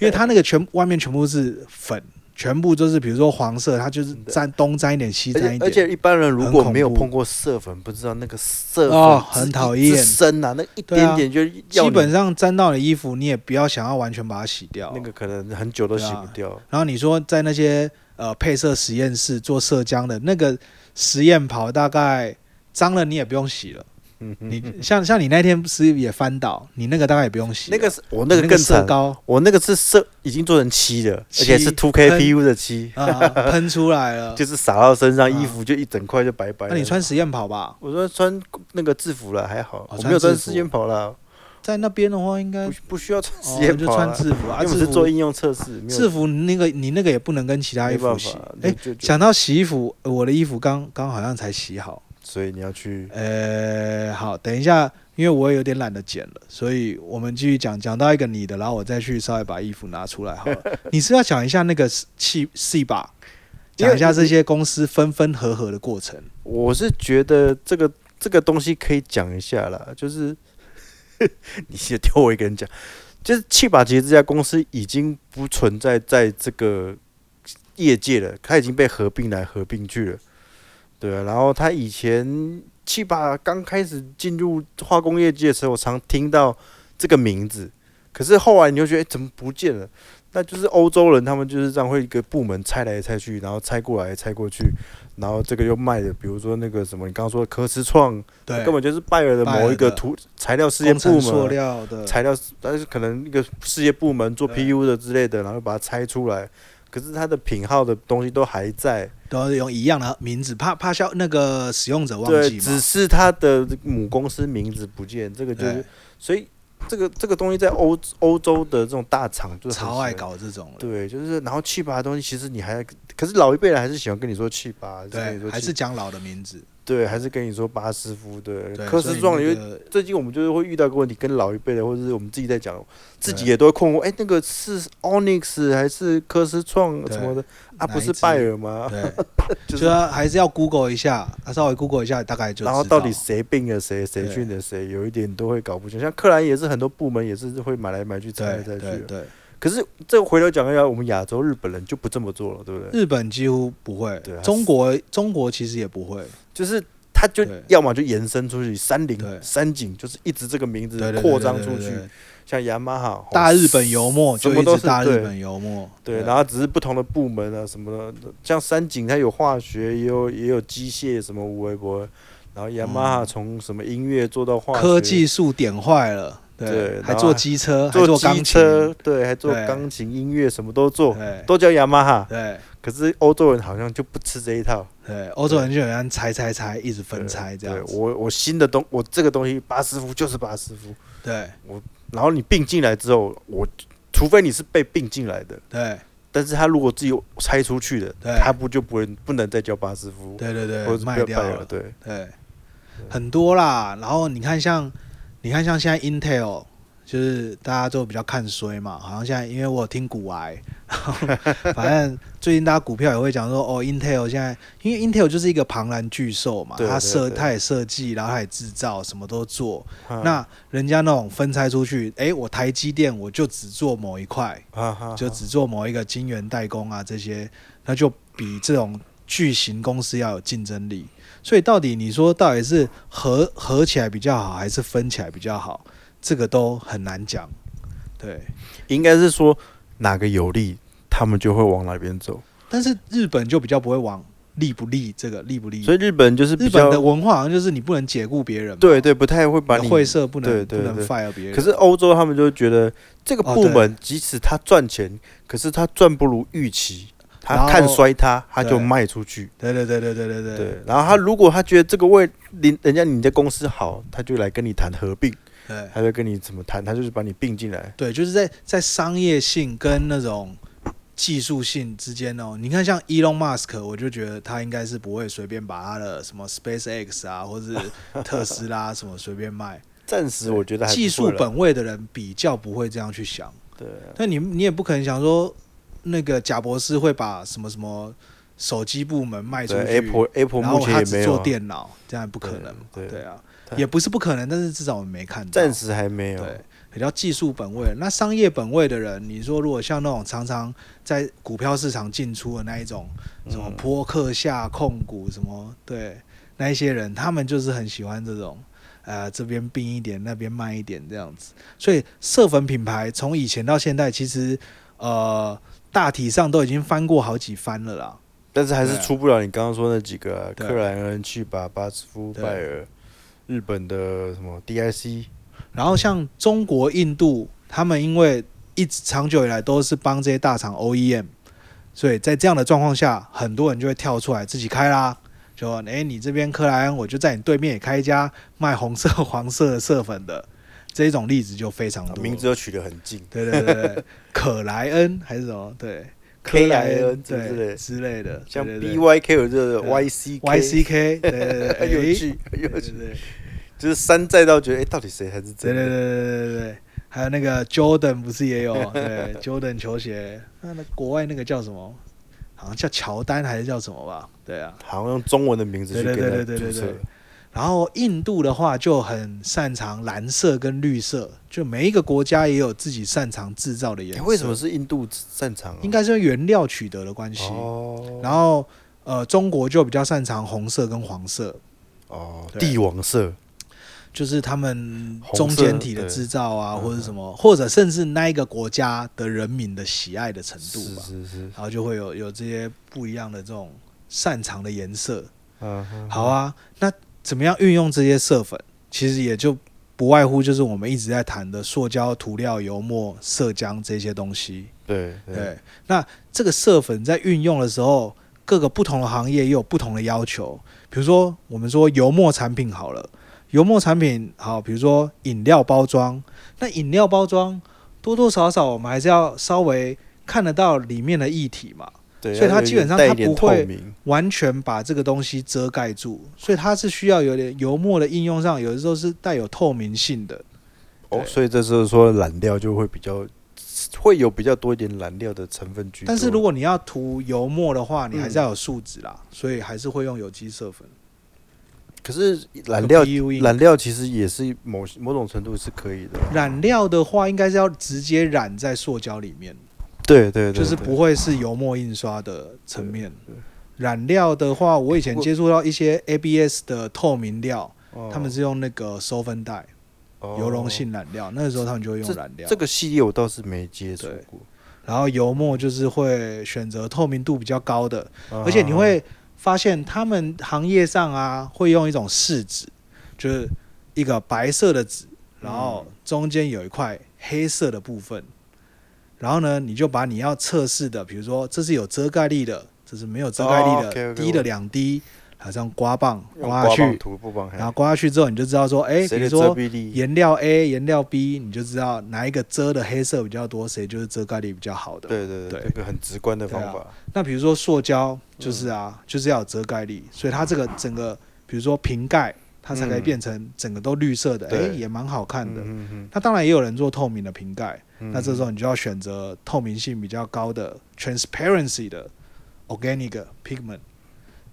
[SPEAKER 1] 因为它那个全外面全部是粉，全部都是比如说黄色，它就是沾东沾一点西
[SPEAKER 2] 而
[SPEAKER 1] 沾一
[SPEAKER 2] 且
[SPEAKER 1] 点，
[SPEAKER 2] 而且一般人如果
[SPEAKER 1] 很恐怖
[SPEAKER 2] 没有碰过色粉，不知道那个色
[SPEAKER 1] 哦
[SPEAKER 2] 粉之
[SPEAKER 1] 很讨厌
[SPEAKER 2] 之深啊，那一
[SPEAKER 1] 对
[SPEAKER 2] 点
[SPEAKER 1] 啊
[SPEAKER 2] 点就要
[SPEAKER 1] 基
[SPEAKER 2] 你
[SPEAKER 1] 本上沾到你衣服，你也不要想要完全把它洗掉。
[SPEAKER 2] 那个可能很久都洗不掉。
[SPEAKER 1] 然后你说在那些呃配色实验室做色浆的那个实验袍，大概脏了你也不用洗了，
[SPEAKER 2] 嗯嗯
[SPEAKER 1] 你像像你那天不是也翻倒，你那个大概也不用洗了，
[SPEAKER 2] 那个是我
[SPEAKER 1] 你
[SPEAKER 2] 那个更
[SPEAKER 1] 色
[SPEAKER 2] 惨，
[SPEAKER 1] 高
[SPEAKER 2] 我那个是设已经做成漆了，而且是
[SPEAKER 1] 漆
[SPEAKER 2] two
[SPEAKER 1] 喷
[SPEAKER 2] K PU 的漆，
[SPEAKER 1] 啊 喷出来了。
[SPEAKER 2] 就是洒到身上，衣
[SPEAKER 1] 啊
[SPEAKER 2] 服就一整块就白白。
[SPEAKER 1] 那你穿？实验跑吧，
[SPEAKER 2] 我说穿那个制服了，还好，我
[SPEAKER 1] 穿
[SPEAKER 2] 没有穿
[SPEAKER 1] 制服
[SPEAKER 2] 试验袍啦，
[SPEAKER 1] 在那边的话应该
[SPEAKER 2] 不不需要穿
[SPEAKER 1] 哦
[SPEAKER 2] 实验
[SPEAKER 1] 就
[SPEAKER 2] 袍
[SPEAKER 1] 穿
[SPEAKER 2] 啦，
[SPEAKER 1] 制服啊，
[SPEAKER 2] 因为我
[SPEAKER 1] 制
[SPEAKER 2] 是
[SPEAKER 1] 服
[SPEAKER 2] 做应用测试，没有
[SPEAKER 1] 制服那个你那个也不能跟其他衣
[SPEAKER 2] 没
[SPEAKER 1] 服
[SPEAKER 2] 办
[SPEAKER 1] 洗。
[SPEAKER 2] 法。
[SPEAKER 1] 哎
[SPEAKER 2] 就，就就
[SPEAKER 1] 想到洗衣服，呃我的衣服刚刚好像才洗好。
[SPEAKER 2] 所以你要去
[SPEAKER 1] 呃，好，等一下，因为我也有点懒得剪了，所以我们继续讲，讲到一个你的，然后我再去稍微把衣服拿出来好 了。你是要讲一下那个气戏吧，
[SPEAKER 2] 因为
[SPEAKER 1] 讲一下这些公司分分合合的过程。
[SPEAKER 2] 我是觉得这个这个东西可以讲一下啦，就是 你先丢我一个人讲，就是气把其实这家公司已经不存在在这个业界了，它已经被合并来合并去了，对啊，然后它以前气把刚开始进入化工业界的时候，我常听到这个名字，可是后来你就觉得、诶怎么不见了？那就是欧洲人，他们就是这样会一个部门拆来拆去，然后拆过来拆过去，然后这个又卖的，比如说那个什么，你刚刚说的科斯创，
[SPEAKER 1] 对，
[SPEAKER 2] 根本就是拜耳的
[SPEAKER 1] 拜
[SPEAKER 2] 某
[SPEAKER 1] 耳
[SPEAKER 2] 一个
[SPEAKER 1] 的
[SPEAKER 2] 图材料事业
[SPEAKER 1] 工
[SPEAKER 2] 部
[SPEAKER 1] 程塑
[SPEAKER 2] 门，
[SPEAKER 1] 料的，
[SPEAKER 2] 材料，但是可能一个事业部门做
[SPEAKER 1] 对
[SPEAKER 2] PU 的之类的，然后把它拆出来，可是它的品号的东西都还在，
[SPEAKER 1] 都是用一样的名字，怕怕消那个使用者忘
[SPEAKER 2] 对，
[SPEAKER 1] 记嘛。
[SPEAKER 2] 只是它的母公司名字不见，这个就
[SPEAKER 1] 对
[SPEAKER 2] 是，所以这个这个东西在欧欧洲的这种大厂就是很
[SPEAKER 1] 超爱
[SPEAKER 2] 喜欢
[SPEAKER 1] 搞这种的，
[SPEAKER 2] 对，就是然后气拔的东西，其实你还可是老一辈人还是喜欢跟你说气拔，还是跟你
[SPEAKER 1] 对，
[SPEAKER 2] 说
[SPEAKER 1] 还
[SPEAKER 2] 气
[SPEAKER 1] 是讲老的名字。
[SPEAKER 2] 对，还是跟你说巴师傅对，
[SPEAKER 1] 对，
[SPEAKER 2] 科
[SPEAKER 1] 所以
[SPEAKER 2] 斯壮
[SPEAKER 1] 那
[SPEAKER 2] 有
[SPEAKER 1] 个
[SPEAKER 2] 最近我们就是会遇到一个问题，跟老一辈的或者是我们自己在讲，自己
[SPEAKER 1] 对
[SPEAKER 2] 也都会困惑，哎、那个是 Onyx 还是科斯创什么的啊？
[SPEAKER 1] 哪
[SPEAKER 2] 不
[SPEAKER 1] 一
[SPEAKER 2] 是
[SPEAKER 1] 支
[SPEAKER 2] 拜耳吗？
[SPEAKER 1] 对， 就
[SPEAKER 2] 就
[SPEAKER 1] 是
[SPEAKER 2] 是
[SPEAKER 1] 要还是要 Google 一下，啊稍微 Google 一下，大概就
[SPEAKER 2] 然后
[SPEAKER 1] 知
[SPEAKER 2] 到
[SPEAKER 1] 道
[SPEAKER 2] 底谁病了谁，谁
[SPEAKER 1] 对
[SPEAKER 2] 去了谁，有一点都会搞不清。像克兰也是很多部门也是会买来买去，猜来
[SPEAKER 1] 对
[SPEAKER 2] 猜
[SPEAKER 1] 对
[SPEAKER 2] 去的。
[SPEAKER 1] 对，
[SPEAKER 2] 可是这个回头讲一下，我们亚洲日本人就不这么做了，对不对？
[SPEAKER 1] 日本几乎不会
[SPEAKER 2] 对啊，
[SPEAKER 1] 中国中国其实也不会，
[SPEAKER 2] 就是他就
[SPEAKER 1] 对
[SPEAKER 2] 要么就延伸出去，山林
[SPEAKER 1] 对
[SPEAKER 2] 山景就是一直这个名字
[SPEAKER 1] 对对对
[SPEAKER 2] 扩张
[SPEAKER 1] 对
[SPEAKER 2] 出
[SPEAKER 1] 对
[SPEAKER 2] 去
[SPEAKER 1] 对，对
[SPEAKER 2] 像雅马哈、
[SPEAKER 1] 大日本游牧
[SPEAKER 2] 什
[SPEAKER 1] 就
[SPEAKER 2] 么
[SPEAKER 1] 一
[SPEAKER 2] 都
[SPEAKER 1] 直
[SPEAKER 2] 是
[SPEAKER 1] 大日
[SPEAKER 2] 对
[SPEAKER 1] 本游牧，
[SPEAKER 2] 对，然后只是不同的部门啊什么的，像三井它有化学，也有也有机械什么无微博，然后雅马哈
[SPEAKER 1] 嗯
[SPEAKER 2] 从什么音乐做到化学，
[SPEAKER 1] 科技树点坏了，
[SPEAKER 2] 对
[SPEAKER 1] 对，
[SPEAKER 2] 然
[SPEAKER 1] 还
[SPEAKER 2] 后
[SPEAKER 1] 做机车，还
[SPEAKER 2] 做
[SPEAKER 1] 钢
[SPEAKER 2] 机
[SPEAKER 1] 琴，
[SPEAKER 2] 车，对，还做
[SPEAKER 1] 对
[SPEAKER 2] 钢琴音乐什么都做，
[SPEAKER 1] 对
[SPEAKER 2] 都叫雅马哈。
[SPEAKER 1] 对
[SPEAKER 2] 可是欧洲人好像就不吃这一套，
[SPEAKER 1] 对，欧洲人就喜欢拆拆拆，一直分
[SPEAKER 2] 对
[SPEAKER 1] 拆这
[SPEAKER 2] 对
[SPEAKER 1] 样子，
[SPEAKER 2] 我我新的东我这个东西巴师傅就是巴师傅，
[SPEAKER 1] 对
[SPEAKER 2] 然后你并进来之后，我除非你是被并进来的，
[SPEAKER 1] 对
[SPEAKER 2] 但是他如果自己拆出去的，
[SPEAKER 1] 对
[SPEAKER 2] 他不就不会不能再叫巴师傅，
[SPEAKER 1] 对对
[SPEAKER 2] 或
[SPEAKER 1] 对，
[SPEAKER 2] 者
[SPEAKER 1] 卖
[SPEAKER 2] 是
[SPEAKER 1] 掉
[SPEAKER 2] 掉
[SPEAKER 1] 了
[SPEAKER 2] 了，，对。
[SPEAKER 1] 对，很多啦。然后你看像，你看像现在 Intel，就是大家都比较看衰嘛，好像现在因为我有听股癌， 然后反正最近大家股票也会讲说，哦，Intel 现在因为 Intel 就是一个庞然巨兽嘛，
[SPEAKER 2] 对
[SPEAKER 1] 它
[SPEAKER 2] 对
[SPEAKER 1] 设
[SPEAKER 2] 对
[SPEAKER 1] 它也设计，然后它也制造，什么都做。
[SPEAKER 2] 啊
[SPEAKER 1] 那人家那种分拆出去，诶，我台积电我就只做某一块，
[SPEAKER 2] 啊哈，
[SPEAKER 1] 就
[SPEAKER 2] 哈
[SPEAKER 1] 只做某一个晶圆代工啊这些，那就比这种巨型公司要有竞争力。所以到底你说到底是合合起来比较好，还是分起来比较好，这个都很难讲。对，
[SPEAKER 2] 应该是说哪个有利，他们就会往哪边走。
[SPEAKER 1] 但是日本就比较不会往利不利这个利不利。
[SPEAKER 2] 所以日本就是比
[SPEAKER 1] 嗯日本
[SPEAKER 2] 较
[SPEAKER 1] 的文化好像就是你不能解雇别人嘛，
[SPEAKER 2] 对
[SPEAKER 1] 你
[SPEAKER 2] 对，不太会把
[SPEAKER 1] 的
[SPEAKER 2] 你
[SPEAKER 1] 会社不能
[SPEAKER 2] 对对
[SPEAKER 1] 不
[SPEAKER 2] 对
[SPEAKER 1] 能 fire 别人。
[SPEAKER 2] 可是欧洲他们就觉得这个
[SPEAKER 1] 哦
[SPEAKER 2] 部门即使他赚钱，可是他赚不如预期，
[SPEAKER 1] 然
[SPEAKER 2] 他
[SPEAKER 1] 后
[SPEAKER 2] 看衰他，他就
[SPEAKER 1] 对
[SPEAKER 2] 卖出去。
[SPEAKER 1] 对对对对对对对
[SPEAKER 2] 对，然后他如果他觉得这个位人人家你的公司好，他就来跟你谈合并，
[SPEAKER 1] 对
[SPEAKER 2] 他就跟你怎么谈，他就是把你并进来。
[SPEAKER 1] 对，就是在在商业性跟那种技术性之间哦，你看像 Elon Musk，我就觉得他应该是不会随便把他的什么 SpaceX 啊，或是特斯拉什么随便 卖。
[SPEAKER 2] 暂时我觉得还不
[SPEAKER 1] 技术
[SPEAKER 2] 会啦
[SPEAKER 1] 本位的人比较不会这样去想，
[SPEAKER 2] 对
[SPEAKER 1] 但你你也不可能想说那个贾博士会把什么什么手机部门卖出
[SPEAKER 2] 对
[SPEAKER 1] 去。
[SPEAKER 2] Apple Apple
[SPEAKER 1] 然后
[SPEAKER 2] 目前
[SPEAKER 1] 他
[SPEAKER 2] 也没
[SPEAKER 1] 只
[SPEAKER 2] 有
[SPEAKER 1] 做
[SPEAKER 2] 啊，
[SPEAKER 1] 电脑，这样也不可
[SPEAKER 2] 对
[SPEAKER 1] 能嘛。
[SPEAKER 2] 对
[SPEAKER 1] 对啊，
[SPEAKER 2] 对
[SPEAKER 1] 也不是不可能，但是至少我们没看到。
[SPEAKER 2] 暂时还没有。
[SPEAKER 1] 对，比较技术本位。那商业本位的人，你说如果像那种常常在股票市场进出的那一种，什么
[SPEAKER 2] 嗯
[SPEAKER 1] 波克夏控股什么，对，那一些人，他们就是很喜欢这种，呃，这边并一点，那边慢一点这样子。所以社粉品牌从以前到现在，其实呃大体上都已经翻过好几番了啦。
[SPEAKER 2] 但是还是
[SPEAKER 1] 对啊
[SPEAKER 2] 出不了你刚刚说那几个、啊、
[SPEAKER 1] 对
[SPEAKER 2] 克莱恩、去巴巴斯夫、
[SPEAKER 1] 对
[SPEAKER 2] 拜尔，日本的什么 DIC，
[SPEAKER 1] 然后像中国、印度，他们因为一直长久以来都是帮这些大厂 OEM，所以在这样的状况下，很多人就会跳出来自己开啦，就说：“哎，你这边克莱恩，我就在你对面也开一家卖红色、黄色的色粉的。”这一种例子就非常多。
[SPEAKER 2] 啊名字都取得很近，
[SPEAKER 1] 对对对 对，可莱恩还是什么？对，
[SPEAKER 2] K
[SPEAKER 1] 克
[SPEAKER 2] 莱
[SPEAKER 1] 莱
[SPEAKER 2] 恩
[SPEAKER 1] 恩
[SPEAKER 2] 之类
[SPEAKER 1] 对之类的，
[SPEAKER 2] 像
[SPEAKER 1] 对对对
[SPEAKER 2] BYK 有这个
[SPEAKER 1] 对
[SPEAKER 2] YCK。
[SPEAKER 1] YCK，对对对，哎
[SPEAKER 2] 很有趣，很有
[SPEAKER 1] 对对
[SPEAKER 2] 趣，
[SPEAKER 1] 对
[SPEAKER 2] 就是山寨到觉得，哎、到底谁才是
[SPEAKER 1] 对
[SPEAKER 2] 真
[SPEAKER 1] 对对
[SPEAKER 2] 的？
[SPEAKER 1] 对对对，还有那个 Jordan 不是也 有对 Jordan 球鞋，那那国外那个叫什么？好像叫乔丹还是叫什么吧？对啊。
[SPEAKER 2] 好像用中文的名字去
[SPEAKER 1] 对
[SPEAKER 2] 跟
[SPEAKER 1] 对对
[SPEAKER 2] 他
[SPEAKER 1] 对对
[SPEAKER 2] 注
[SPEAKER 1] 对
[SPEAKER 2] 册
[SPEAKER 1] 对
[SPEAKER 2] 了，
[SPEAKER 1] 然后印度的话就很擅长蓝色跟绿色，就每一个国家也有自己擅长制造的颜
[SPEAKER 2] 哎
[SPEAKER 1] 色。
[SPEAKER 2] 为什么？是印度擅长、啊？
[SPEAKER 1] 应该是因为原料取得的关系。
[SPEAKER 2] 哦，
[SPEAKER 1] 然后呃，中国就比较擅长红色跟黄色，
[SPEAKER 2] 哦，
[SPEAKER 1] 对
[SPEAKER 2] 帝王色，
[SPEAKER 1] 就是他们
[SPEAKER 2] 红色
[SPEAKER 1] 中间体的
[SPEAKER 2] 对
[SPEAKER 1] 制造啊，
[SPEAKER 2] 嗯
[SPEAKER 1] 或者什么，或者甚至那一个国家的人民的喜爱的程度
[SPEAKER 2] 是
[SPEAKER 1] 吧，
[SPEAKER 2] 是是，
[SPEAKER 1] 然后就会有有这些不一样的这种擅长的颜色。
[SPEAKER 2] 嗯哼，
[SPEAKER 1] 好啊，那怎么样运用这些色粉？其实也就不外乎就是我们一直在谈的塑胶、涂料、油墨、色浆这些东西。
[SPEAKER 2] 对对
[SPEAKER 1] 对，那这个色粉在运用的时候，各个不同的行业也有不同的要求。比如说，我们说油墨产品好了，油墨产品好，比如说饮料包装，那饮料包装多多少少我们还是要稍微看得到里面的液体嘛，
[SPEAKER 2] 对，
[SPEAKER 1] 所以它
[SPEAKER 2] 它有
[SPEAKER 1] 基本上
[SPEAKER 2] 带
[SPEAKER 1] 它
[SPEAKER 2] 一点
[SPEAKER 1] 不会
[SPEAKER 2] 透明，
[SPEAKER 1] 完全把这个东西遮盖住，所以它是需要有点油墨的应用上，有的时候是带有透明性的。
[SPEAKER 2] 哦，
[SPEAKER 1] 对
[SPEAKER 2] 所以这时候说染料就会比较会有比较多一点染料的成分居多。
[SPEAKER 1] 但是如果你要涂油墨的话，你还是
[SPEAKER 2] 嗯
[SPEAKER 1] 要有树脂啦，所以还是会用有机色粉。
[SPEAKER 2] 可是染料
[SPEAKER 1] PU 印
[SPEAKER 2] 染料其实也是某某种程度是可以的，
[SPEAKER 1] 染料的话，应该是要直接染在塑胶里面，
[SPEAKER 2] 对对对，
[SPEAKER 1] 就是
[SPEAKER 2] 对
[SPEAKER 1] 不会是油墨印刷的层面
[SPEAKER 2] 对对。
[SPEAKER 1] 染料的话，我以前
[SPEAKER 2] 不
[SPEAKER 1] 接触到一些 ABS 的透明料，
[SPEAKER 2] 哦
[SPEAKER 1] 他们是用那个收分带、
[SPEAKER 2] 哦
[SPEAKER 1] 油溶性染料，那个时候他们就会用染料
[SPEAKER 2] 这。个系列我倒是没接触
[SPEAKER 1] 对
[SPEAKER 2] 过，
[SPEAKER 1] 然后油墨就是会选择透明度比较高的，
[SPEAKER 2] 啊
[SPEAKER 1] 而且你会发现他们行业上啊，会用一种试纸，就是一个白色的纸，然后
[SPEAKER 2] 嗯
[SPEAKER 1] 中间有一块黑色的部分，然后呢，你就把你要测试的，比如说这是有遮盖力的，这是没有遮盖力
[SPEAKER 2] 哦
[SPEAKER 1] 的，
[SPEAKER 2] ，OK，OK，
[SPEAKER 1] 滴了两滴，好像刮棒
[SPEAKER 2] 用
[SPEAKER 1] 刮下
[SPEAKER 2] 棒
[SPEAKER 1] 去，
[SPEAKER 2] 涂布棒，
[SPEAKER 1] 然后刮下去之后，你就知道说，哎，比
[SPEAKER 2] 谁
[SPEAKER 1] 如
[SPEAKER 2] 的
[SPEAKER 1] 说
[SPEAKER 2] 遮蔽力
[SPEAKER 1] 颜料 A、颜料 B，你就知道哪一个遮的黑色比较多，谁就是遮盖力比较好的。
[SPEAKER 2] 对对
[SPEAKER 1] 对
[SPEAKER 2] 这个很直观的方
[SPEAKER 1] 对啊
[SPEAKER 2] 法，嗯
[SPEAKER 1] 那比如说塑胶，就是啊，就是要有遮盖力，所以它这个整个，比如说瓶盖，它才可以
[SPEAKER 2] 嗯
[SPEAKER 1] 变成整个都绿色的，诶，
[SPEAKER 2] 对
[SPEAKER 1] 也蛮好看的。
[SPEAKER 2] 嗯嗯
[SPEAKER 1] 那当然也有人做透明的瓶盖，
[SPEAKER 2] 嗯
[SPEAKER 1] 那这时候你就要选择透明性比较高的 transparency 的 organic pigment。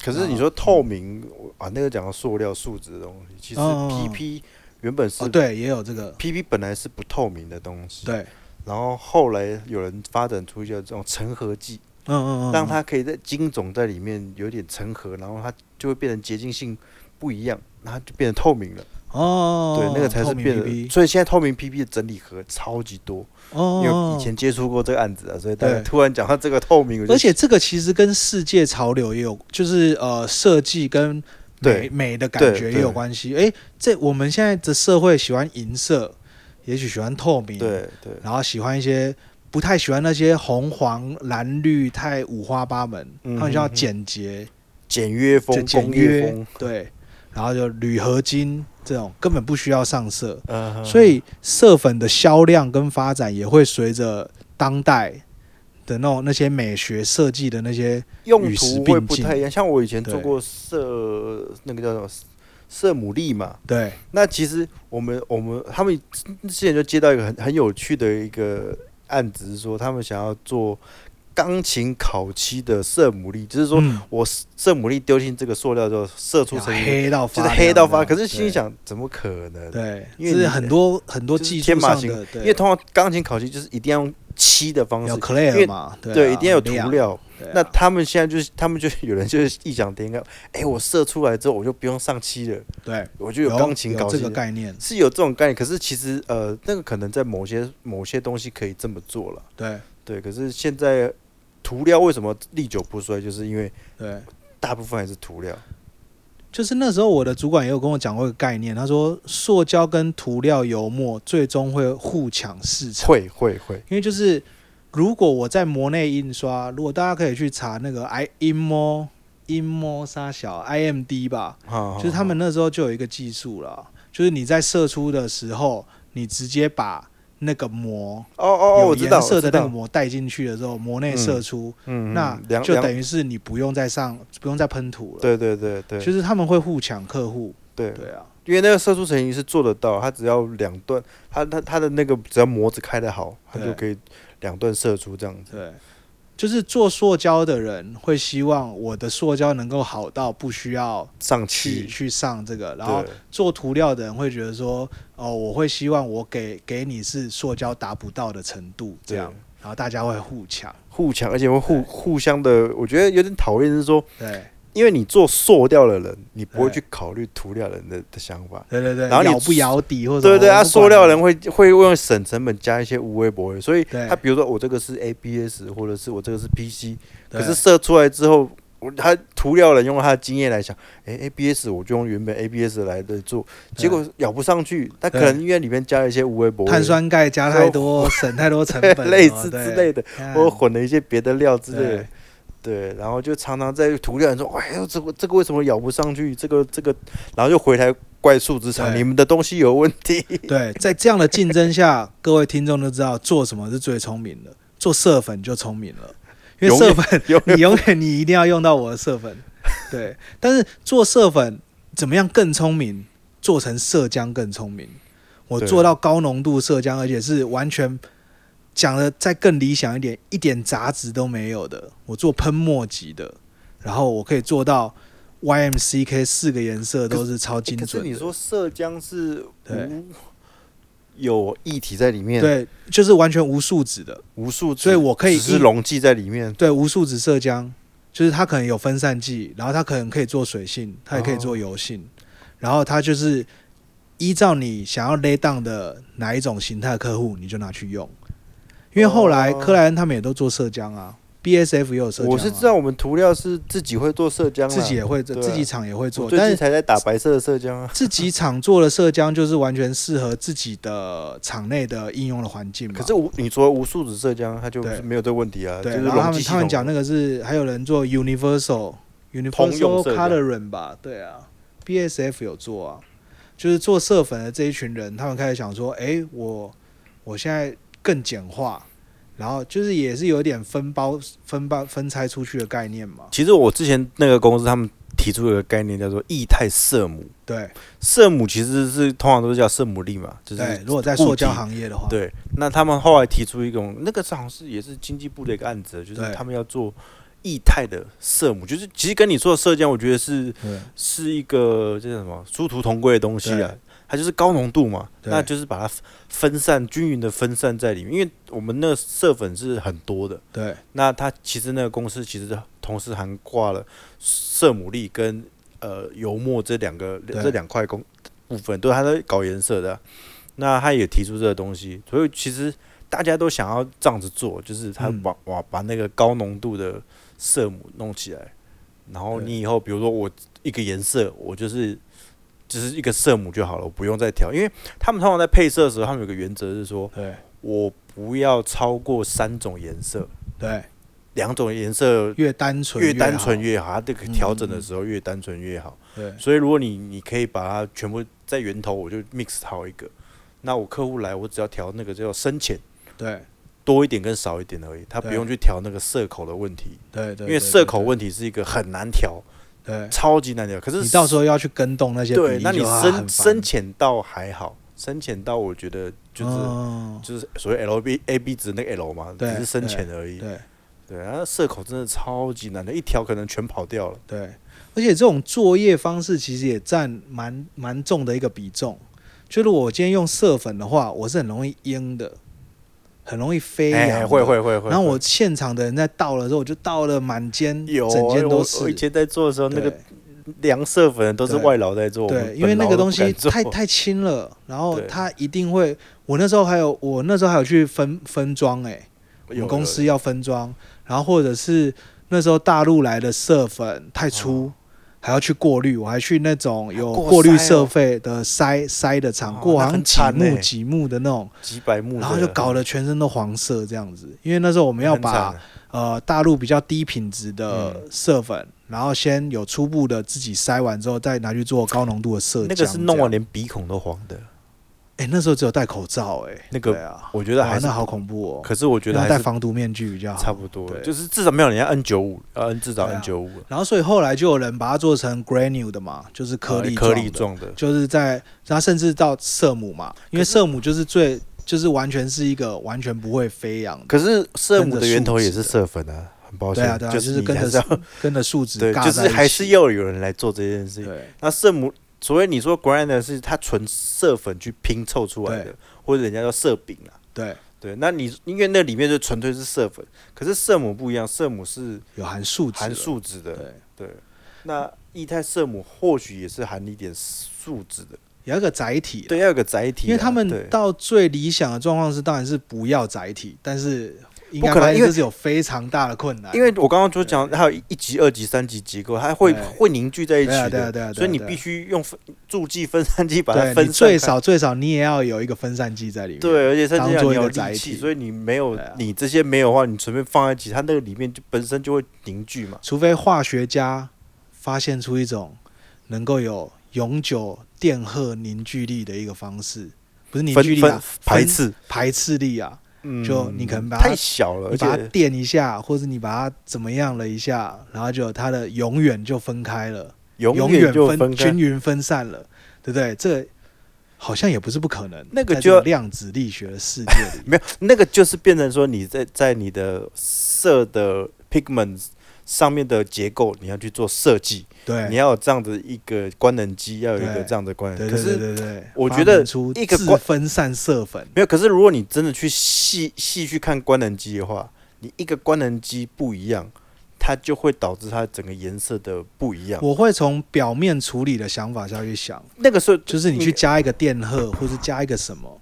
[SPEAKER 2] 可是你说透明啊，那个讲到塑料树脂的东西，其实
[SPEAKER 1] 嗯
[SPEAKER 2] PP 原本是
[SPEAKER 1] 哦，对，也有这个，
[SPEAKER 2] PP 本来是不透明的东西，
[SPEAKER 1] 对，
[SPEAKER 2] 然后后来有人发展出一些这种成盒剂，
[SPEAKER 1] 嗯嗯嗯，
[SPEAKER 2] 让它可以在晶种在里面有点成盒，然后它就会变成结晶性不一样，然后它就变成透明了。
[SPEAKER 1] 哦，
[SPEAKER 2] 对，那个才是
[SPEAKER 1] 透明
[SPEAKER 2] 变得。
[SPEAKER 1] PP
[SPEAKER 2] 所以现在透明 PP 的整理盒超级多，因
[SPEAKER 1] 哦，
[SPEAKER 2] 为以前接触过这个案子啊，所以大家
[SPEAKER 1] 对
[SPEAKER 2] 突然讲到这个透明，我就
[SPEAKER 1] 而且这个其实跟世界潮流也有，就是呃设计跟
[SPEAKER 2] 对
[SPEAKER 1] 美美的感
[SPEAKER 2] 对
[SPEAKER 1] 觉也
[SPEAKER 2] 对
[SPEAKER 1] 有关系。诶，这我们现在的社会喜欢银色，也许喜欢透明，，
[SPEAKER 2] 对对
[SPEAKER 1] 然后喜欢一些不太喜欢那些红黄蓝绿太五花八门，
[SPEAKER 2] 嗯
[SPEAKER 1] 他们就要
[SPEAKER 2] 嗯嗯
[SPEAKER 1] 简洁，
[SPEAKER 2] 简约风
[SPEAKER 1] 就、简
[SPEAKER 2] 工业
[SPEAKER 1] 约
[SPEAKER 2] 风，
[SPEAKER 1] 对，然后就铝合金这种根本不需要上色，
[SPEAKER 2] 呃
[SPEAKER 1] 所以色粉的销量跟发展也会随着当代的那种那些美学设计的那些。
[SPEAKER 2] 用
[SPEAKER 1] 与时
[SPEAKER 2] 途会
[SPEAKER 1] 并
[SPEAKER 2] 不
[SPEAKER 1] 进
[SPEAKER 2] 太一样。像我以前
[SPEAKER 1] 对
[SPEAKER 2] 做过色，那个叫什么色牡蛎嘛，
[SPEAKER 1] 对，
[SPEAKER 2] 那其实我们我们他们之前就接到一个很很有趣的一个案子，是说他们想要做钢琴烤漆的色牡蛎，就是说
[SPEAKER 1] 嗯
[SPEAKER 2] 我色牡蛎丢进这个塑料之后射出
[SPEAKER 1] 要
[SPEAKER 2] 成一个
[SPEAKER 1] 黑到发
[SPEAKER 2] 就
[SPEAKER 1] 亮
[SPEAKER 2] 是
[SPEAKER 1] 的，
[SPEAKER 2] 黑到发，可是心里
[SPEAKER 1] 啊对，
[SPEAKER 2] 想怎么可能？
[SPEAKER 1] 对，
[SPEAKER 2] 因为
[SPEAKER 1] 这
[SPEAKER 2] 你
[SPEAKER 1] 是很多很多
[SPEAKER 2] 就是
[SPEAKER 1] 技
[SPEAKER 2] 天
[SPEAKER 1] 术
[SPEAKER 2] 马
[SPEAKER 1] 上
[SPEAKER 2] 行
[SPEAKER 1] 的，对，
[SPEAKER 2] 因为通常钢琴烤漆就是一定要用漆的方式
[SPEAKER 1] 有，
[SPEAKER 2] 因为
[SPEAKER 1] clear 嘛，对啊，
[SPEAKER 2] 对，一定要有涂
[SPEAKER 1] 亮，
[SPEAKER 2] 料。
[SPEAKER 1] 对啊
[SPEAKER 2] 那他们现在就是，他们就 有人就是异想天开，哎、我射出来之后我就不用上漆了，
[SPEAKER 1] 对
[SPEAKER 2] 我就有钢琴
[SPEAKER 1] 有
[SPEAKER 2] 烤漆
[SPEAKER 1] 这个概念，
[SPEAKER 2] 是有这种概念。可是其实呃，那个可能在某些某些东西可以这么做了，
[SPEAKER 1] 对
[SPEAKER 2] 对。可是现在涂料为什么历久不衰，就是因为
[SPEAKER 1] 对，
[SPEAKER 2] 大部分还是涂料。
[SPEAKER 1] 就是那时候我的主管也有跟我讲过一个概念，他说塑胶跟涂料油墨最终会互抢市场，
[SPEAKER 2] 会会会，
[SPEAKER 1] 因为就是如果我在膜内印刷，如果大家可以去查那个 i imo imo 沙小 imd 吧，
[SPEAKER 2] 就
[SPEAKER 1] 就是他们那时候就有一个技术了，就是你在射出的时候，你直接把那个膜
[SPEAKER 2] 哦哦哦，
[SPEAKER 1] 有
[SPEAKER 2] 我知道，
[SPEAKER 1] 颜
[SPEAKER 2] 我
[SPEAKER 1] 色的
[SPEAKER 2] 知
[SPEAKER 1] 那个
[SPEAKER 2] 道，
[SPEAKER 1] 膜带进去的时候，膜内射出，
[SPEAKER 2] 嗯，嗯
[SPEAKER 1] 那
[SPEAKER 2] 两
[SPEAKER 1] 就
[SPEAKER 2] 两
[SPEAKER 1] 等于是你不用再上，不用再喷涂了。
[SPEAKER 2] 对对对对，
[SPEAKER 1] 就是他们会互抢客户，
[SPEAKER 2] 对，
[SPEAKER 1] 对啊，
[SPEAKER 2] 因为那个射出成型是做得到，它只要两段，它它它的那个只要模子开得好，它
[SPEAKER 1] 对
[SPEAKER 2] 就可以两段射出这样子。
[SPEAKER 1] 对，就是做塑胶的人会希望我的塑胶能够好到不需要
[SPEAKER 2] 上
[SPEAKER 1] 去
[SPEAKER 2] 气，
[SPEAKER 1] 去上这个，然后
[SPEAKER 2] 对
[SPEAKER 1] 做涂料的人会觉得说，哦，我会希望我给给你是塑胶达不到的程度，这样
[SPEAKER 2] 对，
[SPEAKER 1] 然后大家会互抢，
[SPEAKER 2] 互抢，而且会互互相的，我觉得有点讨厌是说，
[SPEAKER 1] 对，
[SPEAKER 2] 因为你做塑料的人，你不会
[SPEAKER 1] 对
[SPEAKER 2] 去考虑涂料人的的想法。
[SPEAKER 1] 对对对，
[SPEAKER 2] 然后你
[SPEAKER 1] 咬不咬底或者
[SPEAKER 2] 对对，
[SPEAKER 1] 他
[SPEAKER 2] 啊，塑料人会会用省成本加一些无微博，所以
[SPEAKER 1] 对
[SPEAKER 2] 他比如说我这个是 ABS，或者是我这个是 PC，
[SPEAKER 1] 对
[SPEAKER 2] 可是射出来之后，我他涂料人用他的经验来想，哎、a b s 我就用原本 ABS 来的做，
[SPEAKER 1] 对
[SPEAKER 2] 结果咬不上去，他可
[SPEAKER 1] 对
[SPEAKER 2] 能因为里面加了一些无微博
[SPEAKER 1] 碳酸钙加太多，省太多成 本，啊哦
[SPEAKER 2] 类似
[SPEAKER 1] 对
[SPEAKER 2] 之类的，
[SPEAKER 1] 看
[SPEAKER 2] 或者混了一些别的料之类的
[SPEAKER 1] 嗯对。
[SPEAKER 2] 对，然后就常常在涂料人说，哎呦，这个这个为什么咬不上去？这个这个，然后就回来怪树枝厂，
[SPEAKER 1] 对
[SPEAKER 2] 你们的东西有问题。
[SPEAKER 1] 对，在这样的竞争下，各位听众都知道做什么是最聪明的，做色粉就聪明了，因为
[SPEAKER 2] 永远
[SPEAKER 1] 色粉
[SPEAKER 2] 有
[SPEAKER 1] 你永远你一定要用到我的色粉，对。但是做色粉怎么样更聪明？做成色浆更聪明。我
[SPEAKER 2] 对
[SPEAKER 1] 做到高浓度色浆，而且是完全讲的再更理想一点，一点杂质都没有的。我做喷墨级的，然后我可以做到 YMCK 四个颜色都是 超精
[SPEAKER 2] 可是
[SPEAKER 1] 准的。
[SPEAKER 2] 你说涉浆是
[SPEAKER 1] 对
[SPEAKER 2] 无有液体在里面，，
[SPEAKER 1] 对，就是完全无数值的。
[SPEAKER 2] 无数只，
[SPEAKER 1] 所以我可以
[SPEAKER 2] 只是
[SPEAKER 1] 一
[SPEAKER 2] 溶剂在里面，
[SPEAKER 1] 对，无数值色浆，就是它可能有分散剂，然后它可能可以做水性，它也可以
[SPEAKER 2] 哦
[SPEAKER 1] 做油性，然后它就是依照你想要 lay down 的哪一种形态客户，你就拿去用。因为后来
[SPEAKER 2] 哦
[SPEAKER 1] 克莱恩他们也都做色浆啊，BSF 也有色浆、啊，
[SPEAKER 2] 我是知道我们涂料是自己会做射浆啦，
[SPEAKER 1] 自己也会，
[SPEAKER 2] 对啊
[SPEAKER 1] 自己厂也会做
[SPEAKER 2] 我，最
[SPEAKER 1] 但
[SPEAKER 2] 近
[SPEAKER 1] 是
[SPEAKER 2] 才在打白色的射浆啊。
[SPEAKER 1] 自己厂做的色浆就是完全适合自己的厂内的应用的环境嘛。
[SPEAKER 2] 可是无你说无数指射浆，它就
[SPEAKER 1] 对
[SPEAKER 2] 没有这问题啊，就
[SPEAKER 1] 对，
[SPEAKER 2] 是
[SPEAKER 1] 然后他
[SPEAKER 2] 溶
[SPEAKER 1] 们
[SPEAKER 2] 剂系
[SPEAKER 1] 他们
[SPEAKER 2] 统。
[SPEAKER 1] 讲那个是还有人做 Universal
[SPEAKER 2] 通用
[SPEAKER 1] Universal
[SPEAKER 2] 色的
[SPEAKER 1] Colorant 吧？对啊，BSF 有做啊，就是做色粉的这一群人，他们开始想说，诶，我我现在更简化，然后就是也是有点分包、分包、分拆出去的概念嘛。
[SPEAKER 2] 其实我之前那个公司他们提出了一个概念叫做液态色母，
[SPEAKER 1] 对
[SPEAKER 2] 色母其实是通常都是叫圣母粒嘛，就是
[SPEAKER 1] 对，如果在塑胶
[SPEAKER 2] 固体
[SPEAKER 1] 行业的话，
[SPEAKER 2] 对，那他们后来提出一种，那个是好像是也是经济部的一个案子，就
[SPEAKER 1] 对
[SPEAKER 2] 是他们要做液态的色母，就是其实跟你说的射浆，我觉得是
[SPEAKER 1] 对
[SPEAKER 2] 是一个这叫什么殊途同归的东西啊
[SPEAKER 1] 对，
[SPEAKER 2] 它就是高浓度嘛，
[SPEAKER 1] 对
[SPEAKER 2] 那就是把它分分散均匀的分散在里面，因为我们那个色粉是很多的，
[SPEAKER 1] 对
[SPEAKER 2] 那它其实那个公司其实同时涵挂了色母粒跟呃油墨这两个
[SPEAKER 1] 对
[SPEAKER 2] 这两块工部分，都是他在搞颜色的啊、那他也提出这个东西，所以其实大家都想要这样子做，就是他
[SPEAKER 1] 嗯
[SPEAKER 2] 把、哇把那个高浓度的色母弄起来，然后
[SPEAKER 1] 对
[SPEAKER 2] 你以后比如说我一个颜色，我就是就是一个色母就好了，我不用再调，因为他们通常在配色的时候，他们有个原则是说
[SPEAKER 1] 对
[SPEAKER 2] 我不要超过三种颜色。
[SPEAKER 1] 对，
[SPEAKER 2] 两种颜色
[SPEAKER 1] 越单纯
[SPEAKER 2] 越单纯
[SPEAKER 1] 好
[SPEAKER 2] 越好，它这个
[SPEAKER 1] 嗯
[SPEAKER 2] 调整的时候越单纯越好。
[SPEAKER 1] 对
[SPEAKER 2] 所以如果你你可以把它全部在源头，我就 mix 好一个，那我客户来，我只要调那个叫深浅
[SPEAKER 1] 对
[SPEAKER 2] 多一点跟少一点而已，他
[SPEAKER 1] 对
[SPEAKER 2] 不用去调那个色口的问题，
[SPEAKER 1] 对对，
[SPEAKER 2] 因
[SPEAKER 1] 对
[SPEAKER 2] 为色口，问题是一个很难调，
[SPEAKER 1] 对，对
[SPEAKER 2] 超级难调。可是
[SPEAKER 1] 你到时候要去跟动那些比
[SPEAKER 2] 对
[SPEAKER 1] 例，就
[SPEAKER 2] 那你
[SPEAKER 1] 啊很
[SPEAKER 2] 深
[SPEAKER 1] 烦
[SPEAKER 2] 深浅到还好，深浅到我觉得就是、
[SPEAKER 1] 哦
[SPEAKER 2] 就是所谓 L B A B 值那个 L 嘛，只
[SPEAKER 1] 对
[SPEAKER 2] 是深浅而已。
[SPEAKER 1] 对。
[SPEAKER 2] 对，然后色口真的超级难的，一调可能全跑掉了。
[SPEAKER 1] 对，而且这种作业方式其实也占蛮蛮重的一个比重。就如果我今天用色粉的话，我是很容易阴的，很容易飞扬的、
[SPEAKER 2] 哎，会会会会。
[SPEAKER 1] 然后
[SPEAKER 2] 会
[SPEAKER 1] 我现场的人在倒了之后，我就倒了满间，
[SPEAKER 2] 有，哎
[SPEAKER 1] 整间
[SPEAKER 2] 我
[SPEAKER 1] 都
[SPEAKER 2] 我
[SPEAKER 1] 是
[SPEAKER 2] 以。前在做的时候，那
[SPEAKER 1] 对
[SPEAKER 2] 个凉色粉都是
[SPEAKER 1] 对
[SPEAKER 2] 外劳在做，我
[SPEAKER 1] 对，
[SPEAKER 2] 们
[SPEAKER 1] 因为
[SPEAKER 2] 本
[SPEAKER 1] 那
[SPEAKER 2] 劳
[SPEAKER 1] 个
[SPEAKER 2] 都
[SPEAKER 1] 东
[SPEAKER 2] 不敢
[SPEAKER 1] 西
[SPEAKER 2] 做
[SPEAKER 1] 太太轻了，然后
[SPEAKER 2] 对
[SPEAKER 1] 它一定会。我那时候还有，我那时候还有去分分装哎、我
[SPEAKER 2] 有
[SPEAKER 1] 们公司要分装，然后或者是那时候大陆来的色粉太粗，还要去过滤，我还去那种有
[SPEAKER 2] 嗯过
[SPEAKER 1] 过滤
[SPEAKER 2] 筛哦
[SPEAKER 1] 设备的筛筛的厂
[SPEAKER 2] 哦
[SPEAKER 1] 过，好
[SPEAKER 2] 那
[SPEAKER 1] 像
[SPEAKER 2] 很
[SPEAKER 1] 几
[SPEAKER 2] 惨
[SPEAKER 1] 目
[SPEAKER 2] 欸
[SPEAKER 1] 几目的那种，
[SPEAKER 2] 几百目的，
[SPEAKER 1] 然
[SPEAKER 2] 啊
[SPEAKER 1] 后就搞得全身都黄色这样子。因为那时候我们要
[SPEAKER 2] 很惨
[SPEAKER 1] 把
[SPEAKER 2] 啊
[SPEAKER 1] 呃大陆比较低品质的色粉，
[SPEAKER 2] 嗯
[SPEAKER 1] 然后先有初步的自己筛完之后，再拿去做高浓度的色浆。
[SPEAKER 2] 那个是弄
[SPEAKER 1] 这样
[SPEAKER 2] 完，连鼻孔都黄的，
[SPEAKER 1] 哎、那时候只有戴口罩、哎，
[SPEAKER 2] 那个
[SPEAKER 1] 对啊，
[SPEAKER 2] 我觉得
[SPEAKER 1] 哇
[SPEAKER 2] 还是
[SPEAKER 1] 那，好恐怖哦。
[SPEAKER 2] 可是我觉得
[SPEAKER 1] 要
[SPEAKER 2] 还
[SPEAKER 1] 戴
[SPEAKER 2] 是
[SPEAKER 1] 防毒面具比较好，
[SPEAKER 2] 差不多，
[SPEAKER 1] 对
[SPEAKER 2] 就是至少没有人家 N 九五，呃，至少
[SPEAKER 1] 对啊
[SPEAKER 2] N 九五了，
[SPEAKER 1] 然后所以后来就有人把它做成 granule 的嘛，就是颗粒
[SPEAKER 2] 呃
[SPEAKER 1] 状
[SPEAKER 2] 颗
[SPEAKER 1] 的
[SPEAKER 2] 粒，状的，
[SPEAKER 1] 就是在它甚至到色母嘛，因为色母就是最就是完全是一个完全不会飞扬的，
[SPEAKER 2] 可是色
[SPEAKER 1] 跟
[SPEAKER 2] 母
[SPEAKER 1] 着
[SPEAKER 2] 的源
[SPEAKER 1] 树
[SPEAKER 2] 头也
[SPEAKER 1] 脂
[SPEAKER 2] 是
[SPEAKER 1] 的
[SPEAKER 2] 色粉啊，很抱
[SPEAKER 1] 对
[SPEAKER 2] 歉，
[SPEAKER 1] 啊对啊，
[SPEAKER 2] 是
[SPEAKER 1] 是
[SPEAKER 2] 你
[SPEAKER 1] 跟
[SPEAKER 2] 还是要
[SPEAKER 1] 着跟着树脂
[SPEAKER 2] 对，
[SPEAKER 1] 尬
[SPEAKER 2] 就是
[SPEAKER 1] 在一
[SPEAKER 2] 还
[SPEAKER 1] 起
[SPEAKER 2] 是要有人来做这件事情。
[SPEAKER 1] 对
[SPEAKER 2] 那色母，所以你说 grind 呢是它纯色粉去拼凑出来
[SPEAKER 1] 对
[SPEAKER 2] 的，或者人家叫色饼啊。
[SPEAKER 1] 对
[SPEAKER 2] 对，那你因为那里面就纯粹是色粉，可是色母不一样，色母是
[SPEAKER 1] 有含树脂的，
[SPEAKER 2] 含树脂的。
[SPEAKER 1] 对。
[SPEAKER 2] 对，那液态色母或许也是含一点树脂的，
[SPEAKER 1] 有一个载体啦，
[SPEAKER 2] 对，要有个载体啊、
[SPEAKER 1] 因为他
[SPEAKER 2] 对
[SPEAKER 1] 们到最理想的状况是，当然是不要载体，但是应该
[SPEAKER 2] 不可能
[SPEAKER 1] 发现
[SPEAKER 2] 因为
[SPEAKER 1] 这是有非常大的困难，
[SPEAKER 2] 因为我刚刚就讲，还有一级、二级、三级结构，它会
[SPEAKER 1] 对
[SPEAKER 2] 会凝聚在一起
[SPEAKER 1] 对啊
[SPEAKER 2] 的，
[SPEAKER 1] 对啊对啊对啊
[SPEAKER 2] 所以你
[SPEAKER 1] 对啊
[SPEAKER 2] 必须用分助剂分散剂把它
[SPEAKER 1] 对
[SPEAKER 2] 分
[SPEAKER 1] 你
[SPEAKER 2] 散
[SPEAKER 1] 最
[SPEAKER 2] 开
[SPEAKER 1] 少最少你也要有一个分散剂在里面，啊
[SPEAKER 2] 对，而啊且甚
[SPEAKER 1] 当
[SPEAKER 2] 至要
[SPEAKER 1] 做
[SPEAKER 2] 你
[SPEAKER 1] 一个
[SPEAKER 2] 有
[SPEAKER 1] 载
[SPEAKER 2] 力气，
[SPEAKER 1] 体
[SPEAKER 2] 所以你没有、
[SPEAKER 1] 对啊
[SPEAKER 2] 你这些没有的话，你随便放在一起，它那个里面就本身就会凝聚嘛。
[SPEAKER 1] 除非化学家发现出一种能够有永久电荷凝聚力的一个方式，不是凝
[SPEAKER 2] 分
[SPEAKER 1] 聚力
[SPEAKER 2] 分
[SPEAKER 1] 啊，
[SPEAKER 2] 排斥，
[SPEAKER 1] 排斥力啊，
[SPEAKER 2] 嗯
[SPEAKER 1] 就你可能把它
[SPEAKER 2] 太小了，而
[SPEAKER 1] 你把它
[SPEAKER 2] 且
[SPEAKER 1] 电一下，或者你把它怎么样了一下，然后就它的永远就分开了，
[SPEAKER 2] 永
[SPEAKER 1] 远
[SPEAKER 2] 就
[SPEAKER 1] 分
[SPEAKER 2] 开
[SPEAKER 1] 均。匀分散了，对不对？这好像也不是不可能，
[SPEAKER 2] 那个
[SPEAKER 1] 在
[SPEAKER 2] 就
[SPEAKER 1] 这
[SPEAKER 2] 要
[SPEAKER 1] 量子力学的世 界里，
[SPEAKER 2] 没有，那个就是变成说你在在你的色的 pigment 上面的结构，你要去做设计，
[SPEAKER 1] 对，
[SPEAKER 2] 你要有这样的一个官能机，要有一
[SPEAKER 1] 对
[SPEAKER 2] 个这样的官能。
[SPEAKER 1] 对
[SPEAKER 2] 可
[SPEAKER 1] 对对对
[SPEAKER 2] 是
[SPEAKER 1] 对，
[SPEAKER 2] 我
[SPEAKER 1] 发
[SPEAKER 2] 觉得
[SPEAKER 1] 明出
[SPEAKER 2] 一个
[SPEAKER 1] 自
[SPEAKER 2] 光
[SPEAKER 1] 分散色粉，
[SPEAKER 2] 没有，可是如果你真的去细细去看官能机的话，你一个官能机不一样，它就会导致它整个颜色的不一样。
[SPEAKER 1] 我会从表面处理的想法下去想。
[SPEAKER 2] 那个时候
[SPEAKER 1] 就是你
[SPEAKER 2] 你
[SPEAKER 1] 去加一个电荷，或是加一个什么，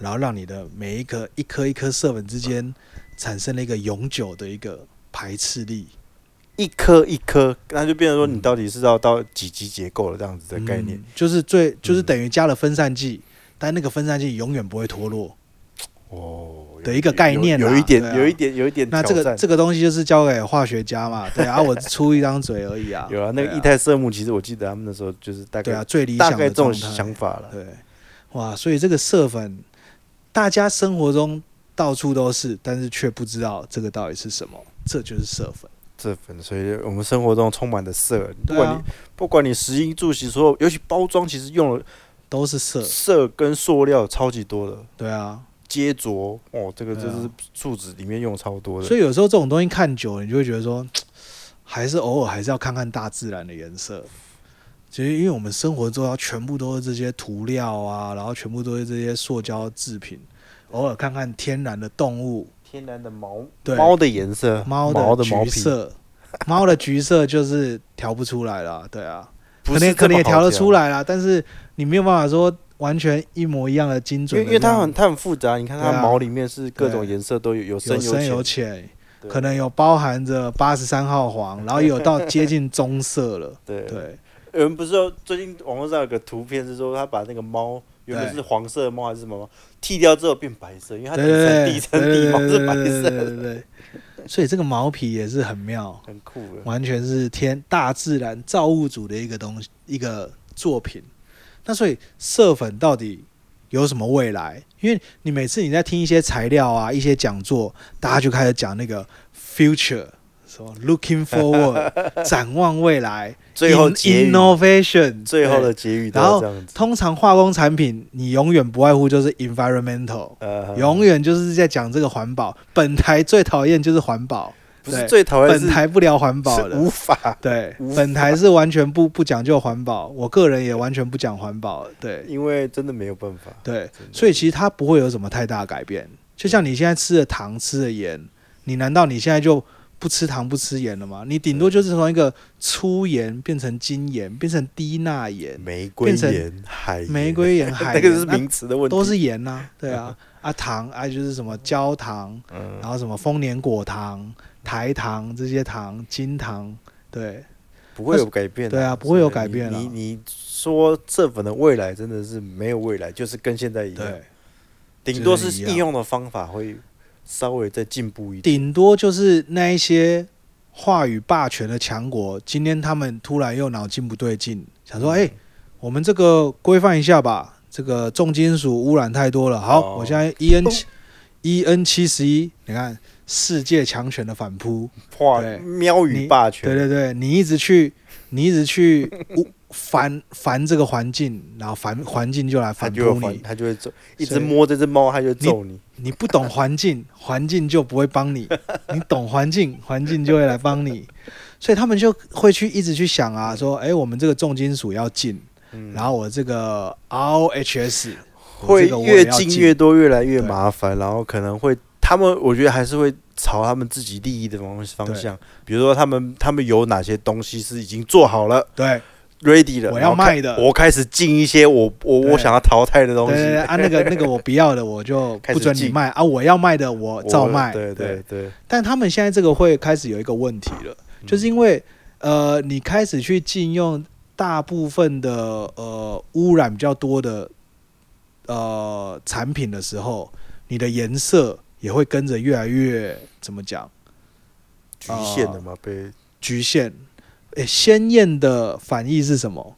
[SPEAKER 1] 然后让你的每一颗一颗一颗色粉之间产生了一个永久的一个排斥力
[SPEAKER 2] 一颗一颗，那就变成说你到底是要到几级结构了这样子的概念。
[SPEAKER 1] 嗯就是最就是等于加了分散剂，但那个分散剂永远不会脱落。
[SPEAKER 2] 哦，有
[SPEAKER 1] 的一个概念啦
[SPEAKER 2] 有有一
[SPEAKER 1] 对
[SPEAKER 2] 点，
[SPEAKER 1] 啊
[SPEAKER 2] 有一点，有一点挑
[SPEAKER 1] 那
[SPEAKER 2] 战。
[SPEAKER 1] 这个这个东西就是交给化学家 嘛，对啊，我只出一张嘴而已啊。
[SPEAKER 2] 有啊，那
[SPEAKER 1] 对
[SPEAKER 2] 个液态色木，其实我记得他们那时候就是大
[SPEAKER 1] 对啊，
[SPEAKER 2] 概
[SPEAKER 1] 最理
[SPEAKER 2] 大
[SPEAKER 1] 想
[SPEAKER 2] 概
[SPEAKER 1] 的
[SPEAKER 2] 这种
[SPEAKER 1] 状态
[SPEAKER 2] 想法了。
[SPEAKER 1] 对，哇，所以这个色粉，大家生活中到处都是，但是却不知道这个到底是什么，这就是色粉。
[SPEAKER 2] 这粉，所以我们生活中充满了色，不
[SPEAKER 1] 对
[SPEAKER 2] 管
[SPEAKER 1] 啊
[SPEAKER 2] 你，不管你食衣住行，所有尤其包装，其实用了
[SPEAKER 1] 都是色，
[SPEAKER 2] 色跟塑料超级多的。
[SPEAKER 1] 对啊，
[SPEAKER 2] 接着哦，这个就
[SPEAKER 1] 对啊
[SPEAKER 2] 是树脂里面用超多的，
[SPEAKER 1] 所以有时候这种东西看久了，你就会觉得说，还是偶尔还是要看看大自然的颜色。其实，因为我们生活中要全部都是这些涂料啊，然后全部都是这些塑胶制品，偶尔看看天然的动物，
[SPEAKER 2] 天然的毛
[SPEAKER 1] 对
[SPEAKER 2] 猫的颜色，
[SPEAKER 1] 猫
[SPEAKER 2] 毛的毛
[SPEAKER 1] 橘
[SPEAKER 2] 皮，
[SPEAKER 1] 色，猫的橘色就是调不出来了，对啊，
[SPEAKER 2] 不
[SPEAKER 1] 可能
[SPEAKER 2] 是
[SPEAKER 1] 可能也调得出
[SPEAKER 2] 来，
[SPEAKER 1] 来啦，但是你没有办法说完全一模一样的精
[SPEAKER 2] 因
[SPEAKER 1] 准
[SPEAKER 2] 为
[SPEAKER 1] 的
[SPEAKER 2] 因
[SPEAKER 1] 这样，
[SPEAKER 2] 为它很它很复杂，你看
[SPEAKER 1] 对
[SPEAKER 2] 它
[SPEAKER 1] 啊
[SPEAKER 2] 毛里面是各种
[SPEAKER 1] 对
[SPEAKER 2] 颜色都有，有深
[SPEAKER 1] 有深有
[SPEAKER 2] 有，
[SPEAKER 1] 浅，
[SPEAKER 2] 对
[SPEAKER 1] 可能有包含着八十三号 黄，然后也有到接近棕色了，
[SPEAKER 2] 对
[SPEAKER 1] 对。
[SPEAKER 2] 有人不是说最近网络上有个图片是说他把那个猫原本
[SPEAKER 1] 对
[SPEAKER 2] 是黄色的猫还是什么猫剃掉之后变白色，因为它底层
[SPEAKER 1] 对
[SPEAKER 2] 底层底毛是白
[SPEAKER 1] 对
[SPEAKER 2] 色，
[SPEAKER 1] 对对对， 所以这个毛皮也是很妙，
[SPEAKER 2] 很酷的。
[SPEAKER 1] 完全是天大自然造物主的一个东西，一个作品。那所以色粉到底有什么未来？因为你每次你在听一些材料啊、一些讲座，大家就开始讲那个 future，什么 looking forward，展 望未来，
[SPEAKER 2] 最后
[SPEAKER 1] in-
[SPEAKER 2] 结语，
[SPEAKER 1] innovation，
[SPEAKER 2] 最后
[SPEAKER 1] 对
[SPEAKER 2] 的结语都
[SPEAKER 1] 然
[SPEAKER 2] 要
[SPEAKER 1] 后
[SPEAKER 2] 这样子，
[SPEAKER 1] 通常化工产品，你永远不外乎就是 environmental。
[SPEAKER 2] 呃，
[SPEAKER 1] 永远就是在讲这个环保。本台最讨厌就是环保，
[SPEAKER 2] 不是
[SPEAKER 1] 对
[SPEAKER 2] 最讨厌
[SPEAKER 1] 本
[SPEAKER 2] 是
[SPEAKER 1] 台不聊环保
[SPEAKER 2] 是
[SPEAKER 1] 的
[SPEAKER 2] 无。法，
[SPEAKER 1] 对
[SPEAKER 2] 无，
[SPEAKER 1] 本台是完全不不讲究环保，我个人也完全不讲环保。对
[SPEAKER 2] 因为真的没有办法。
[SPEAKER 1] 对，
[SPEAKER 2] 真的
[SPEAKER 1] 所以其实它不会有什么太大改变。就像你现在吃的糖、吃的盐，你难道你现在就不吃糖、不吃盐了吗？你顶多就是从一个粗盐变成精盐，变成低钠盐、
[SPEAKER 2] 玫瑰
[SPEAKER 1] 变成
[SPEAKER 2] 盐、海盐
[SPEAKER 1] 玫，瑰盐、海
[SPEAKER 2] 哎 那
[SPEAKER 1] 盐，
[SPEAKER 2] 个是
[SPEAKER 1] 那
[SPEAKER 2] 名词的问题，
[SPEAKER 1] 都是盐呐、 对啊，啊糖啊就是什么焦糖，
[SPEAKER 2] 嗯
[SPEAKER 1] 然后什么丰年果糖、台糖这些糖、金糖，对，
[SPEAKER 2] 不会有改变的、
[SPEAKER 1] 对啊不会有改变
[SPEAKER 2] 你
[SPEAKER 1] 啦
[SPEAKER 2] 你你说这粉的未来真的是没有未来，就是跟现在一样，
[SPEAKER 1] 对，
[SPEAKER 2] 顶多
[SPEAKER 1] 就是一
[SPEAKER 2] 是
[SPEAKER 1] 样
[SPEAKER 2] 应用的方法会稍微再进步一点。
[SPEAKER 1] 顶多就是那一些话语霸权的强国，今天他们突然又脑筋不对劲，想
[SPEAKER 2] 嗯
[SPEAKER 1] 说，哎、我们这个规范一下吧，这个重金属污染太多了。好，
[SPEAKER 2] 哦
[SPEAKER 1] 我现在 E N 七 E N 七十一，你看世界强权的反扑，
[SPEAKER 2] 哇
[SPEAKER 1] 对，
[SPEAKER 2] 喵语
[SPEAKER 1] 你
[SPEAKER 2] 霸权，
[SPEAKER 1] 对对对，你一直去， 你一直去污烦烦这个环境，然后反环境就来
[SPEAKER 2] 他
[SPEAKER 1] 反扑
[SPEAKER 2] 就会还
[SPEAKER 1] 你。
[SPEAKER 2] 他就会揍，一
[SPEAKER 1] 所
[SPEAKER 2] 直
[SPEAKER 1] 以
[SPEAKER 2] 摸这只猫，他就会揍你。
[SPEAKER 1] 你不懂环境， 环境就不会帮 你；你懂环境，环境就会来帮你。所以他们就会去一直去想啊，说，哎、我们这个重金属要禁，
[SPEAKER 2] 嗯，
[SPEAKER 1] 然后我这个 ROHS 我
[SPEAKER 2] 会
[SPEAKER 1] 这个我
[SPEAKER 2] 越
[SPEAKER 1] 也要
[SPEAKER 2] 进越多，越来越
[SPEAKER 1] 对
[SPEAKER 2] 麻烦，然后可能会他们，我觉得还是会朝他们自己利益的方方向，比如说他们他们有哪些东西是已经做好了
[SPEAKER 1] 对
[SPEAKER 2] ready 了，
[SPEAKER 1] 我
[SPEAKER 2] 然
[SPEAKER 1] 要
[SPEAKER 2] 后开
[SPEAKER 1] 卖的
[SPEAKER 2] 我开始进一些我我
[SPEAKER 1] 对
[SPEAKER 2] 我想要淘汰的东
[SPEAKER 1] 对对对
[SPEAKER 2] 西，
[SPEAKER 1] 啊，那个那个我不要的，我就
[SPEAKER 2] 开
[SPEAKER 1] 不
[SPEAKER 2] 始
[SPEAKER 1] 准你
[SPEAKER 2] 禁
[SPEAKER 1] 卖啊，我要卖的我照
[SPEAKER 2] 我
[SPEAKER 1] 卖。
[SPEAKER 2] 对对对，
[SPEAKER 1] 但他们现在这个会开始有一个问题了，就是因为呃，你开始去禁用大部分的呃污染比较多的呃产品的时候，你的颜色也会跟着越来越怎么讲
[SPEAKER 2] 局
[SPEAKER 1] 啊
[SPEAKER 2] 限的嘛，被
[SPEAKER 1] 局限？诶、鲜艳的反义是什么？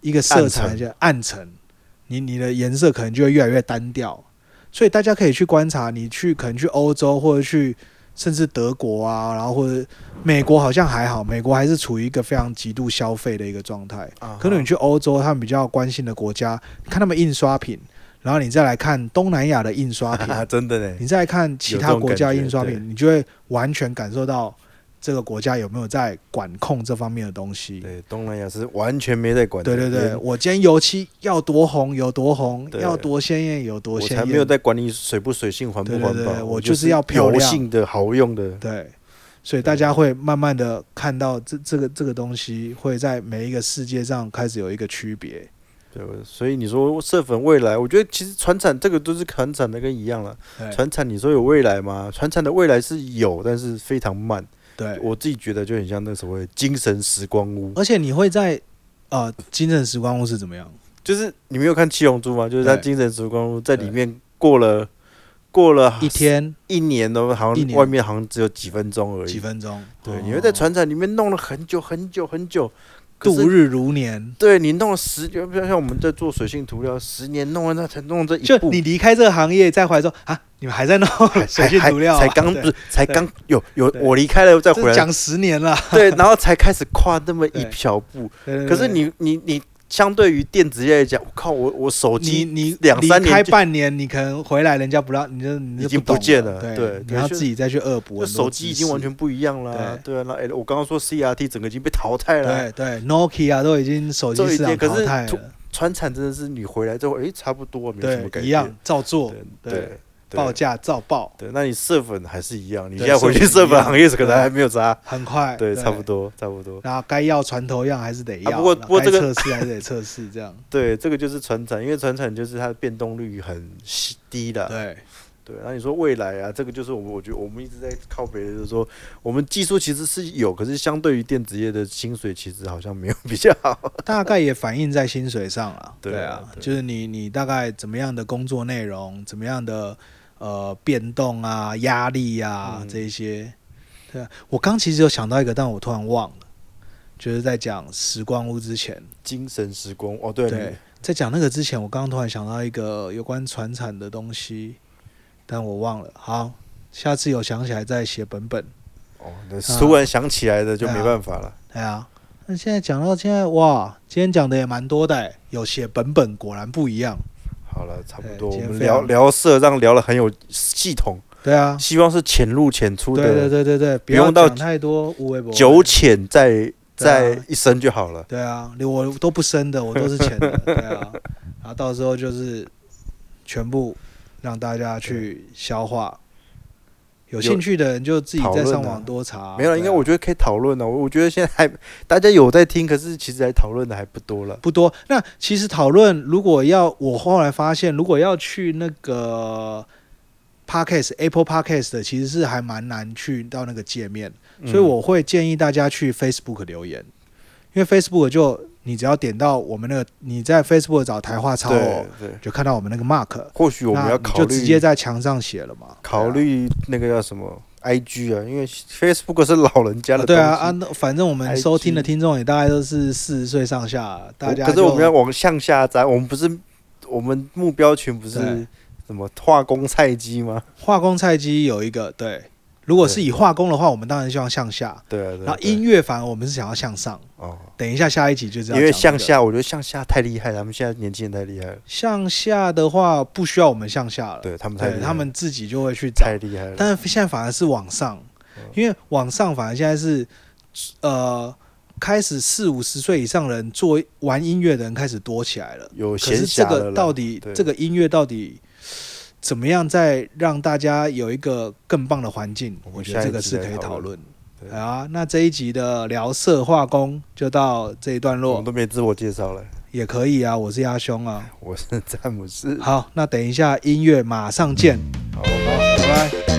[SPEAKER 1] 一个色彩
[SPEAKER 2] 暗沉
[SPEAKER 1] 叫暗沉，你你的颜色可能就会越来越单调。所以大家可以去观察，你去可能去欧洲或者去甚至德国啊，然后或者美国好像还好，美国还是处于一个非常极度消费的一个状态。
[SPEAKER 2] 啊
[SPEAKER 1] 可能你去欧洲，他们比较关心的国家，看他们印刷品，然后你再来看东南亚的印刷 品，
[SPEAKER 2] 啊，真的呢，
[SPEAKER 1] 你再来看其他国家印刷
[SPEAKER 2] 有这种感
[SPEAKER 1] 品，你就会完全感受到这个国家有没有在管控这方面的东西。
[SPEAKER 2] 对，东南亚是完全没在管的，
[SPEAKER 1] 对对对，
[SPEAKER 2] 连
[SPEAKER 1] 我今天油漆要多红有多红，
[SPEAKER 2] 对
[SPEAKER 1] 要多鲜艳有多
[SPEAKER 2] 我
[SPEAKER 1] 鲜
[SPEAKER 2] 才
[SPEAKER 1] 艳，
[SPEAKER 2] 没有在管你水不水性、环不
[SPEAKER 1] 对对
[SPEAKER 2] 环
[SPEAKER 1] 对
[SPEAKER 2] 保，
[SPEAKER 1] 我就
[SPEAKER 2] 就是
[SPEAKER 1] 要漂
[SPEAKER 2] 油
[SPEAKER 1] 亮
[SPEAKER 2] 性的、好用的。
[SPEAKER 1] 对，所以大家会慢慢的看到这这个这个东西会在每一个世界上开始有一个区别。
[SPEAKER 2] 对，所以你说社粉未来，我觉得其实船产这个都是船产的跟一样了。
[SPEAKER 1] 对
[SPEAKER 2] 船产你说有未来吗？船产的未来是有，但是非常慢。
[SPEAKER 1] 对，
[SPEAKER 2] 我自己觉得就很像那所谓精神时光屋，
[SPEAKER 1] 而且你会在呃精神时光屋是怎么样？
[SPEAKER 2] 就是你没有看《七龙珠》吗？就是他
[SPEAKER 1] 对
[SPEAKER 2] 精神时光屋在里
[SPEAKER 1] 对
[SPEAKER 2] 面过了过了
[SPEAKER 1] 哎一天
[SPEAKER 2] 一年都好
[SPEAKER 1] 一
[SPEAKER 2] 像
[SPEAKER 1] 年
[SPEAKER 2] 外面好像只有几分钟而
[SPEAKER 1] 几
[SPEAKER 2] 已。
[SPEAKER 1] 分钟？
[SPEAKER 2] 对，
[SPEAKER 1] 哦
[SPEAKER 2] 你会在船产里面弄了很久很久很久，可是
[SPEAKER 1] 度日如年。
[SPEAKER 2] 对你弄了十，就不要像我们在做水性涂料，十年弄完那才弄这一
[SPEAKER 1] 就
[SPEAKER 2] 步，
[SPEAKER 1] 你离开这个行业再回来说啊，你们还在弄 水性涂料啊、
[SPEAKER 2] 还还才刚不
[SPEAKER 1] 对
[SPEAKER 2] 是才
[SPEAKER 1] 对
[SPEAKER 2] 刚有有
[SPEAKER 1] 对
[SPEAKER 2] 我离开了再
[SPEAKER 1] 这
[SPEAKER 2] 回来，
[SPEAKER 1] 讲十年了。
[SPEAKER 2] 对，然后才开始跨那么一
[SPEAKER 1] 对
[SPEAKER 2] 小步。
[SPEAKER 1] 对对对
[SPEAKER 2] 可是你你你相对于电子业来讲，我靠，我我手
[SPEAKER 1] 你
[SPEAKER 2] 机
[SPEAKER 1] 你
[SPEAKER 2] 两三
[SPEAKER 1] 离开
[SPEAKER 2] 年就
[SPEAKER 1] 半年，你可能回来人家不让，你就你就
[SPEAKER 2] 已经
[SPEAKER 1] 懂
[SPEAKER 2] 不见
[SPEAKER 1] 了。
[SPEAKER 2] 了
[SPEAKER 1] 对
[SPEAKER 2] 对，
[SPEAKER 1] 你要
[SPEAKER 2] 就
[SPEAKER 1] 自己再去恶补很多
[SPEAKER 2] 那
[SPEAKER 1] 知识。
[SPEAKER 2] 手机已经完全不一样了，对啊，那哎，我刚刚说 CRT 整个已经被淘汰了啊，
[SPEAKER 1] 对对，Nokia 都已经手机
[SPEAKER 2] 都
[SPEAKER 1] 市
[SPEAKER 2] 已
[SPEAKER 1] 场
[SPEAKER 2] 经可
[SPEAKER 1] 淘
[SPEAKER 2] 是
[SPEAKER 1] 汰
[SPEAKER 2] 突
[SPEAKER 1] 了，
[SPEAKER 2] 川产真的是你回来之后，哎，差不多没什么改
[SPEAKER 1] 对，
[SPEAKER 2] 变，
[SPEAKER 1] 一样照做，
[SPEAKER 2] 对
[SPEAKER 1] 对
[SPEAKER 2] 对
[SPEAKER 1] 报价照报，
[SPEAKER 2] 对，那你色粉还是一样，你
[SPEAKER 1] 对
[SPEAKER 2] 现在回去
[SPEAKER 1] 色粉
[SPEAKER 2] 色
[SPEAKER 1] 一
[SPEAKER 2] 粉
[SPEAKER 1] 样
[SPEAKER 2] 行业可
[SPEAKER 1] 对
[SPEAKER 2] 能还没有差，
[SPEAKER 1] 很快，
[SPEAKER 2] 对，差不。多，差不多。
[SPEAKER 1] 然后该要船头样还是得要，
[SPEAKER 2] 啊不过
[SPEAKER 1] 然后
[SPEAKER 2] 不过
[SPEAKER 1] 该
[SPEAKER 2] 这个
[SPEAKER 1] 测试还是得测试， 这样
[SPEAKER 2] 对，这个就是船产，因为船产就是它的变动率很细低的。
[SPEAKER 1] 对
[SPEAKER 2] 对，然后你说未来啊，这个就是我们我觉得我们一直在靠北的，就是说我们技术其实是有，可是相对于电子业的薪水，其实好像没有比较好。
[SPEAKER 1] 大概也反映在薪水上了。
[SPEAKER 2] 对
[SPEAKER 1] 对
[SPEAKER 2] 啊对
[SPEAKER 1] 就是你你大概怎么样的工作内容，怎么样的呃变动啊、压力啊、
[SPEAKER 2] 嗯
[SPEAKER 1] 这一些。对啊，我刚其实有想到一个，但我突然忘了，就是在讲时光屋之前，
[SPEAKER 2] 精神时光哦，对
[SPEAKER 1] 对在讲那个之前，我刚刚突然想到一个有关船产的东西，但我忘了。好，下次有想起来再写本本。
[SPEAKER 2] 哦，那突然想起来的就
[SPEAKER 1] 啊对啊
[SPEAKER 2] 没办法了。
[SPEAKER 1] 对啊，那现在讲到现在，哇，今天讲的也蛮多的、有写本本，果然不一样。
[SPEAKER 2] 好了，差不
[SPEAKER 1] 对
[SPEAKER 2] 多，我
[SPEAKER 1] 今天
[SPEAKER 2] 们
[SPEAKER 1] 非
[SPEAKER 2] 聊
[SPEAKER 1] 常
[SPEAKER 2] 聊色，让聊了很有系统，
[SPEAKER 1] 对啊，
[SPEAKER 2] 希望是浅入浅出
[SPEAKER 1] 对对
[SPEAKER 2] 的，
[SPEAKER 1] 对对对，不
[SPEAKER 2] 不用
[SPEAKER 1] 要
[SPEAKER 2] 到
[SPEAKER 1] 讲太多无微博。
[SPEAKER 2] 九浅在
[SPEAKER 1] 对啊
[SPEAKER 2] 在一生就好了。
[SPEAKER 1] 对啊，连我都不深的，我都是浅的，对 啊。然后到时候就是全部让大家去消化。有兴趣的人就自己
[SPEAKER 2] 讨
[SPEAKER 1] 在
[SPEAKER 2] 论啊
[SPEAKER 1] 上网多查。
[SPEAKER 2] 没有啦，
[SPEAKER 1] 对啊
[SPEAKER 2] 应该我觉得可以讨论的。我我觉得现在还大家有在听，可是其实还讨论的还不多了。
[SPEAKER 1] 啊不多。那其实讨论，如果要我后来发现，如果要去那个 Podcast Apple Podcast 的，
[SPEAKER 2] 嗯
[SPEAKER 1] 其实是还蛮难去到那个界面，所以我会建议大家去 Facebook 留言。因为 Facebook 就你只要点到我们那个，你在 Facebook 找台话超偶
[SPEAKER 2] 嗯对，对，
[SPEAKER 1] 就看到我们那个 mark，
[SPEAKER 2] 或许我们
[SPEAKER 1] 那
[SPEAKER 2] 要
[SPEAKER 1] 你
[SPEAKER 2] 考
[SPEAKER 1] 就
[SPEAKER 2] 虑
[SPEAKER 1] 直接在墙上写了嘛，
[SPEAKER 2] 考
[SPEAKER 1] 对啊。
[SPEAKER 2] 虑那个叫什么 IG 啊，因为 Facebook 是老人家的
[SPEAKER 1] 啊对啊，
[SPEAKER 2] 东西
[SPEAKER 1] 啊，那反正我们
[SPEAKER 2] IG
[SPEAKER 1] 收听的听众也大概都是四十岁上下，大家
[SPEAKER 2] 可是
[SPEAKER 1] 就
[SPEAKER 2] 我们要往向下扎，我们不是我们目标群不是
[SPEAKER 1] 对
[SPEAKER 2] 什么化工菜鸡吗？
[SPEAKER 1] 化工菜鸡有一个对，如果是
[SPEAKER 2] 对
[SPEAKER 1] 以化工的话，我们当然希望向下，
[SPEAKER 2] 对啊，对啊。
[SPEAKER 1] 然后
[SPEAKER 2] 对啊
[SPEAKER 1] 音乐反而我们是想要向上。
[SPEAKER 2] 哦，
[SPEAKER 1] 等一下下一集就知道、
[SPEAKER 2] 因为向，下，我觉得向下太厉害了，他们现在年轻人太厉害了，
[SPEAKER 1] 向下的话不需要我们向下了，
[SPEAKER 2] 对他们太厉
[SPEAKER 1] 呃对
[SPEAKER 2] 害了，
[SPEAKER 1] 他们自己就会去找
[SPEAKER 2] 太厉害了。
[SPEAKER 1] 但现在反而是往上，
[SPEAKER 2] 嗯
[SPEAKER 1] 因为往上反而现在是，呃，开始四五十岁以上的人做玩音乐的人开始多起来了。
[SPEAKER 2] 有
[SPEAKER 1] 可
[SPEAKER 2] 闲
[SPEAKER 1] 是这
[SPEAKER 2] 暇了
[SPEAKER 1] 个
[SPEAKER 2] 啦
[SPEAKER 1] 到底
[SPEAKER 2] 对，
[SPEAKER 1] 这个音乐到底怎么样，再让大家有一个更棒的环境？
[SPEAKER 2] 我们
[SPEAKER 1] 我觉得这个是可以
[SPEAKER 2] 下一集再
[SPEAKER 1] 讨
[SPEAKER 2] 讨
[SPEAKER 1] 论
[SPEAKER 2] 论。
[SPEAKER 1] 好啊，那这一集的聊色化工就到这一段
[SPEAKER 2] 我们
[SPEAKER 1] 落，
[SPEAKER 2] 都没自我介绍了，
[SPEAKER 1] 也可以啊。我是鸭兄啊。
[SPEAKER 2] 我是詹姆斯，
[SPEAKER 1] 好，那等一下音乐马上见，
[SPEAKER 2] 好，
[SPEAKER 1] 拜拜。